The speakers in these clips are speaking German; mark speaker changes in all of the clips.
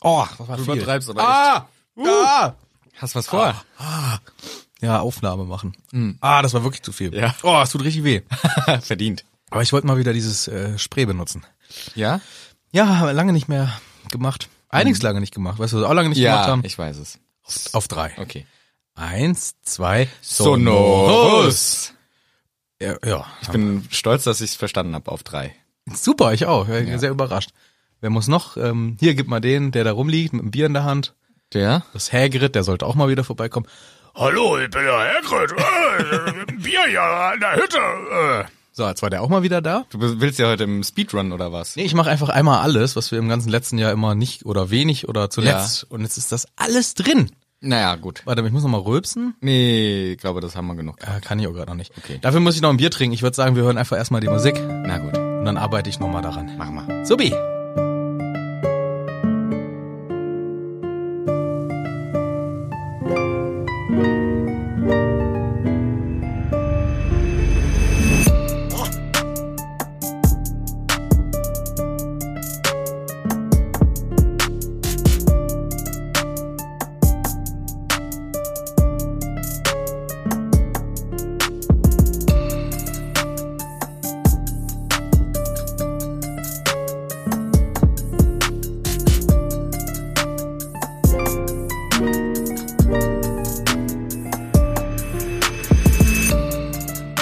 Speaker 1: Oh, das war
Speaker 2: Du
Speaker 1: viel.
Speaker 2: übertreibst aber Uh.
Speaker 1: Ah! ah! Hast was vor?
Speaker 2: Ah.
Speaker 1: Ah. Ja, Aufnahme machen. Ah, das war wirklich zu viel.
Speaker 2: Hm. Ja.
Speaker 1: Oh, es tut richtig weh.
Speaker 2: echt. Verdient.
Speaker 1: Aber ich wollte mal wieder dieses äh, Spray benutzen.
Speaker 2: Ja?
Speaker 1: Ja, lange nicht mehr gemacht. Einiges lange nicht gemacht. Weißt du, was wir auch lange nicht
Speaker 2: Mhm. Ja,
Speaker 1: gemacht haben?
Speaker 2: ich weiß es.
Speaker 1: Auf drei.
Speaker 2: Okay.
Speaker 1: Eins, zwei, Ja, ja.
Speaker 2: Ich bin stolz, dass ich es verstanden habe auf drei.
Speaker 1: Super, ich auch. Ich bin sehr überrascht. Wer muss noch? Ähm, hier, gib mal den, der da rumliegt, mit dem Bier in der Hand.
Speaker 2: Der?
Speaker 1: Das Hagrid, der sollte auch mal wieder vorbeikommen. Hallo, ich bin der Hagrid. Äh, Bier hier an der Hütte. Äh. So, jetzt war der auch mal wieder da.
Speaker 2: Du bist- willst ja heute im Speedrun oder was?
Speaker 1: Nee, ich mache einfach einmal alles, was wir im ganzen letzten Jahr immer nicht oder wenig oder zuletzt. Und jetzt ist das alles drin.
Speaker 2: Naja, gut.
Speaker 1: Warte, ich muss noch mal rülpsen.
Speaker 2: Nee, ich glaube, das haben wir genug.
Speaker 1: Äh, kann ich auch gerade noch nicht.
Speaker 2: Okay.
Speaker 1: Dafür muss ich noch ein Bier trinken. Ich würde sagen, wir hören einfach erstmal die Musik und
Speaker 2: Na gut,
Speaker 1: dann arbeite ich noch mal daran.
Speaker 2: mach mal.
Speaker 1: Subi.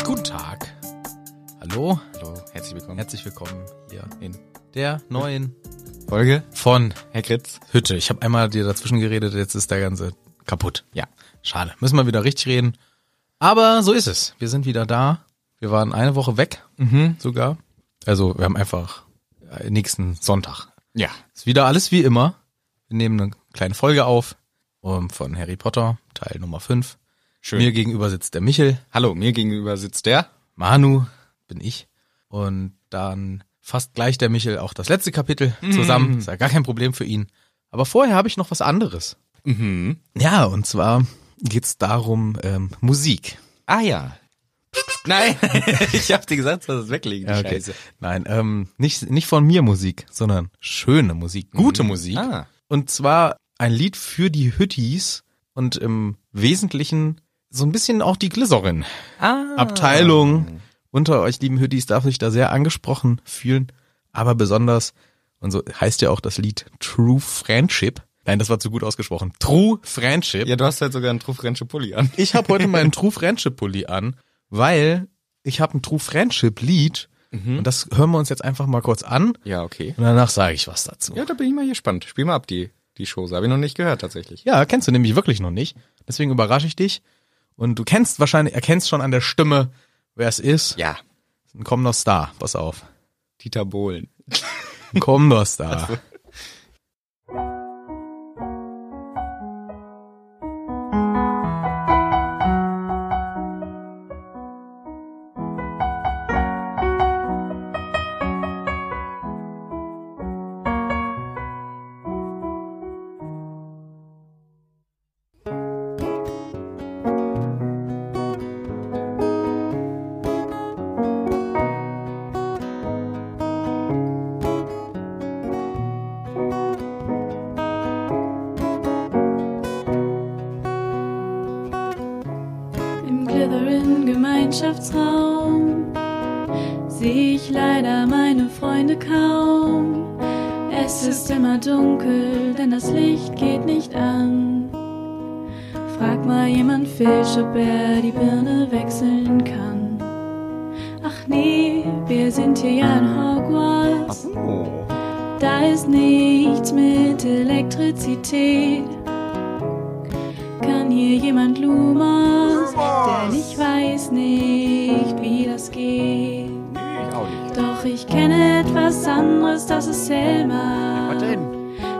Speaker 1: Guten Tag. Hallo.
Speaker 2: Hallo, herzlich willkommen.
Speaker 1: Herzlich willkommen hier
Speaker 2: in
Speaker 1: der neuen
Speaker 2: Folge,
Speaker 1: von
Speaker 2: Herr Kritz.
Speaker 1: Hütte. Ich habe einmal dir dazwischen geredet, jetzt ist der ganze kaputt.
Speaker 2: Ja.
Speaker 1: Schade. Müssen wir wieder richtig reden. Aber so ist es. Wir sind wieder da. Wir waren eine Woche weg
Speaker 2: Mhm.
Speaker 1: sogar. Also wir haben einfach äh, nächsten Sonntag.
Speaker 2: Ja.
Speaker 1: Ist wieder alles wie immer. Wir nehmen eine kleine Folge auf ähm, von Harry Potter, Teil Nummer 5.
Speaker 2: Schön.
Speaker 1: Mir gegenüber sitzt der Michel.
Speaker 2: Hallo, mir gegenüber sitzt der.
Speaker 1: Manu bin ich. Und dann fasst gleich der Michel auch das letzte Kapitel zusammen. Ist ja gar kein Problem für ihn. Aber vorher habe ich noch was anderes.
Speaker 2: Mhm.
Speaker 1: Ja, und zwar geht's darum, ähm, Musik.
Speaker 2: Ah ja. Nein, ich hab dir gesagt, dass es weglegen, die
Speaker 1: Ja,
Speaker 2: Scheiße.
Speaker 1: Nein, ähm, nicht, nicht von mir Musik, sondern schöne Musik, gute Musik.
Speaker 2: Ah.
Speaker 1: Und zwar ein Lied für die Hüttis und im Wesentlichen so ein bisschen auch die Glisserin.
Speaker 2: Ah.
Speaker 1: Abteilung unter euch, lieben Hüttis, darf sich da sehr angesprochen fühlen. Aber besonders, und so heißt ja auch das Lied True Friendship. Nein, das war zu gut ausgesprochen. True Friendship.
Speaker 2: Ja, du hast halt sogar einen Truffrensche Pulli an.
Speaker 1: Ich habe heute meinen True Friendship Pulli an, weil ich habe ein True Friendship Lied.
Speaker 2: Mhm.
Speaker 1: Und das hören wir uns jetzt einfach mal kurz an.
Speaker 2: Ja, okay.
Speaker 1: Und danach sage ich was dazu.
Speaker 2: Ja, da bin ich mal gespannt. Spiel mal ab, die, die Chose. Habe ich noch nicht gehört, tatsächlich.
Speaker 1: Ja, kennst du nämlich wirklich noch nicht. Deswegen überrasche ich dich. Und du kennst wahrscheinlich, erkennst schon an der Stimme, wer es ist.
Speaker 2: Ja.
Speaker 1: Ein kommender Star. Pass auf.
Speaker 2: Dieter Bohlen.
Speaker 1: Ein kommender Star.
Speaker 3: Im Glitterin Gemeinschaftsraum sehe ich leider meine Freunde kaum. Es ist immer dunkel, denn das Licht geht nicht an. Frag mal jemand Fisch, ob er die Birne wechseln kann. Ach nee, wir sind hier ja in Hogwarts.
Speaker 2: Oh.
Speaker 3: Da ist nichts mit Elektrizität. Kann hier jemand Lumas? Denn ich weiß nicht, wie das geht. Doch ich kenne etwas anderes, das ist Selma.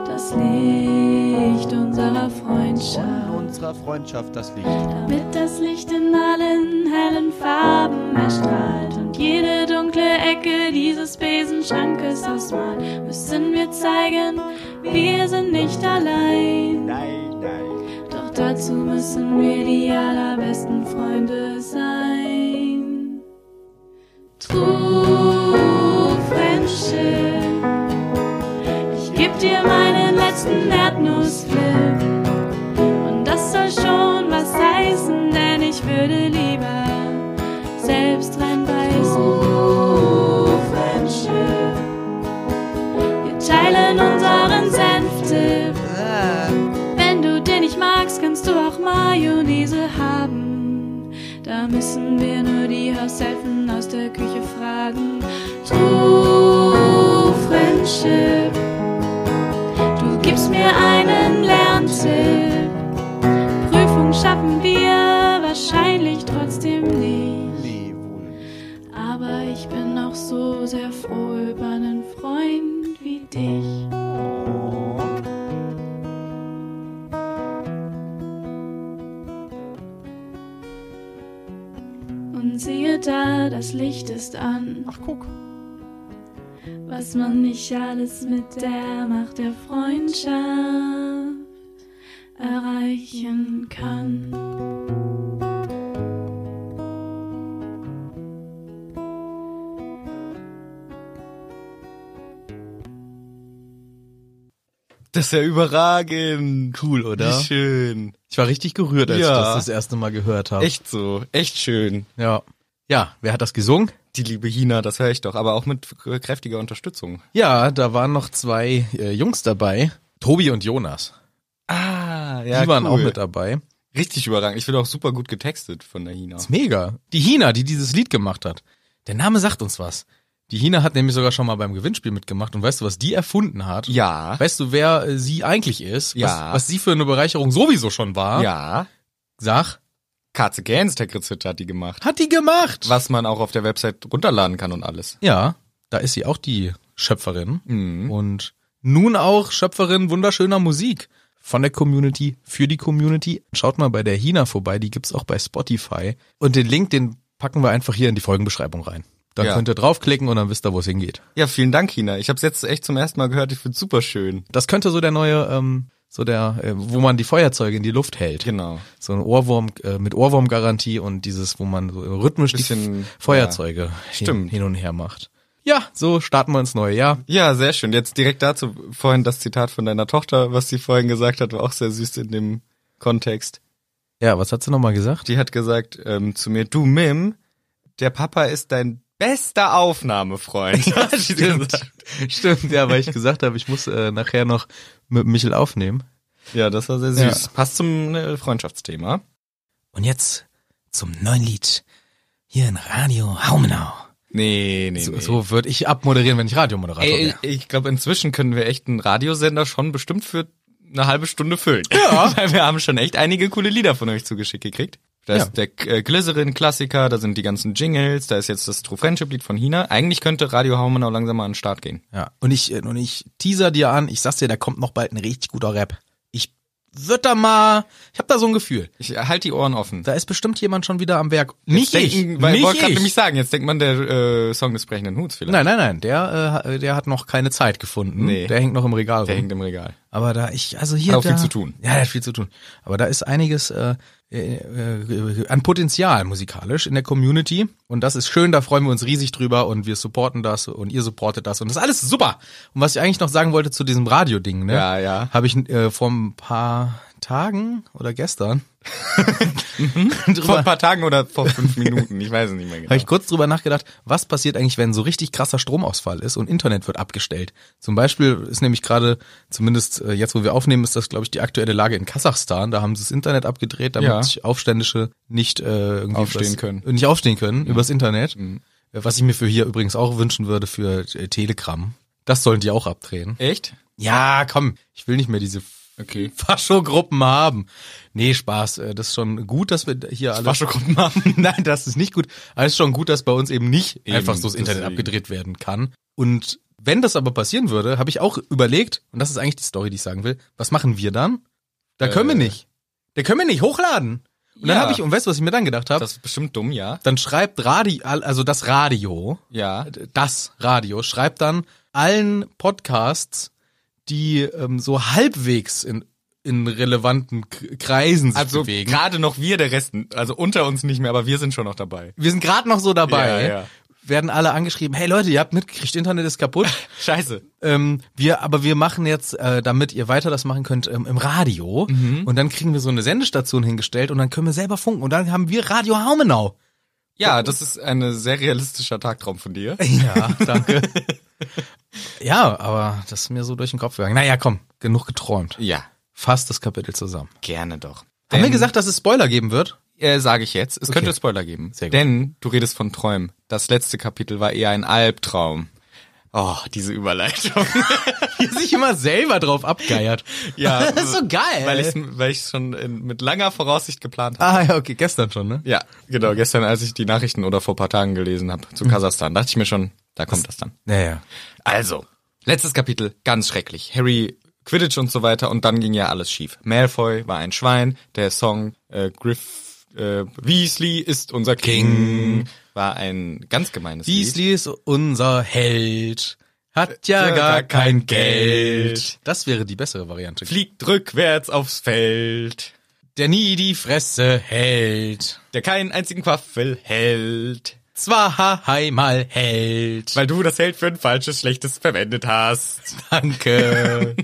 Speaker 3: Das Licht unserer Freundschaft.
Speaker 4: unserer Freundschaft das Licht.
Speaker 3: Damit das Licht in allen hellen Farben erstrahlt und jede dunkle Ecke dieses Besenschrankes ausmalt, müssen wir zeigen, wir sind nicht allein.
Speaker 4: Nein, nein.
Speaker 3: Doch dazu müssen wir die allerbesten Freunde sein. True Friendship, ich geb dir meinen letzten Da müssen wir nur die Haushelfen aus der Küche fragen. True Friendship, du gibst mir einen Lerntipp. Prüfung schaffen wir wahrscheinlich trotzdem nicht.
Speaker 4: Nee, wohl.
Speaker 3: Aber ich bin auch so sehr froh über einen Freund wie dich. Und siehe da, das Licht ist an.
Speaker 4: Ach, guck.
Speaker 3: Was man nicht alles mit der Macht der Freundschaft erreichen kann.
Speaker 2: Das ist ja überragend.
Speaker 1: Cool, oder?
Speaker 2: Wie schön.
Speaker 1: Ich war richtig gerührt, als
Speaker 2: Ja.
Speaker 1: ich das das erste Mal gehört habe.
Speaker 2: Echt so. Echt schön.
Speaker 1: Ja. Ja, wer hat das gesungen?
Speaker 2: Die liebe Hina, das höre ich doch. Aber auch mit äh, kräftiger Unterstützung.
Speaker 1: Ja, da waren noch zwei äh, Jungs dabei. Tobi und Jonas.
Speaker 2: Ah,
Speaker 1: Die waren auch mit dabei.
Speaker 2: Richtig überragend. Ich finde auch super gut getextet von der Hina.
Speaker 1: Ist mega. Die Hina, die dieses Lied gemacht hat. Der Name sagt uns was. Die Hina hat nämlich sogar schon mal beim Gewinnspiel mitgemacht und weißt du, was die erfunden hat?
Speaker 2: Ja.
Speaker 1: Weißt du, wer äh, sie eigentlich ist?
Speaker 2: Ja.
Speaker 1: Was, was sie für eine Bereicherung sowieso schon war?
Speaker 2: Ja.
Speaker 1: Sag,
Speaker 2: Katze Gans, der Kritzhütte hat die gemacht.
Speaker 1: hat die gemacht.
Speaker 2: Was man auch auf der Website runterladen kann und alles.
Speaker 1: Ja, da ist sie auch die Schöpferin.
Speaker 2: Mhm.
Speaker 1: Und nun auch Schöpferin wunderschöner Musik. Von der Community, für die Community. Schaut mal bei der Hina vorbei, die gibt's auch bei Spotify. Und den Link, den packen wir einfach hier in die Folgenbeschreibung rein. Da
Speaker 2: Ja.
Speaker 1: könnt ihr draufklicken und dann wisst ihr, wo es hingeht.
Speaker 2: Ja, vielen Dank, Hina. Ich habe es jetzt echt zum ersten Mal gehört. Ich finde super schön.
Speaker 1: Das könnte so der neue, ähm, so der, äh, wo man die Feuerzeuge in die Luft hält.
Speaker 2: Genau.
Speaker 1: So ein Ohrwurm äh, mit Ohrwurmgarantie und dieses, wo man so rhythmisch die
Speaker 2: Bisschen,
Speaker 1: F- Feuerzeuge hin,
Speaker 2: Stimmt.
Speaker 1: hin und her macht. Ja, so starten wir ins neue Jahr.
Speaker 2: Ja, sehr schön. Jetzt direkt dazu vorhin das Zitat von deiner Tochter, was sie vorhin gesagt hat, war auch sehr süß in dem Kontext.
Speaker 1: Ja, was hat sie nochmal gesagt?
Speaker 2: Die hat gesagt ähm, zu mir, du Mim, der Papa ist dein bester Aufnahmefreund. Ja,
Speaker 1: Stimmt, stimmt, ja, weil ich gesagt habe, ich muss äh, nachher noch mit Michel aufnehmen.
Speaker 2: ja, das war sehr süß. Passt zum äh, Freundschaftsthema.
Speaker 1: Und jetzt zum neuen Lied hier in Radio Haumenau.
Speaker 2: Nee, nee,
Speaker 1: So,
Speaker 2: nee.
Speaker 1: so würde ich abmoderieren, wenn ich Radiomoderator
Speaker 2: Ey,
Speaker 1: wäre.
Speaker 2: ich glaube, inzwischen können wir echt einen Radiosender schon bestimmt für eine halbe Stunde füllen. Ja. Weil wir haben schon echt einige coole Lieder von euch zugeschickt gekriegt. Da
Speaker 1: Ja.
Speaker 2: ist der äh, Glycerin-Klassiker, da sind die ganzen Jingles, da ist jetzt das True Friendship-Lied von China. Eigentlich könnte Radio Haumenau langsam mal an den Start gehen.
Speaker 1: Ja, und ich, äh, und ich teaser dir an, ich sag's dir, da kommt noch bald ein richtig guter Rap. Ich würd da mal, ich hab da so ein Gefühl.
Speaker 2: Ich äh, halt die Ohren offen.
Speaker 1: Da ist bestimmt jemand schon wieder am Werk.
Speaker 2: Jetzt denken, weil
Speaker 1: nicht
Speaker 2: wollte gerade
Speaker 1: ich.
Speaker 2: nämlich sagen, jetzt denkt man der äh, Song des brechenden Huts vielleicht.
Speaker 1: Nein, nein, nein, der, äh, der hat noch keine Zeit gefunden.
Speaker 2: Nee.
Speaker 1: Der hängt noch im Regal
Speaker 2: Der
Speaker 1: rum.
Speaker 2: hängt im Regal.
Speaker 1: Aber da ich, also hier
Speaker 2: Hat auch
Speaker 1: da,
Speaker 2: viel zu tun.
Speaker 1: Ja, der hat viel zu tun. Aber da ist einiges äh, äh, äh, an Potenzial musikalisch in der Community. Und das ist schön, da freuen wir uns riesig drüber und wir supporten das und ihr supportet das und das ist alles super. Und was ich eigentlich noch sagen wollte zu diesem Radio-Ding, ne?
Speaker 2: Ja, ja.
Speaker 1: Habe ich äh, vor ein paar Tagen oder gestern
Speaker 2: Vor ein paar Tagen oder vor fünf Minuten, ich weiß es nicht mehr genau.
Speaker 1: Habe ich kurz drüber nachgedacht, was passiert eigentlich, wenn so richtig krasser Stromausfall ist und Internet wird abgestellt? Zum Beispiel ist nämlich gerade, zumindest äh, jetzt, wo wir aufnehmen, ist das, glaube ich, die aktuelle Lage in Kasachstan. Da haben sie das Internet abgedreht, damit
Speaker 2: Ja.
Speaker 1: sich Aufständische nicht äh, irgendwie
Speaker 2: Aufstehen
Speaker 1: übers- Äh,
Speaker 2: können. Mhm.
Speaker 1: nicht aufstehen können übers Internet. Äh, Was ich mir für hier übrigens auch wünschen würde für äh, Telegram. Das sollen die auch abdrehen.
Speaker 2: Echt?
Speaker 1: Ja, komm, ich will nicht mehr diese
Speaker 2: Okay.
Speaker 1: Faschogruppen haben. Nee, Spaß. äh, Das ist schon gut, dass wir hier alle.
Speaker 2: Faschogruppen
Speaker 1: haben. Nein, das ist nicht gut. Aber es ist schon gut, dass bei uns eben nicht
Speaker 2: Eben,
Speaker 1: einfach so das Internet
Speaker 2: deswegen.
Speaker 1: abgedreht werden kann. Und wenn das aber passieren würde, habe ich auch überlegt, und das ist eigentlich die Story, die ich sagen will, was machen wir dann? Da können wir
Speaker 2: Äh.
Speaker 1: nicht. Da können wir nicht hochladen. Und dann
Speaker 2: Ja.
Speaker 1: habe ich, und weißt du, was ich mir dann gedacht habe?
Speaker 2: Das ist bestimmt dumm, ja.
Speaker 1: Dann schreibt Radio, also das Radio,
Speaker 2: Ja.
Speaker 1: das Radio schreibt dann allen Podcasts, die ähm, so halbwegs in, in relevanten K Kreisen sich
Speaker 2: Also
Speaker 1: bewegen.
Speaker 2: gerade noch wir, der Rest, also unter uns nicht mehr, aber wir sind schon noch dabei.
Speaker 1: Wir sind gerade noch so dabei.
Speaker 2: Ja, ja.
Speaker 1: Werden alle angeschrieben, hey Leute, ihr habt mitgekriegt, Internet ist kaputt.
Speaker 2: Scheiße.
Speaker 1: ähm, wir, aber wir machen jetzt, äh, damit ihr weiter das machen könnt, ähm, im Radio. Und dann kriegen wir so eine Sendestation hingestellt und dann können wir selber funken. Und dann haben wir Radio Haumenau.
Speaker 2: Ja, das ist ein sehr realistischer Tagtraum von dir.
Speaker 1: Ja, danke. ja, aber das ist mir so durch den Kopf gegangen. Naja, komm, genug geträumt.
Speaker 2: Ja,
Speaker 1: Fasst das Kapitel zusammen.
Speaker 2: gerne doch.
Speaker 1: Haben wir gesagt, dass es Spoiler geben wird?
Speaker 2: äh, sage ich jetzt. Es könnte
Speaker 1: Okay.
Speaker 2: Spoiler geben.
Speaker 1: Sehr gut.
Speaker 2: Denn du redest von Träumen. Das letzte Kapitel war eher ein Albtraum. Oh, diese Überleitung.
Speaker 1: Wie sich immer selber drauf abgeiert.
Speaker 2: ja, also,
Speaker 1: Das ist so geil.
Speaker 2: Weil ich weil ich's schon in, mit langer Voraussicht geplant habe.
Speaker 1: ah, ja, okay, gestern schon, ne?
Speaker 2: Ja, genau. Gestern, als ich die Nachrichten oder vor paar Tagen gelesen habe
Speaker 1: Mhm.
Speaker 2: zu Kasachstan, dachte ich mir schon, da kommt das dann.
Speaker 1: Naja.
Speaker 2: Also, letztes Kapitel, ganz schrecklich. Harry Quidditch und so weiter und dann ging ja alles schief. Malfoy war ein Schwein, der Song äh, Griff äh, Weasley ist unser King, war ein ganz gemeines Lied.
Speaker 1: Weasley ist unser Held. Hat ja
Speaker 2: Äh, Ja,
Speaker 1: gar
Speaker 2: gar
Speaker 1: kein
Speaker 2: kein
Speaker 1: Geld. Das wäre die bessere Variante.
Speaker 2: Fliegt rückwärts aufs Feld,
Speaker 1: Der nie die Fresse hält.
Speaker 2: der keinen einzigen Quaffel hält,
Speaker 1: Zwar mal hält.
Speaker 2: weil du das Held für ein falsches, schlechtes verwendet hast.
Speaker 1: Danke.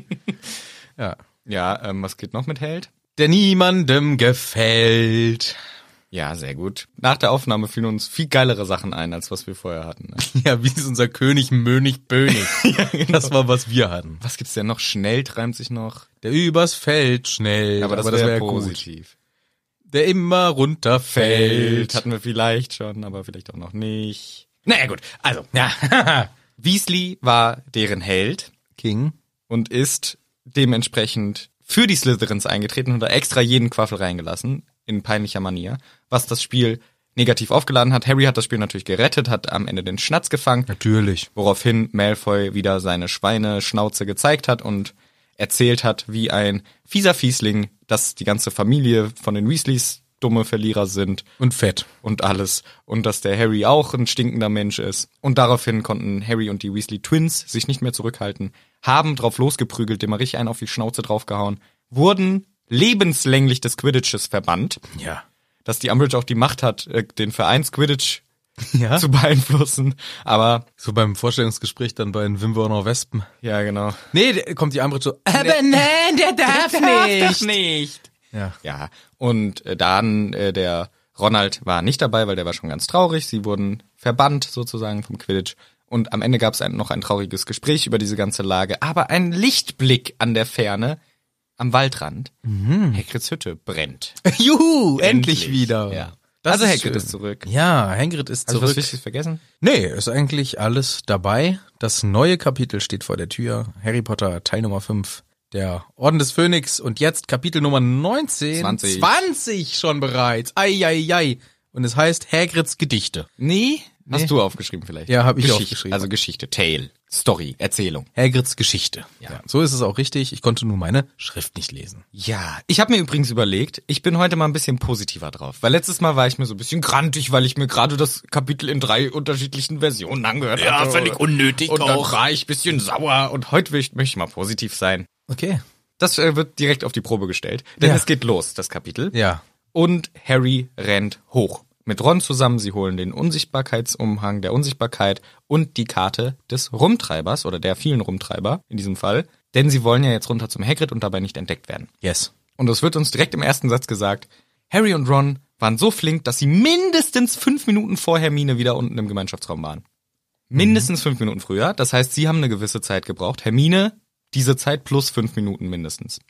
Speaker 1: ja.
Speaker 2: Ja, ähm, was geht noch mit Held?
Speaker 1: Der niemandem gefällt.
Speaker 2: Ja, sehr gut. Nach der Aufnahme fielen uns viel geilere Sachen ein, als was wir vorher hatten. Ne?
Speaker 1: Ja, wie ist unser König Mönig Bönig.
Speaker 2: genau.
Speaker 1: Das war, was wir hatten.
Speaker 2: Was gibt's denn noch? Schnell reimt sich noch.
Speaker 1: Der übers Feld schnell. wär Der immer runterfällt.
Speaker 2: Feld hatten wir vielleicht schon, aber vielleicht auch noch nicht. Naja gut, also, ja. Weasley war deren Held
Speaker 1: King.
Speaker 2: und ist dementsprechend für die Slytherins eingetreten und hat extra jeden Quaffel reingelassen, in peinlicher Manier, was das Spiel negativ aufgeladen hat. Harry hat das Spiel natürlich gerettet, hat am Ende den Schnatz gefangen,
Speaker 1: Natürlich.
Speaker 2: woraufhin Malfoy wieder seine Schweineschnauze gezeigt hat und erzählt hat, wie ein fieser Fiesling, dass die ganze Familie von den Weasleys dumme Verlierer sind
Speaker 1: Und fett.
Speaker 2: und alles und dass der Harry auch ein stinkender Mensch ist. Und daraufhin konnten Harry und die Weasley Twins sich nicht mehr zurückhalten, haben drauf losgeprügelt, dem richtig einen auf die Schnauze draufgehauen, wurden lebenslänglich des Quidditches verbannt,
Speaker 1: Ja.
Speaker 2: dass die Umbridge auch die Macht hat, äh, den Vereins Quidditch
Speaker 1: Ja.
Speaker 2: zu beeinflussen, aber
Speaker 1: So beim Vorstellungsgespräch dann bei den Wimborner Wespen.
Speaker 2: ja genau.
Speaker 1: Nee, der- kommt die Ambrit so. Aber nein, der darf
Speaker 2: nicht.
Speaker 1: Ja.
Speaker 2: Ja, und äh, dann äh, der Ronald war nicht dabei, weil der war schon ganz traurig. Sie wurden verbannt sozusagen vom Quidditch. Und am Ende gab es ein, noch ein trauriges Gespräch über diese ganze Lage. Aber ein Lichtblick an der Ferne, am Waldrand.
Speaker 1: Mhm.
Speaker 2: Hagrids Hütte brennt.
Speaker 1: Juhu, endlich,
Speaker 2: Endlich.
Speaker 1: wieder.
Speaker 2: Ja.
Speaker 1: Das
Speaker 2: also
Speaker 1: ist
Speaker 2: Hagrid
Speaker 1: schön.
Speaker 2: ist zurück.
Speaker 1: Ja, Hagrid ist
Speaker 2: Also was
Speaker 1: zurück.
Speaker 2: Wichtiges vergessen?
Speaker 1: nee, ist eigentlich alles dabei. Das neue Kapitel steht vor der Tür. Harry Potter, Teil Nummer 5. Der Orden des Phönix. Und jetzt Kapitel Nummer 19.
Speaker 2: 20.
Speaker 1: 20 schon bereits. Ei, ei, ei. Und es heißt Hagrids Gedichte.
Speaker 2: Nee. Hast
Speaker 1: Nee.
Speaker 2: du aufgeschrieben vielleicht?
Speaker 1: Ja, hab ich
Speaker 2: Geschichte,
Speaker 1: aufgeschrieben.
Speaker 2: Also Geschichte, Tale, Story, Erzählung.
Speaker 1: Hagrids Geschichte.
Speaker 2: Ja.
Speaker 1: So ist es auch richtig. Ich konnte nur meine Schrift nicht lesen.
Speaker 2: Ja, ich habe mir übrigens überlegt, ich bin heute mal ein bisschen positiver drauf, weil letztes Mal war ich mir so ein bisschen grantig, weil ich mir gerade das Kapitel in drei unterschiedlichen Versionen angehört habe. Ja, völlig unnötig und auch. Dann war ich ein bisschen sauer und heute will ich, möchte ich mal positiv sein.
Speaker 1: Okay.
Speaker 2: Das äh, wird direkt auf die Probe gestellt, denn
Speaker 1: Ja.
Speaker 2: es geht los, das Kapitel.
Speaker 1: Ja.
Speaker 2: Und Harry rennt hoch. Mit Ron zusammen, sie holen den Unsichtbarkeitsumhang der Unsichtbarkeit und die Karte des Rumtreibers oder der vielen Rumtreiber in diesem Fall, denn sie wollen ja jetzt runter zum Hagrid und dabei nicht entdeckt werden.
Speaker 1: Yes.
Speaker 2: Und es wird uns direkt im ersten Satz gesagt, Harry und Ron waren so flink, dass sie mindestens fünf Minuten vor Hermine wieder unten im Gemeinschaftsraum waren. Mindestens fünf Minuten früher. Das heißt, sie haben eine gewisse Zeit gebraucht. Hermine, diese Zeit plus fünf Minuten mindestens.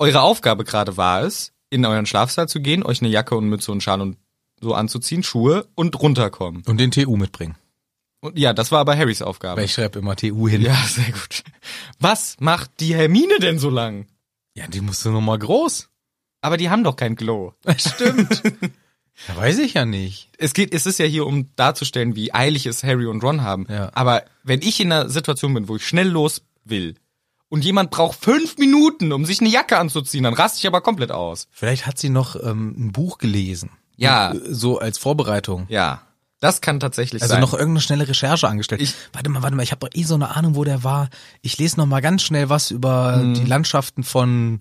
Speaker 2: Eure Aufgabe gerade war es, in euren Schlafsaal zu gehen, euch eine Jacke und Mütze und Schal und so anzuziehen, Schuhe und runterkommen.
Speaker 1: Und den TU mitbringen.
Speaker 2: Und ja, das war aber Harrys Aufgabe.
Speaker 1: Weil ich schreibe immer TU hin.
Speaker 2: Ja, sehr gut. Was macht die Hermine denn so lang?
Speaker 1: Ja, die musste noch mal groß.
Speaker 2: Aber die haben doch kein Glow.
Speaker 1: Stimmt. ja, weiß ich ja nicht.
Speaker 2: es geht, es ist ja hier, um darzustellen, wie eilig es Harry und Ron haben.
Speaker 1: Ja.
Speaker 2: Aber wenn ich in einer Situation bin, wo ich schnell los will und jemand braucht fünf Minuten, um sich eine Jacke anzuziehen, dann raste ich aber komplett aus.
Speaker 1: Vielleicht hat sie noch ähm, ein Buch gelesen.
Speaker 2: Ja.
Speaker 1: Äh, So als Vorbereitung.
Speaker 2: Ja. Das kann tatsächlich
Speaker 1: Also
Speaker 2: sein.
Speaker 1: noch irgendeine schnelle Recherche angestellt.
Speaker 2: Ich-
Speaker 1: warte mal, warte mal, ich habe doch eh so eine Ahnung, wo der war. Ich lese noch mal ganz schnell was über die Landschaften von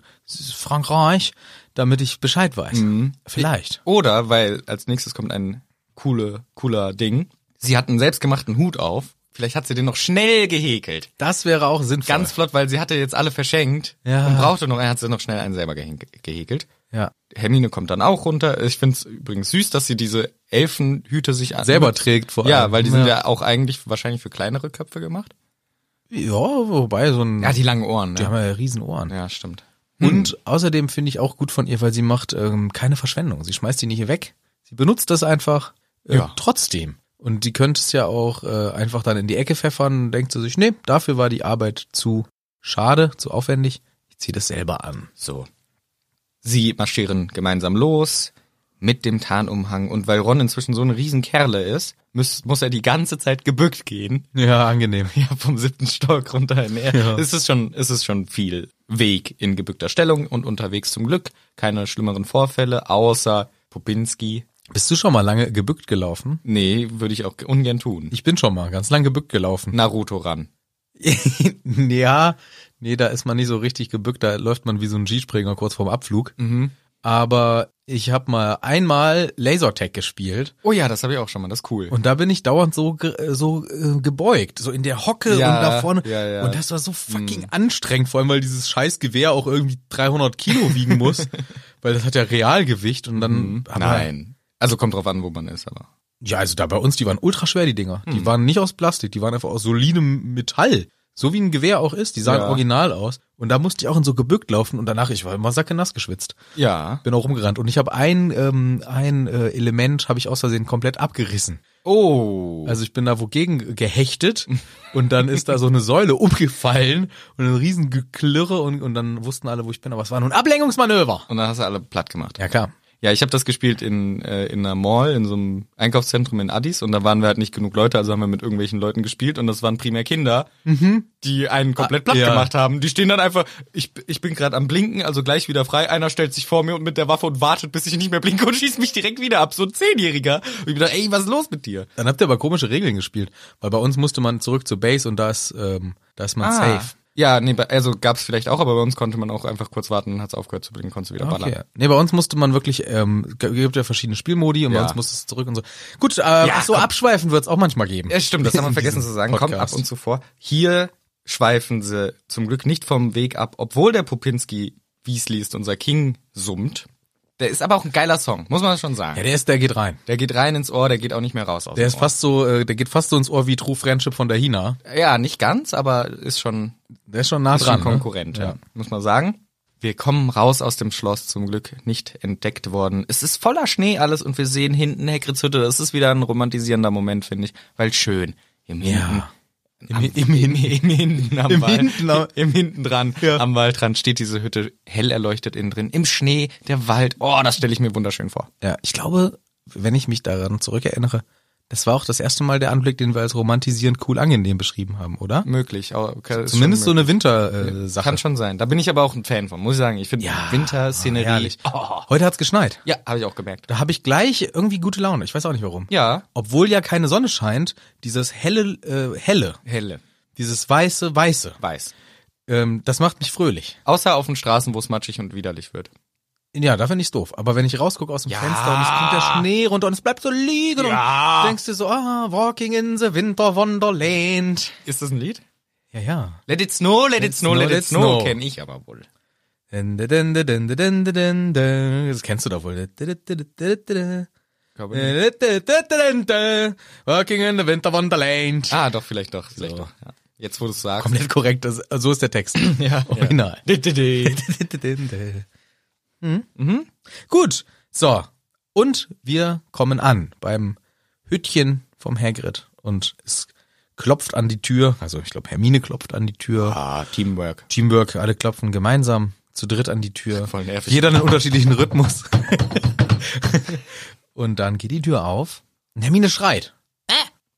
Speaker 1: Frankreich, damit ich Bescheid weiß. Vielleicht.
Speaker 2: Oder, weil als nächstes kommt ein coole, cooler Ding. Sie hat einen selbstgemachten Hut auf. Vielleicht hat sie den noch schnell gehäkelt.
Speaker 1: Das wäre auch sinnvoll.
Speaker 2: Ganz flott, weil sie hatte jetzt alle verschenkt
Speaker 1: Ja.
Speaker 2: und brauchte noch einen, hat sie noch schnell einen selber gehäk- gehäkelt.
Speaker 1: ja.
Speaker 2: Hermine kommt dann auch runter. Ich find's übrigens süß, dass sie diese Elfenhüte sich an-
Speaker 1: Selber trägt vor allem.
Speaker 2: Ja, weil die sind
Speaker 1: ja.
Speaker 2: ja auch eigentlich wahrscheinlich für kleinere Köpfe gemacht.
Speaker 1: Ja, wobei so ein.
Speaker 2: Ja, die langen Ohren. Ne?
Speaker 1: die haben ja riesen Ohren.
Speaker 2: ja, stimmt.
Speaker 1: Und außerdem finde ich auch gut von ihr, weil sie macht ähm, keine Verschwendung. Sie schmeißt die nicht weg. Sie benutzt das einfach äh,
Speaker 2: Ja.
Speaker 1: trotzdem. Und die könnte es ja auch äh, einfach dann in die Ecke pfeffern und denkt zu sich, nee, dafür war die Arbeit zu schade, zu aufwendig. Ich ziehe das selber an.
Speaker 2: So. Sie marschieren gemeinsam los mit dem Tarnumhang und weil Ron inzwischen so ein Riesenkerle ist, muss, muss er die ganze Zeit gebückt gehen.
Speaker 1: Ja, angenehm.
Speaker 2: Ja, vom siebten Stock runter. Nee,
Speaker 1: Ja.
Speaker 2: Es ist schon, es ist schon viel Weg in gebückter Stellung und unterwegs zum Glück keine schlimmeren Vorfälle, außer Popinski.
Speaker 1: Bist du schon mal lange gebückt gelaufen?
Speaker 2: Nee, würde ich auch ungern tun.
Speaker 1: Ich bin schon mal ganz lang gebückt gelaufen.
Speaker 2: Naruto ran.
Speaker 1: ja, nee, da ist man nicht so richtig gebückt, da läuft man wie so ein Skispringer kurz vorm Abflug. Aber ich habe mal einmal Lasertag gespielt
Speaker 2: Oh ja, das habe ich auch schon mal, das ist cool.
Speaker 1: und da bin ich dauernd so ge- äh, so äh, gebeugt, so in der Hocke
Speaker 2: Ja,
Speaker 1: und da vorne
Speaker 2: ja, ja. Mhm.
Speaker 1: und das war so fucking anstrengend, vor allem weil dieses scheiß Gewehr auch irgendwie 300 Kilo wiegen muss, weil das hat ja Realgewicht und dann aber-
Speaker 2: Mhm. Hm. Nein. Also kommt drauf an, wo man ist, aber.
Speaker 1: Ja, also da bei uns, die waren ultra schwer, die Dinger.
Speaker 2: Mhm.
Speaker 1: Die waren nicht aus Plastik, die waren einfach aus solidem Metall. So wie ein Gewehr auch ist, die sahen
Speaker 2: Ja.
Speaker 1: original aus. Und da musste ich auch in so gebückt laufen und danach, ich war immer sackenass geschwitzt.
Speaker 2: Ja.
Speaker 1: Bin auch rumgerannt. Und ich habe ein, ähm, ein äh, Element, habe ich aus Versehen komplett abgerissen.
Speaker 2: Oh.
Speaker 1: Also ich bin da wogegen gehechtet und dann ist da so eine Säule umgefallen und ein riesen Geklirre und, und dann wussten alle, wo ich bin. Aber es war nur ein Ablenkungsmanöver.
Speaker 2: Und dann hast du alle platt gemacht.
Speaker 1: Ja, klar.
Speaker 2: Ja, ich habe das gespielt in, äh, in einer Mall, in so einem Einkaufszentrum in Addis und da waren wir halt nicht genug Leute, also haben wir mit irgendwelchen Leuten gespielt und das waren primär Kinder, die einen komplett platt
Speaker 1: Mhm. Ah, ja.
Speaker 2: gemacht haben. Die stehen dann einfach, ich, ich bin gerade am Blinken, also gleich wieder frei, einer stellt sich vor mir und mit der Waffe und wartet, bis ich nicht mehr blinke und schießt mich direkt wieder ab, so ein Zehnjähriger. Und ich bin da, ey, was ist los mit dir?
Speaker 1: Dann habt ihr aber komische Regeln gespielt, weil bei uns musste man zurück zur Base und da ist, ähm, da ist man
Speaker 2: Ah,
Speaker 1: safe.
Speaker 2: Ja, nee, bei- also gab's vielleicht auch, aber bei uns konnte man auch einfach kurz warten, hat's aufgehört zu blinken, konntest du wieder
Speaker 1: Okay.
Speaker 2: ballern.
Speaker 1: Nee, bei uns musste man wirklich, ähm, g- gibt ja verschiedene Spielmodi und bei
Speaker 2: Ja.
Speaker 1: uns musste es zurück und so. Gut, äh, ach so
Speaker 2: komm.
Speaker 1: abschweifen wird's auch manchmal geben.
Speaker 2: Ja, stimmt, das haben wir
Speaker 1: In
Speaker 2: vergessen
Speaker 1: diesem
Speaker 2: zu sagen. Kommt ab
Speaker 1: Podcast.
Speaker 2: und zu vor. Hier schweifen sie zum Glück nicht vom Weg ab, obwohl der Popinski, wie es liest, unser King summt. Der ist aber auch ein geiler Song, muss man schon sagen.
Speaker 1: Ja, der ist, der geht rein.
Speaker 2: der geht rein ins Ohr, der geht auch nicht mehr raus aus
Speaker 1: Der
Speaker 2: dem
Speaker 1: ist
Speaker 2: Ohr.
Speaker 1: fast so, äh, der geht fast so ins Ohr wie True Friendship von der Hina.
Speaker 2: Ja, nicht ganz, aber ist schon,
Speaker 1: Der ist schon nah
Speaker 2: ist
Speaker 1: dran.
Speaker 2: schon Konkurrent,
Speaker 1: Ne?
Speaker 2: ja.
Speaker 1: Ja.
Speaker 2: muss man sagen. Wir kommen raus aus dem Schloss, zum Glück nicht entdeckt worden. Es ist voller Schnee alles und wir sehen hinten Hagrids Hütte. Das ist wieder ein romantisierender Moment, finde ich, weil schön. Im Hinten
Speaker 1: Ja.
Speaker 2: Im, im, im, im Hinten am
Speaker 1: Im
Speaker 2: Wald.
Speaker 1: Hinten am-
Speaker 2: Im Hinten dran.
Speaker 1: Ja.
Speaker 2: Am Waldrand steht diese Hütte hell erleuchtet innen drin. Im Schnee, der Wald. Oh, das stelle ich mir wunderschön vor.
Speaker 1: ja. Ich glaube, wenn ich mich daran zurückerinnere, das war auch das erste Mal der Anblick, den wir als romantisierend cool angenehm beschrieben haben, oder?
Speaker 2: Möglich. aber Okay, ist
Speaker 1: Zumindest so
Speaker 2: Mhm.
Speaker 1: eine
Speaker 2: schon
Speaker 1: äh,
Speaker 2: möglich.
Speaker 1: Winter-Sache.
Speaker 2: Kann schon sein. Da bin ich aber auch ein Fan von, muss ich sagen. Ich finde Winterszenerie.
Speaker 1: herrlich.
Speaker 2: Oh.
Speaker 1: Heute hat's geschneit.
Speaker 2: Ja, habe ich auch gemerkt.
Speaker 1: Da habe ich gleich irgendwie gute Laune. Ich weiß auch nicht warum.
Speaker 2: Ja.
Speaker 1: Obwohl ja keine Sonne scheint, dieses helle, äh, helle,
Speaker 2: Helle.
Speaker 1: dieses weiße, weiße,
Speaker 2: Weiß.
Speaker 1: ähm, das macht mich fröhlich.
Speaker 2: Außer auf den Straßen, wo es matschig und widerlich wird.
Speaker 1: Ja, da finde ich's doof. Aber wenn ich rausgucke aus dem
Speaker 2: Ja.
Speaker 1: Fenster und es kommt der Schnee runter und es bleibt so liegen
Speaker 2: Ja.
Speaker 1: und denkst dir so, ah, walking in the winter wonderland.
Speaker 2: Ist das ein Lied?
Speaker 1: Ja, ja.
Speaker 2: Let it snow, let, it snow, let it snow. Kenn ich aber wohl.
Speaker 1: Dun, dun, dun, dun, dun, dun, dun, dun, dun. Das kennst du doch wohl. Dun, dun, dun, dun, dun,
Speaker 2: Glaube nicht.
Speaker 1: dun, dun, dun, dun, dun. Walking in the winter wonderland.
Speaker 2: Ah, doch, vielleicht doch. Vielleicht doch. Ja. Jetzt, wo du es sagst.
Speaker 1: Komplett korrekt, das, so ist der Text.
Speaker 2: Ja.
Speaker 1: Original.
Speaker 2: Ja.
Speaker 1: mhm. Gut, so. Und wir kommen an beim Hütchen vom Hagrid und es klopft an die Tür. Also ich glaube, Hermine klopft an die Tür.
Speaker 2: Ah, Teamwork.
Speaker 1: Teamwork, alle klopfen gemeinsam zu dritt an die Tür.
Speaker 2: Voll nervig.
Speaker 1: Jeder einen unterschiedlichen Rhythmus. und dann geht die Tür auf. Und Hermine schreit.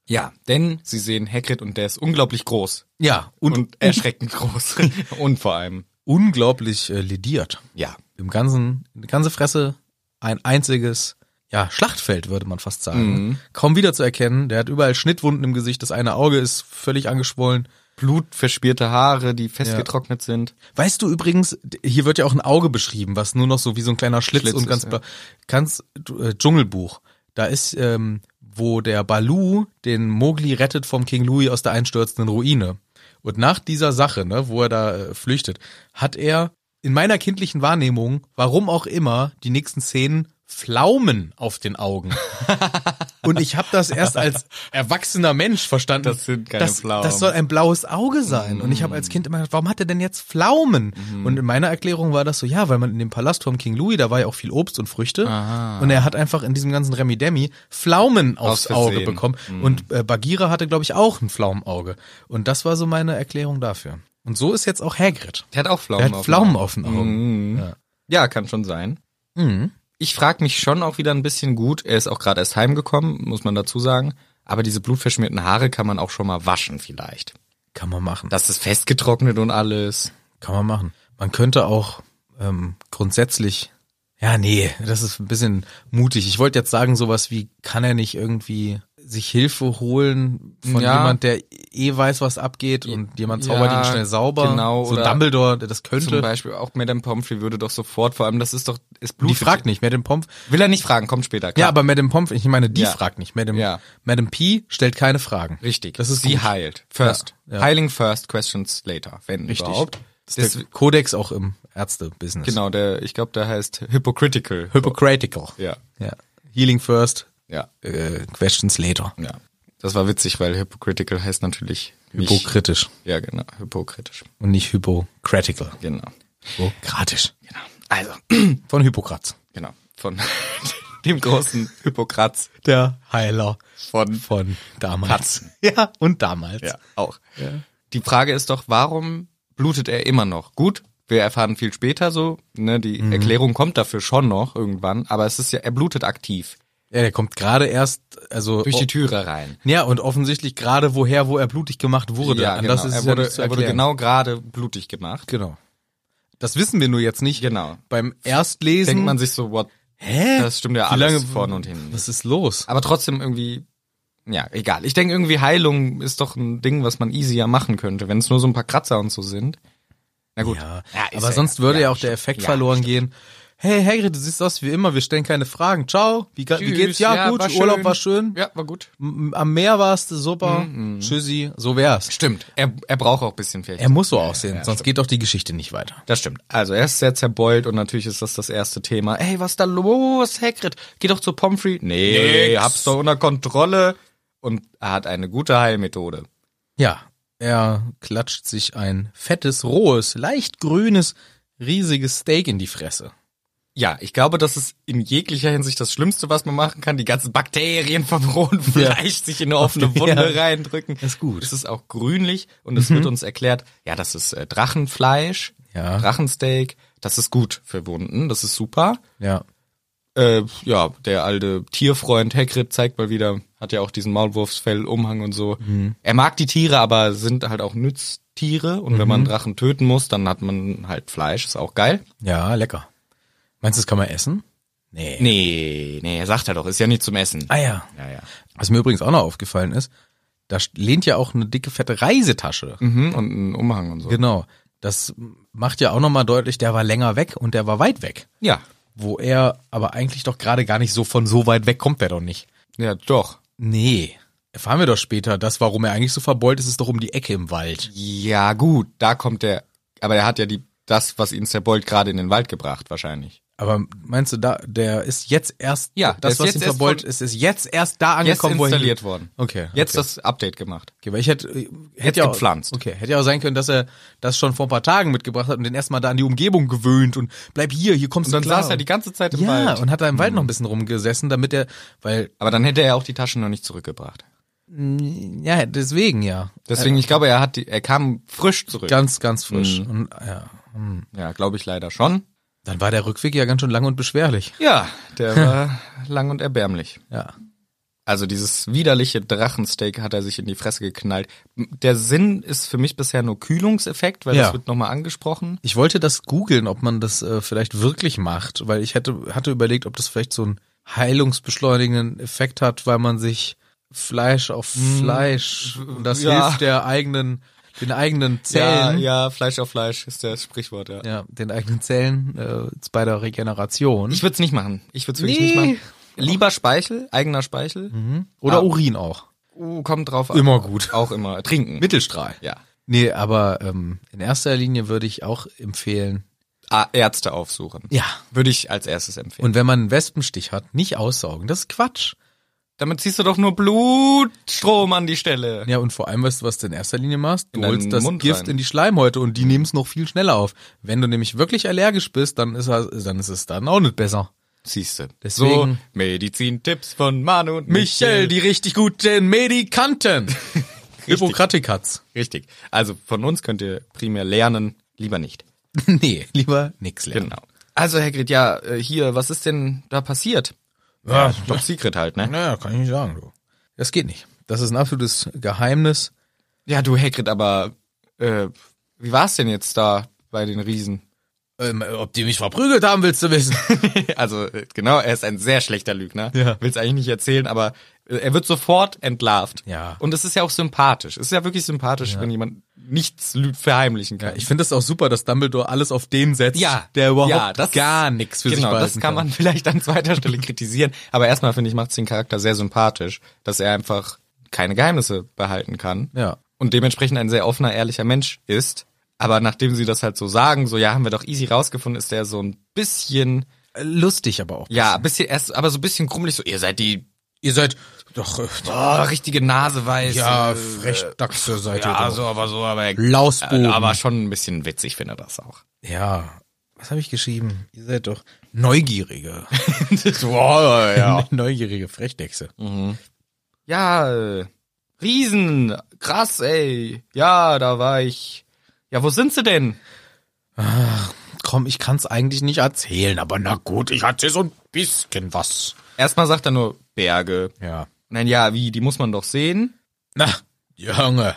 Speaker 2: Ja, denn sie sehen Hagrid und der ist unglaublich groß
Speaker 1: Ja, und,
Speaker 2: und, erschreckend groß und vor allem
Speaker 1: unglaublich äh, lediert.
Speaker 2: ja,
Speaker 1: im ganzen, eine ganze Fresse ein einziges, ja, Schlachtfeld, würde man fast sagen. Kaum wieder zu erkennen. Der hat überall Schnittwunden im Gesicht. Das eine Auge ist völlig angeschwollen.
Speaker 2: blutverspirte Haare, die festgetrocknet sind.
Speaker 1: Weißt du übrigens, d- hier wird ja auch ein Auge beschrieben, was nur noch so wie so ein kleiner Schlitz,
Speaker 2: Schlitz
Speaker 1: und
Speaker 2: ist,
Speaker 1: ganz
Speaker 2: ja.
Speaker 1: blau. Ganz äh, Dschungelbuch. Da ist, ähm, wo der Balu den Mogli rettet vom King Louis aus der einstürzenden Ruine. Und nach dieser Sache, ne, wo er da äh, flüchtet, hat er in meiner kindlichen Wahrnehmung, warum auch immer, die nächsten Szenen Pflaumen auf den Augen. Und ich habe das erst als erwachsener Mensch verstanden.
Speaker 2: Das sind keine
Speaker 1: das,
Speaker 2: Pflaumen.
Speaker 1: Das soll ein blaues Auge sein. Und ich habe als Kind immer gedacht, warum hat er denn jetzt Pflaumen? Und in meiner Erklärung war das so, ja, weil man in dem Palast vom King Louis, da war ja auch viel Obst und Früchte. Und er hat einfach in diesem ganzen Remi-Demi Pflaumen aufs
Speaker 2: Aus Versehen.
Speaker 1: Auge bekommen. Und äh, Bagheera hatte, glaube ich, auch ein Pflaumenauge. Und das war so meine Erklärung dafür. Und so ist jetzt auch Hagrid.
Speaker 2: Der hat auch Pflaumen
Speaker 1: Er hat
Speaker 2: auf dem
Speaker 1: Pflaumen
Speaker 2: Auge.
Speaker 1: auf den Augen. Ja.
Speaker 2: Ja, kann schon sein.
Speaker 1: Mhm.
Speaker 2: Ich frage mich schon auch wieder ein bisschen gut. Er ist auch gerade erst heimgekommen, muss man dazu sagen. Aber diese blutverschmierten Haare kann man auch schon mal waschen vielleicht.
Speaker 1: Kann man machen.
Speaker 2: Das ist festgetrocknet und alles.
Speaker 1: Kann man machen. Man könnte auch ähm, grundsätzlich, ja, nee, das ist ein bisschen mutig. Ich wollte jetzt sagen, sowas wie, kann er nicht irgendwie sich Hilfe holen von
Speaker 2: Ja.
Speaker 1: jemand, der eh weiß, was abgeht und jemand
Speaker 2: Ja,
Speaker 1: zaubert ihn schnell sauber.
Speaker 2: genau,
Speaker 1: So
Speaker 2: oder-
Speaker 1: Dumbledore, der das
Speaker 2: Zum
Speaker 1: könnte.
Speaker 2: Beispiel auch Madame Pomfrey würde doch sofort, vor allem das ist doch, ist Blut.
Speaker 1: Die fragt nicht, Madame Pomp.
Speaker 2: Will er nicht fragen, kommt später.
Speaker 1: Ja,
Speaker 2: klar.
Speaker 1: aber Madame Pomp, ich meine, die
Speaker 2: Ja.
Speaker 1: fragt nicht. Madame,
Speaker 2: Ja.
Speaker 1: Madame P stellt keine Fragen.
Speaker 2: Richtig.
Speaker 1: Das ist
Speaker 2: sie
Speaker 1: gut.
Speaker 2: heilt. First.
Speaker 1: Ja, ja.
Speaker 2: Heiling first, questions later, wenn
Speaker 1: Richtig.
Speaker 2: überhaupt.
Speaker 1: Das ist der Kodex auch im Ärzte-Business.
Speaker 2: genau, der, ich glaube, der heißt hypocritical.
Speaker 1: Hypocritical.
Speaker 2: ja,
Speaker 1: ja. Healing first,
Speaker 2: ja,
Speaker 1: äh, questions later.
Speaker 2: ja. Das war witzig, weil hypocritical heißt natürlich nicht-
Speaker 1: Hypokritisch
Speaker 2: Ja, genau, hypokritisch.
Speaker 1: und nicht hypocritical.
Speaker 2: Genau.
Speaker 1: Hypokratisch.
Speaker 2: Genau. Also,
Speaker 1: Von Hippokratz.
Speaker 2: genau, von dem großen Hippokratz
Speaker 1: Der Heiler
Speaker 2: von
Speaker 1: von damals.
Speaker 2: Katzen.
Speaker 1: Ja, und damals.
Speaker 2: Ja, auch. Die Frage ist doch, warum blutet er immer noch? Gut, wir erfahren viel später so, ne, die
Speaker 1: Mhm.
Speaker 2: Erklärung kommt dafür schon noch irgendwann, aber es ist ja, er blutet aktiv.
Speaker 1: Ja, der kommt gerade erst, also.
Speaker 2: Durch die Türe rein.
Speaker 1: Ja, und offensichtlich gerade woher, wo er blutig gemacht wurde.
Speaker 2: Ja, genau.
Speaker 1: Anders ist
Speaker 2: er,
Speaker 1: es ja
Speaker 2: wurde,
Speaker 1: nicht zu
Speaker 2: er wurde
Speaker 1: erklären.
Speaker 2: genau gerade blutig gemacht.
Speaker 1: Genau. Das wissen wir nur jetzt nicht.
Speaker 2: Genau.
Speaker 1: Beim Erstlesen.
Speaker 2: Denkt man sich so, what?
Speaker 1: hä?
Speaker 2: Das stimmt ja
Speaker 1: Wie
Speaker 2: alles
Speaker 1: lange,
Speaker 2: vorne und hinten.
Speaker 1: Was ist los?
Speaker 2: Aber trotzdem irgendwie, ja, egal. Ich denke irgendwie Heilung ist doch ein Ding, was man easier machen könnte, wenn es nur so ein paar Kratzer und so sind. Na gut.
Speaker 1: Ja,
Speaker 2: ist
Speaker 1: aber sonst würde ja auch der Effekt
Speaker 2: Ja,
Speaker 1: verloren
Speaker 2: stimmt.
Speaker 1: gehen. Hey Hagrid, du siehst aus wie immer, wir stellen keine Fragen. Ciao, wie, ga- wie
Speaker 2: Tschüss,
Speaker 1: geht's? Ja, gut,
Speaker 2: war
Speaker 1: Urlaub war schön.
Speaker 2: Ja, Mhm. war gut.
Speaker 1: M- Am Meer warst du super. Tschüssi, so wär's.
Speaker 2: Stimmt. Er, er braucht auch ein bisschen vielleicht.
Speaker 1: Er muss so aussehen,
Speaker 2: ja,
Speaker 1: sonst
Speaker 2: stimmt.
Speaker 1: geht doch die Geschichte nicht weiter.
Speaker 2: Das stimmt. Also er ist sehr zerbeult und natürlich ist das das erste Thema. Ey, was ist da los, Hagrid? Geh doch zu Pomfrey. Nee,
Speaker 1: Nix.
Speaker 2: hab's doch unter Kontrolle. Und er hat eine gute Heilmethode.
Speaker 1: Ja, er klatscht sich ein fettes, rohes, leicht grünes, riesiges Steak in die Fresse.
Speaker 2: Ja, ich glaube, das ist in jeglicher Hinsicht das Schlimmste, was man machen kann. Die ganzen Bakterien vom rohen Fleisch sich in eine offene
Speaker 1: Ja.
Speaker 2: Wunde reindrücken.
Speaker 1: Ist gut. Mhm.
Speaker 2: Es ist auch grünlich und es wird uns erklärt, ja, das ist äh, Drachenfleisch,
Speaker 1: Ja.
Speaker 2: Drachensteak. Das ist gut für Wunden, das ist super.
Speaker 1: Ja.
Speaker 2: Äh, ja, der alte Tierfreund Hagrid zeigt mal wieder, hat ja auch diesen Maulwurfsfellumhang und so.
Speaker 1: Mhm.
Speaker 2: Er mag die Tiere, aber sind halt auch Nütztiere. Und wenn man
Speaker 1: Mhm.
Speaker 2: Drachen töten muss, dann hat man halt Fleisch, ist auch geil.
Speaker 1: Ja, lecker. Meinst du, das kann man essen? Nee.
Speaker 2: Nee, nee, sagt er doch, ist ja nicht zum Essen.
Speaker 1: Ah ja.
Speaker 2: Ja, ja.
Speaker 1: Was mir übrigens auch noch aufgefallen ist, da lehnt ja auch eine dicke, fette Reisetasche.
Speaker 2: Mhm, und ein Umhang und so.
Speaker 1: Genau. Das macht ja auch nochmal deutlich, der war länger weg und der war weit weg.
Speaker 2: Ja.
Speaker 1: Wo er aber eigentlich doch gerade gar nicht so von so weit weg kommt, der doch nicht.
Speaker 2: Ja, doch.
Speaker 1: Nee. Erfahren wir doch später, das, warum er eigentlich so verbeult ist, ist doch um die Ecke im Wald.
Speaker 2: Ja, gut, da kommt der. Aber er hat ja die, das, was ihn zerbeult, gerade in den Wald gebracht, wahrscheinlich.
Speaker 1: Aber meinst du, da, der ist jetzt erst,
Speaker 2: Ja, der
Speaker 1: das,
Speaker 2: ist
Speaker 1: was
Speaker 2: jetzt
Speaker 1: ihn
Speaker 2: erst
Speaker 1: verbeult
Speaker 2: von-
Speaker 1: ist, ist jetzt erst da
Speaker 2: Jetzt
Speaker 1: angekommen, wo er
Speaker 2: installiert
Speaker 1: hin-
Speaker 2: worden.
Speaker 1: Okay.
Speaker 2: Jetzt
Speaker 1: okay.
Speaker 2: das Update gemacht.
Speaker 1: Okay, weil ich hätte, äh,
Speaker 2: Jetzt
Speaker 1: hätte ja auch,
Speaker 2: gepflanzt.
Speaker 1: Okay, hätte ja auch sein können, dass er das schon vor ein paar Tagen mitgebracht hat und den erstmal da an die Umgebung gewöhnt und bleib hier, hier kommst
Speaker 2: Und dann
Speaker 1: du klar.
Speaker 2: saß er die ganze Zeit im
Speaker 1: ja,
Speaker 2: Wald. Mhm.
Speaker 1: und hat da im Wald noch ein bisschen rumgesessen, damit er, weil,
Speaker 2: Aber dann hätte er auch die Taschen noch nicht zurückgebracht.
Speaker 1: ja, deswegen ja.
Speaker 2: Deswegen, ich glaube, er hat die, er kam frisch zurück.
Speaker 1: Ganz, ganz frisch.
Speaker 2: Mhm.
Speaker 1: Und ja,
Speaker 2: Ja, glaube ich leider schon.
Speaker 1: dann war der Rückweg ja ganz schön lang und beschwerlich.
Speaker 2: Ja, der war lang und erbärmlich.
Speaker 1: Ja.
Speaker 2: Also dieses widerliche Drachensteak hat er sich in die Fresse geknallt. Der Sinn ist für mich bisher nur Kühlungseffekt, weil
Speaker 1: Ja.
Speaker 2: das wird nochmal angesprochen.
Speaker 1: Ich wollte das googeln, ob man das äh, vielleicht wirklich macht, weil ich hätte, hatte überlegt, ob das vielleicht so einen heilungsbeschleunigenden Effekt hat, weil man sich Fleisch auf Fleisch, und das
Speaker 2: Mhm. ja.
Speaker 1: hilft der eigenen, den eigenen Zellen, ja,
Speaker 2: Ja, ja, Fleisch auf Fleisch ist das Sprichwort, ja.
Speaker 1: den eigenen Zellen äh, bei der Regeneration.
Speaker 2: Ich würde es nicht machen. Ich würde es wirklich
Speaker 1: Nee.
Speaker 2: nicht machen. Lieber Speichel, eigener Speichel.
Speaker 1: Oder
Speaker 2: Ah.
Speaker 1: Urin auch.
Speaker 2: Uh, kommt drauf an.
Speaker 1: Immer gut.
Speaker 2: Auch immer. Trinken.
Speaker 1: Mittelstrahl.
Speaker 2: Ja.
Speaker 1: Nee, aber ähm, in erster Linie würde ich auch empfehlen.
Speaker 2: Ah, Ärzte aufsuchen.
Speaker 1: Ja.
Speaker 2: Würde ich als erstes empfehlen.
Speaker 1: Und wenn man einen Wespenstich hat, nicht aussaugen. Das ist Quatsch.
Speaker 2: Damit ziehst du doch nur Blutstrom an die Stelle.
Speaker 1: Ja, und vor allem, weißt du, was du in erster Linie machst? Du
Speaker 2: In
Speaker 1: holst
Speaker 2: deinen
Speaker 1: das
Speaker 2: Mund
Speaker 1: Gift
Speaker 2: rein.
Speaker 1: in die Schleimhäute und die nehmen es noch viel schneller auf. Wenn du nämlich wirklich allergisch bist, dann ist, er- dann ist es dann auch nicht besser.
Speaker 2: Siehst du.
Speaker 1: Deswegen-
Speaker 2: So, Medizintipps von Manu und
Speaker 1: Michel, die richtig guten Medikanten. Hippokratikatz.
Speaker 2: Richtig. Also von uns könnt ihr primär lernen, lieber nicht.
Speaker 1: nee, lieber nix lernen.
Speaker 2: Genau. Also Hagrid, ja, äh, hier, was ist denn da passiert?
Speaker 1: Genau. Ja,
Speaker 2: Top Secret halt, ne?
Speaker 1: naja, kann ich nicht sagen, du. Das geht nicht. Das ist ein absolutes Geheimnis.
Speaker 2: Ja, du Hagrid, aber äh, wie war's denn jetzt da bei den Riesen?
Speaker 1: Ähm, ob die mich verprügelt haben, willst du wissen?
Speaker 2: Also äh, genau, er ist ein sehr schlechter Lügner.
Speaker 1: Ja.
Speaker 2: Will's eigentlich nicht erzählen, aber äh, er wird sofort entlarvt.
Speaker 1: Ja.
Speaker 2: Und es ist ja auch sympathisch. Es ist ja wirklich sympathisch, wenn jemand nichts lü- verheimlichen kann.
Speaker 1: Ich finde es auch super, dass Dumbledore alles auf den setzt, der überhaupt gar nichts für sich
Speaker 2: genau,
Speaker 1: behalten
Speaker 2: das kann man vielleicht an zweiter Stelle kritisieren. Aber erstmal finde ich, macht es den Charakter sehr sympathisch, dass er einfach keine Geheimnisse behalten kann.
Speaker 1: Ja.
Speaker 2: Und dementsprechend ein sehr offener, ehrlicher Mensch ist. Aber nachdem sie das halt so sagen, so ja, haben wir doch easy rausgefunden, ist der so ein bisschen,
Speaker 1: Lustig aber auch.
Speaker 2: ja, ein bisschen, erst, aber so ein bisschen krummelig, so ihr seid die
Speaker 1: Ihr seid doch äh,
Speaker 2: oh, richtige Nase weiß.
Speaker 1: ja
Speaker 2: Äh,
Speaker 1: Frechdachse seid ihr.
Speaker 2: ja,
Speaker 1: doch.
Speaker 2: so, aber so, aber äh,
Speaker 1: Lausbuben.
Speaker 2: aber schon ein bisschen witzig finde das auch.
Speaker 1: ja. Was habe ich geschrieben? Ihr seid doch neugierige,
Speaker 2: Wow,
Speaker 1: neugierige Frechdechse.
Speaker 2: Ja, äh, Riesen, krass, ey. Ja, da war ich. Ja, wo sind sie denn?
Speaker 1: Komm, ich kann's eigentlich nicht erzählen, aber na gut, ich hatte so ein bisschen was.
Speaker 2: Erstmal sagt er nur Berge.
Speaker 1: Ja.
Speaker 2: Nein, ja, wie, die muss man doch sehen.
Speaker 1: Na, Junge.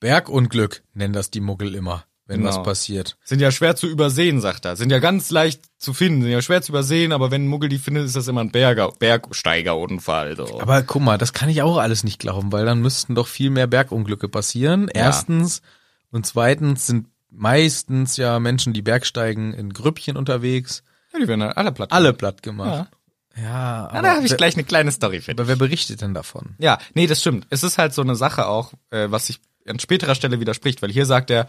Speaker 1: Bergunglück nennen das die Muggel immer, wenn
Speaker 2: Genau.
Speaker 1: was passiert.
Speaker 2: Sind ja schwer zu übersehen, sagt er. Sind ja ganz leicht zu finden, sind ja schwer zu übersehen, aber wenn ein Muggel die findet, ist das immer ein Berger, Bergsteigerunfall. So.
Speaker 1: Aber guck mal, das kann ich auch alles nicht glauben, weil dann müssten doch viel mehr Bergunglücke passieren. Erstens und zweitens sind meistens ja Menschen, die Bergsteigen in Grüppchen unterwegs,
Speaker 2: ja, die werden dann alle platt.
Speaker 1: alle platt gemacht.
Speaker 2: Ja.
Speaker 1: Ja, aber,
Speaker 2: Na, da habe ich
Speaker 1: wer,
Speaker 2: gleich eine kleine Story für dich.
Speaker 1: aber wer berichtet denn davon?
Speaker 2: Ja, nee, das stimmt. Es ist halt so eine Sache auch, äh, was sich an späterer Stelle widerspricht, weil hier sagt er,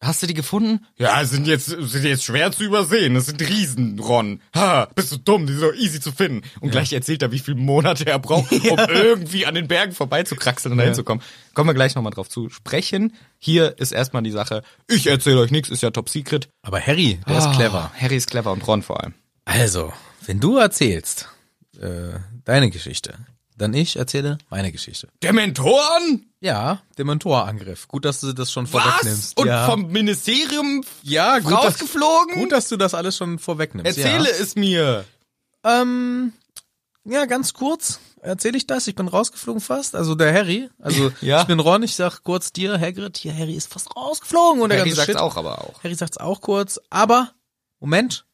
Speaker 2: hast du die gefunden? Ja, sind jetzt, sind jetzt schwer zu übersehen. Das sind Riesen, Ron. Ha, bist du dumm, die sind doch easy zu finden. Und gleich erzählt er, wie viele Monate er braucht, um irgendwie an den Bergen vorbeizukraxeln und dahin zu kommen. Kommen wir gleich nochmal drauf zu sprechen. Hier ist erstmal die Sache, ich erzähle euch nichts, ist ja top secret.
Speaker 1: Aber Harry, der ist
Speaker 2: Ah,
Speaker 1: clever.
Speaker 2: Harry ist clever und Ron vor allem.
Speaker 1: Also, wenn du erzählst äh, deine Geschichte, dann ich erzähle meine Geschichte.
Speaker 2: Dementoren?
Speaker 1: Ja, Dementorangriff. Gut, dass du das schon
Speaker 2: Was?
Speaker 1: vorwegnimmst.
Speaker 2: Und
Speaker 1: ja.
Speaker 2: vom Ministerium
Speaker 1: ja, gut, dass,
Speaker 2: rausgeflogen?
Speaker 1: gut, dass du das alles schon vorwegnimmst.
Speaker 2: Erzähle
Speaker 1: ja.
Speaker 2: es mir.
Speaker 1: Ähm, ja, ganz kurz erzähle ich das. Ich bin rausgeflogen fast. Also der Harry. Also
Speaker 2: Ja.
Speaker 1: ich bin Ron. Ich sag kurz dir, Hagrid, hier Harry ist fast rausgeflogen. Und der
Speaker 2: Harry
Speaker 1: ganze
Speaker 2: sagt's
Speaker 1: Shit.
Speaker 2: auch, aber auch.
Speaker 1: Harry sagt's auch kurz. Aber Moment,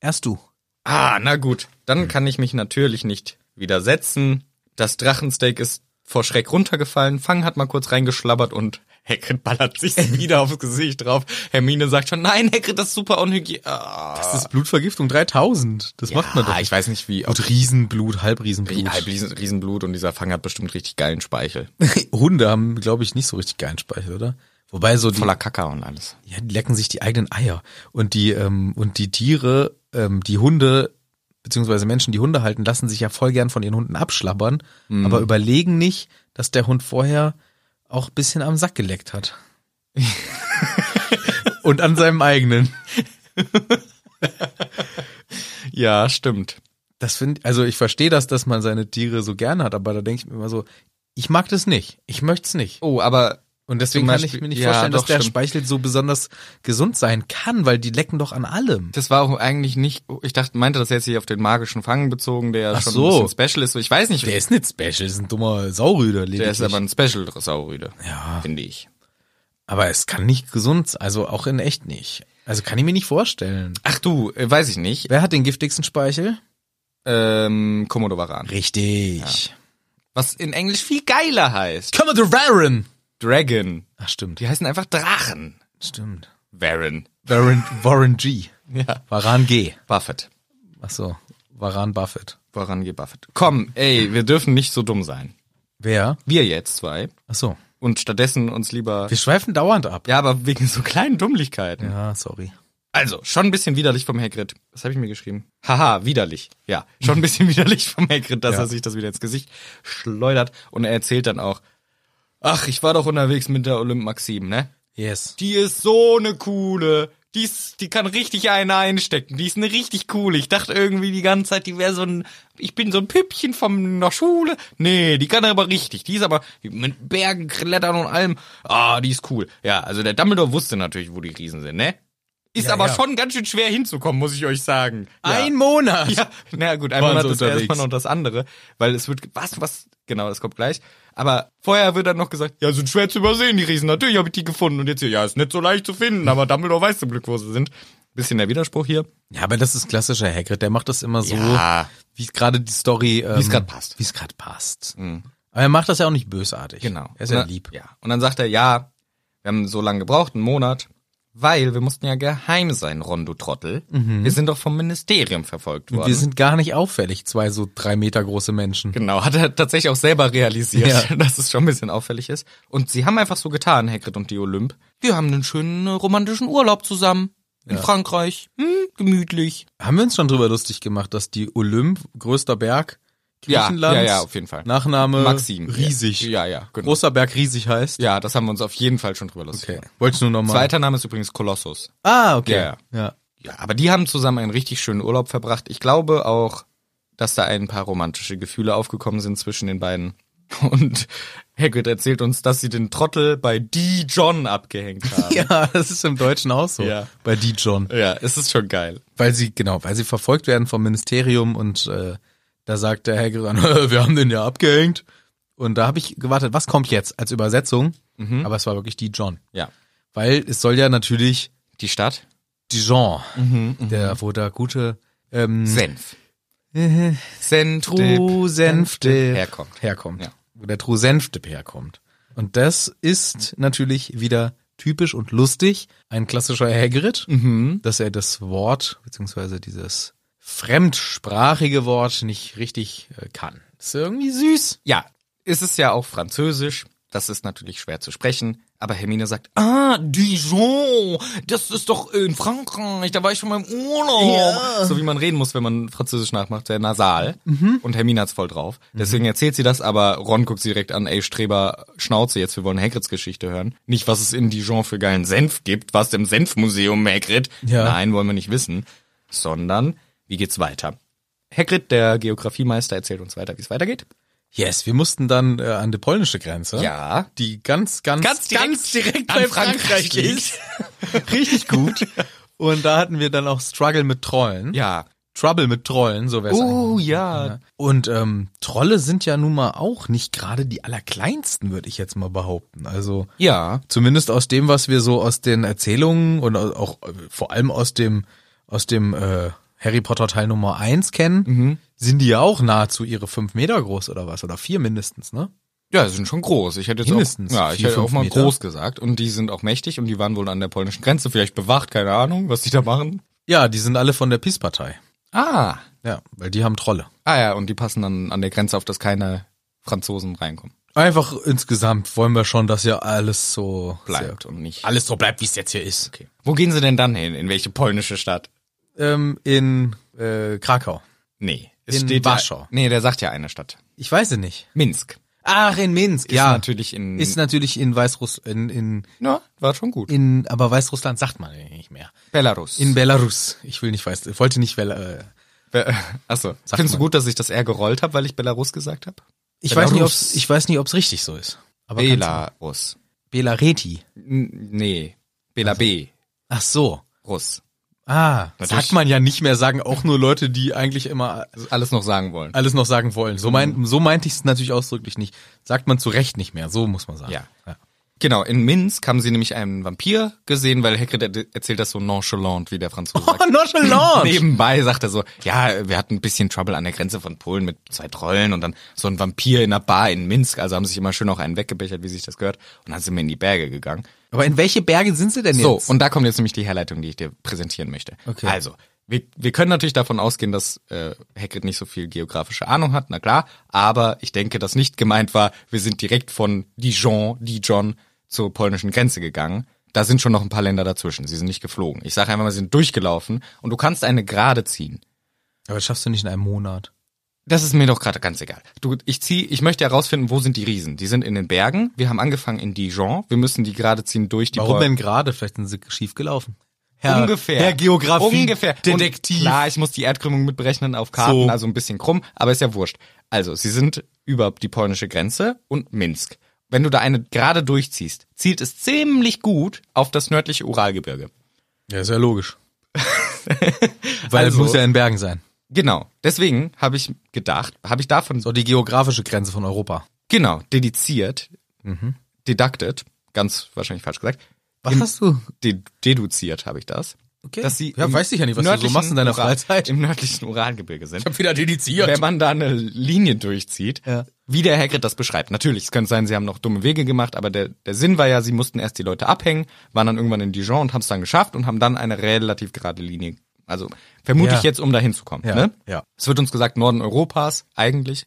Speaker 1: erst du.
Speaker 2: Ah, na gut. Dann
Speaker 1: Hm.
Speaker 2: kann ich mich natürlich nicht widersetzen. Das Drachensteak ist vor Schreck runtergefallen. Fang hat mal kurz reingeschlabbert und Hagrid ballert sich wieder aufs Gesicht drauf. Hermine sagt schon, nein, Hagrid, das ist super unhygienisch. Ah.
Speaker 1: Das ist Blutvergiftung 3000. Das macht man doch.
Speaker 2: ich weiß nicht, wie...
Speaker 1: Gut, Riesenblut, Halbriesenblut.
Speaker 2: Halb Riesen- Riesenblut und dieser Fang hat bestimmt richtig geilen Speichel.
Speaker 1: Hunde haben, glaube ich, nicht so richtig geilen Speichel, oder? Wobei so die,
Speaker 2: Voller Kakao und alles.
Speaker 1: ja, die lecken sich die eigenen Eier. Und die, ähm, und die Tiere, ähm, die Hunde, beziehungsweise Menschen, die Hunde halten, lassen sich ja voll gern von ihren Hunden abschlabbern,
Speaker 2: Mhm.
Speaker 1: aber überlegen nicht, dass der Hund vorher auch ein bisschen am Sack geleckt hat. und an seinem eigenen.
Speaker 2: Ja, stimmt.
Speaker 1: Das finde also ich verstehe das, dass man seine Tiere so gern hat, aber da denke ich mir immer so, ich mag das nicht. Ich möchte es nicht.
Speaker 2: Oh, aber...
Speaker 1: Und deswegen
Speaker 2: Zum
Speaker 1: kann ich
Speaker 2: Beispiel-
Speaker 1: mir nicht
Speaker 2: ja,
Speaker 1: vorstellen, dass
Speaker 2: doch,
Speaker 1: der
Speaker 2: stimmt.
Speaker 1: Speichel so besonders gesund sein kann, weil die lecken doch an allem.
Speaker 2: Das war auch eigentlich nicht... Ich dachte, meinte das jetzt hier auf den magischen Fang bezogen, der
Speaker 1: Ach
Speaker 2: schon
Speaker 1: so.
Speaker 2: ein bisschen special ist. Ich weiß nicht,
Speaker 1: Der ist nicht special, ist ein dummer Saurüder
Speaker 2: Der ist
Speaker 1: lediglich.
Speaker 2: aber ein Special Saurüde,
Speaker 1: ja,
Speaker 2: finde ich.
Speaker 1: aber es kann nicht gesund sein, also auch in echt nicht. Also kann ich mir nicht vorstellen.
Speaker 2: Ach du, äh, weiß ich nicht.
Speaker 1: Wer hat den giftigsten Speichel?
Speaker 2: Ähm, Komodo Varan.
Speaker 1: Richtig.
Speaker 2: Was in Englisch viel geiler heißt.
Speaker 1: Commodore Varen!
Speaker 2: Dragon.
Speaker 1: Ach stimmt,
Speaker 2: Die heißen einfach Drachen.
Speaker 1: stimmt.
Speaker 2: Varen.
Speaker 1: Warren, Warren G.
Speaker 2: Ja.
Speaker 1: Varan G.
Speaker 2: Buffett.
Speaker 1: Ach so, Varan Buffett.
Speaker 2: Varan geht Buffett. Komm, ey, wir dürfen nicht so dumm sein.
Speaker 1: Wer?
Speaker 2: Wir jetzt zwei.
Speaker 1: Ach so,
Speaker 2: Und stattdessen uns lieber...
Speaker 1: wir schweifen dauernd ab.
Speaker 2: Ja, aber wegen so kleinen Dummlichkeiten.
Speaker 1: Ja, sorry.
Speaker 2: Also, schon ein bisschen widerlich vom Hagrid. Was habe ich mir geschrieben? Haha, widerlich. Ja, schon ein bisschen widerlich vom Hagrid, dass
Speaker 1: Ja.
Speaker 2: er sich das wieder ins Gesicht schleudert. Und er erzählt dann auch, ach, ich war doch unterwegs mit der Olymp Maxim, ne?
Speaker 1: Yes.
Speaker 2: Die ist so eine coole. Die, ist, die kann richtig einen einstecken. Die ist eine richtig coole. Ich dachte irgendwie die ganze Zeit, die wäre so ein, ich bin so ein Püppchen von der Schule. Nee, die kann aber richtig. Die ist aber mit Bergen, Klettern und allem. Ah, die ist cool. Ja, also der Dumbledore wusste natürlich, wo die Riesen sind, ne? Ist
Speaker 1: Ja,
Speaker 2: aber
Speaker 1: ja.
Speaker 2: schon ganz schön schwer hinzukommen, muss ich euch sagen. Ja.
Speaker 1: Ein Monat.
Speaker 2: Ja, na gut,
Speaker 1: Waren
Speaker 2: einmal hat
Speaker 1: sie
Speaker 2: das
Speaker 1: unterwegs.
Speaker 2: erstmal noch das andere, weil es wird, was, was, genau, das kommt gleich. Aber vorher wird dann noch gesagt, ja, sind schwer zu übersehen, die Riesen, natürlich habe ich die gefunden. Und jetzt hier, ja, ist nicht so leicht zu finden, aber Dumbledore weiß zum Glück, wo sie sind. Bisschen der Widerspruch hier.
Speaker 1: Ja, aber das ist klassischer Hagrid. Der macht das immer so,
Speaker 2: Ja.
Speaker 1: wie es gerade die Story, ähm,
Speaker 2: es grad passt. Mhm.
Speaker 1: Wie es gerade passt. Aber er macht das ja auch nicht bösartig.
Speaker 2: Genau.
Speaker 1: Er ist ja
Speaker 2: Und dann-
Speaker 1: lieb.
Speaker 2: Ja. Und dann sagt er, ja, wir haben so lange gebraucht, einen Monat, weil wir mussten ja geheim sein, Ron, du Trottel. Wir sind doch vom Ministerium verfolgt worden.
Speaker 1: Mhm. Wir sind gar nicht auffällig, zwei so drei Meter große Menschen.
Speaker 2: Genau, hat er tatsächlich auch selber realisiert,
Speaker 1: Ja.
Speaker 2: dass es schon ein bisschen auffällig ist. Und sie haben einfach so getan, Hagrid und die Olymp. Wir haben einen schönen äh, romantischen Urlaub zusammen. In Frankreich. Hm, gemütlich.
Speaker 1: Haben wir uns schon drüber lustig gemacht, dass die Olymp, größter Berg
Speaker 2: Ja,
Speaker 1: Griechenlands,
Speaker 2: ja, ja, auf jeden Fall.
Speaker 1: Nachname
Speaker 2: Maxim.
Speaker 1: Äh, riesig.
Speaker 2: Ja, ja, genau.
Speaker 1: Großer Berg riesig heißt.
Speaker 2: Ja, das haben wir uns auf jeden Fall schon drüber lustig
Speaker 1: Okay.
Speaker 2: gemacht.
Speaker 1: Wollte ich nur nochmal.
Speaker 2: Zweiter Name ist übrigens Kolossus.
Speaker 1: Ah, okay.
Speaker 2: Ja,
Speaker 1: ja.
Speaker 2: Ja, aber die haben zusammen einen richtig schönen Urlaub verbracht. Ich glaube auch, dass da ein paar romantische Gefühle aufgekommen sind zwischen den beiden. Und Hagrid erzählt uns, dass sie den Trottel bei D. John abgehängt haben.
Speaker 1: Ja, das ist im Deutschen auch so.
Speaker 2: Ja.
Speaker 1: Bei D. John.
Speaker 2: ja es ist schon geil.
Speaker 1: Weil sie, genau, weil sie verfolgt werden vom Ministerium und äh, da sagt der Hagrid dann, wir haben den ja abgehängt. Und da habe ich gewartet, was kommt jetzt als Übersetzung? Aber es war wirklich die John.
Speaker 2: Ja.
Speaker 1: Weil es soll ja natürlich
Speaker 2: Die Stadt?
Speaker 1: Dijon, der, wo der gute ähm,
Speaker 2: Senf. Äh, Sentru.
Speaker 1: Trusenfte
Speaker 2: Herkommt.
Speaker 1: herkommt.
Speaker 2: Ja.
Speaker 1: Wo der Trusenfte herkommt. Und das ist natürlich wieder typisch und lustig. Ein klassischer Hagrid,
Speaker 2: Mhm.
Speaker 1: dass er das Wort, beziehungsweise dieses fremdsprachige Wort nicht richtig äh, kann. Ist irgendwie süß.
Speaker 2: Ja, es ist ja auch Französisch. Das ist natürlich schwer zu sprechen. Aber Hermine sagt, ah, Dijon, das ist doch in Frankreich, da war ich schon mal im Urlaub. So wie man reden muss, wenn man Französisch nachmacht, sehr nasal. Und Hermine hat's voll drauf. Deswegen erzählt sie das, aber Ron guckt sie direkt an, ey, Streber, Schnauze jetzt, wir wollen Hagrids Geschichte hören. Nicht, was es in Dijon für geilen Senf gibt, was im Senfmuseum, Hagrid.
Speaker 1: Ja.
Speaker 2: Nein, wollen wir nicht wissen. Sondern, wie geht's weiter? Hagrid, der Geografiemeister, erzählt uns weiter, wie es weitergeht.
Speaker 1: Yes, wir mussten dann äh, an die polnische Grenze.
Speaker 2: Ja.
Speaker 1: Die ganz, ganz,
Speaker 2: Ganz direkt an Frankreich liegt.
Speaker 1: richtig gut. Und da hatten wir dann auch Struggle mit Trollen.
Speaker 2: Ja. Uh. Oh,
Speaker 1: Trouble mit Trollen, so wär's eigentlich.
Speaker 2: ja.
Speaker 1: Und ähm, Trolle sind ja nun mal auch nicht gerade die allerkleinsten, würde ich jetzt mal behaupten. Also
Speaker 2: Ja.
Speaker 1: zumindest aus dem, was wir so aus den Erzählungen und au- auch äh, vor allem aus dem aus dem äh, Harry Potter Teil Nummer 1 kennen,
Speaker 2: Mhm.
Speaker 1: sind die ja auch nahezu ihre fünf Meter groß oder was oder vier mindestens, ne?
Speaker 2: Ja, sie sind schon groß. Ich hätte jetzt
Speaker 1: Mindestens
Speaker 2: auch, ja, ich
Speaker 1: vier,
Speaker 2: hätte auch
Speaker 1: fünf
Speaker 2: mal
Speaker 1: Meter.
Speaker 2: groß gesagt. Und die sind auch mächtig und die waren wohl an der polnischen Grenze vielleicht bewacht, keine Ahnung, was die da machen.
Speaker 1: Ja, die sind alle von der Peace-Partei.
Speaker 2: Ah.
Speaker 1: Ja, weil die haben Trolle.
Speaker 2: Ah ja, und die passen dann an der Grenze auf, dass keine Franzosen reinkommen.
Speaker 1: Einfach insgesamt wollen wir schon, dass ja alles so
Speaker 2: Bleibt und nicht.
Speaker 1: alles so bleibt, wie es jetzt hier ist.
Speaker 2: Okay. Wo gehen sie denn dann hin? In welche polnische Stadt?
Speaker 1: Ähm, in äh, Krakau.
Speaker 2: Nee.
Speaker 1: In
Speaker 2: Ja,
Speaker 1: Warschau.
Speaker 2: nee, der sagt ja eine Stadt.
Speaker 1: Ich weiß es nicht.
Speaker 2: Minsk.
Speaker 1: Ach, in Minsk,
Speaker 2: Ist
Speaker 1: ja.
Speaker 2: natürlich in...
Speaker 1: ist natürlich in Weißruss, in, in,
Speaker 2: ja, war schon gut.
Speaker 1: in, aber Weißrussland sagt man nicht mehr.
Speaker 2: Belarus.
Speaker 1: In Belarus. Ich will nicht weiß, ich wollte nicht Bel äh,
Speaker 2: Be Achso. Findest du
Speaker 1: mal.
Speaker 2: gut, dass ich das R gerollt habe, weil ich Belarus gesagt habe?
Speaker 1: ich
Speaker 2: Belarus.
Speaker 1: weiß nicht, ob's, ich weiß nicht, ob's richtig so ist. Aber kannst du-
Speaker 2: Belarus.
Speaker 1: Belareti.
Speaker 2: N- Nee, Bela
Speaker 1: Also-
Speaker 2: B.
Speaker 1: Ach so.
Speaker 2: Russ.
Speaker 1: Ah,
Speaker 2: Natürlich.
Speaker 1: sagt man ja nicht mehr, sagen auch nur Leute, die eigentlich immer
Speaker 2: Alles noch sagen wollen.
Speaker 1: alles noch sagen wollen. So, mein, so meinte ich es natürlich ausdrücklich nicht. Sagt man zu Recht nicht mehr, so muss man sagen.
Speaker 2: Ja. Genau, in Minsk haben sie nämlich einen Vampir gesehen, weil Hagrid er- erzählt das so nonchalant, wie der Franzose
Speaker 1: Oh,
Speaker 2: sagt.
Speaker 1: nonchalant!
Speaker 2: Nebenbei sagt er so, ja, wir hatten ein bisschen Trouble an der Grenze von Polen mit zwei Trollen und dann so ein Vampir in einer Bar in Minsk. Also haben sich immer schön auch einen weggebechert, wie sich das gehört. Und dann sind wir in die Berge gegangen.
Speaker 1: Aber in welche Berge sind sie denn
Speaker 2: So,
Speaker 1: jetzt?
Speaker 2: und da kommt jetzt nämlich die Herleitung, die ich dir präsentieren möchte.
Speaker 1: Okay.
Speaker 2: Also, wir, wir können natürlich davon ausgehen, dass äh, Hagrid nicht so viel geografische Ahnung hat, na klar, aber ich denke, dass nicht gemeint war, wir sind direkt von Dijon, Dijon zur polnischen Grenze gegangen, Da sind schon noch ein paar Länder dazwischen. Sie sind nicht geflogen. Ich sage einfach mal, sie sind durchgelaufen und du kannst eine gerade ziehen.
Speaker 1: Aber das schaffst du nicht in einem Monat.
Speaker 2: Das ist mir doch gerade ganz egal. Du, ich zieh, ich möchte herausfinden, wo sind die Riesen? Die sind in den Bergen. Wir haben angefangen in Dijon. Wir müssen die gerade ziehen durch die
Speaker 1: Warum
Speaker 2: Breu-
Speaker 1: denn gerade? Vielleicht sind sie schief gelaufen.
Speaker 2: ungefähr.
Speaker 1: Herr Geografie.
Speaker 2: Ungefähr. Und
Speaker 1: Detektiv.
Speaker 2: klar, ich muss die Erdkrümmung mitberechnen auf Karten,
Speaker 1: So.
Speaker 2: also ein bisschen krumm, aber ist ja wurscht. Also, sie sind über die polnische Grenze und Minsk. Wenn du da eine gerade durchziehst, zielt es ziemlich gut auf das nördliche Uralgebirge.
Speaker 1: ja, ist ja logisch. Weil
Speaker 2: Also-
Speaker 1: es muss ja in Bergen sein.
Speaker 2: Genau. Deswegen habe ich gedacht, habe ich davon
Speaker 1: So die geografische Grenze von Europa.
Speaker 2: genau dediziert, didaktet, ganz wahrscheinlich falsch gesagt,
Speaker 1: Mhm. Was hast du?
Speaker 2: de deduziert habe ich das.
Speaker 1: Okay.
Speaker 2: Dass sie
Speaker 1: ja,
Speaker 2: im
Speaker 1: weiß ich ja nicht, was du so
Speaker 2: nördlichen
Speaker 1: machst in deiner
Speaker 2: Ural-
Speaker 1: Freizeit.
Speaker 2: Im nördlichen Uralgebirge sind.
Speaker 1: hab wieder dediziert.
Speaker 2: wenn man da eine Linie durchzieht,
Speaker 1: Ja.
Speaker 2: wie der Hagrid das beschreibt. Natürlich, es könnte sein, sie haben noch dumme Wege gemacht, aber der, der Sinn war ja, sie mussten erst die Leute abhängen, waren dann irgendwann in Dijon und haben es dann geschafft und haben dann eine relativ gerade Linie. Also vermute
Speaker 1: Ja.
Speaker 2: ich jetzt, um da hinzukommen.
Speaker 1: Ja,
Speaker 2: Ne?
Speaker 1: ja.
Speaker 2: Es wird uns gesagt, Norden Europas eigentlich,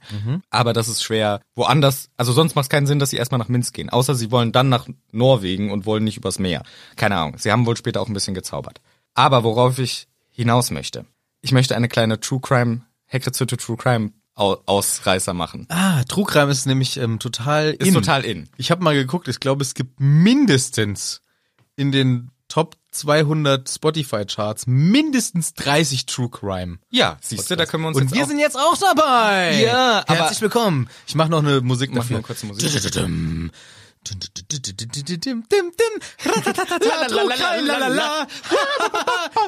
Speaker 2: aber das ist schwer. Woanders, also sonst macht es keinen Sinn, dass sie erstmal nach Minsk gehen, außer sie wollen dann nach Norwegen und wollen nicht übers Meer. Keine Ahnung, sie haben wohl später auch ein bisschen gezaubert. Aber worauf ich hinaus möchte, ich möchte eine kleine True Crime, Hackered to True Crime Au- Ausreißer machen.
Speaker 1: Ah, Trugreim ist nämlich ähm, total
Speaker 2: Ist
Speaker 1: in.
Speaker 2: total in.
Speaker 1: Ich habe mal geguckt, ich glaube, es gibt mindestens in den Top 200 Spotify Charts mindestens 30 True Crime.
Speaker 2: Ja, siehst du, da können wir uns
Speaker 1: Und
Speaker 2: jetzt
Speaker 1: wir
Speaker 2: auch-
Speaker 1: sind jetzt auch dabei.
Speaker 2: Ja, aber-
Speaker 1: herzlich willkommen. Ich mache noch eine Musik
Speaker 2: Mach
Speaker 1: dafür.
Speaker 2: nur kurz Musik.
Speaker 1: Dum, dum, dum, dum, dum. Ratatata, True Crime, lalala.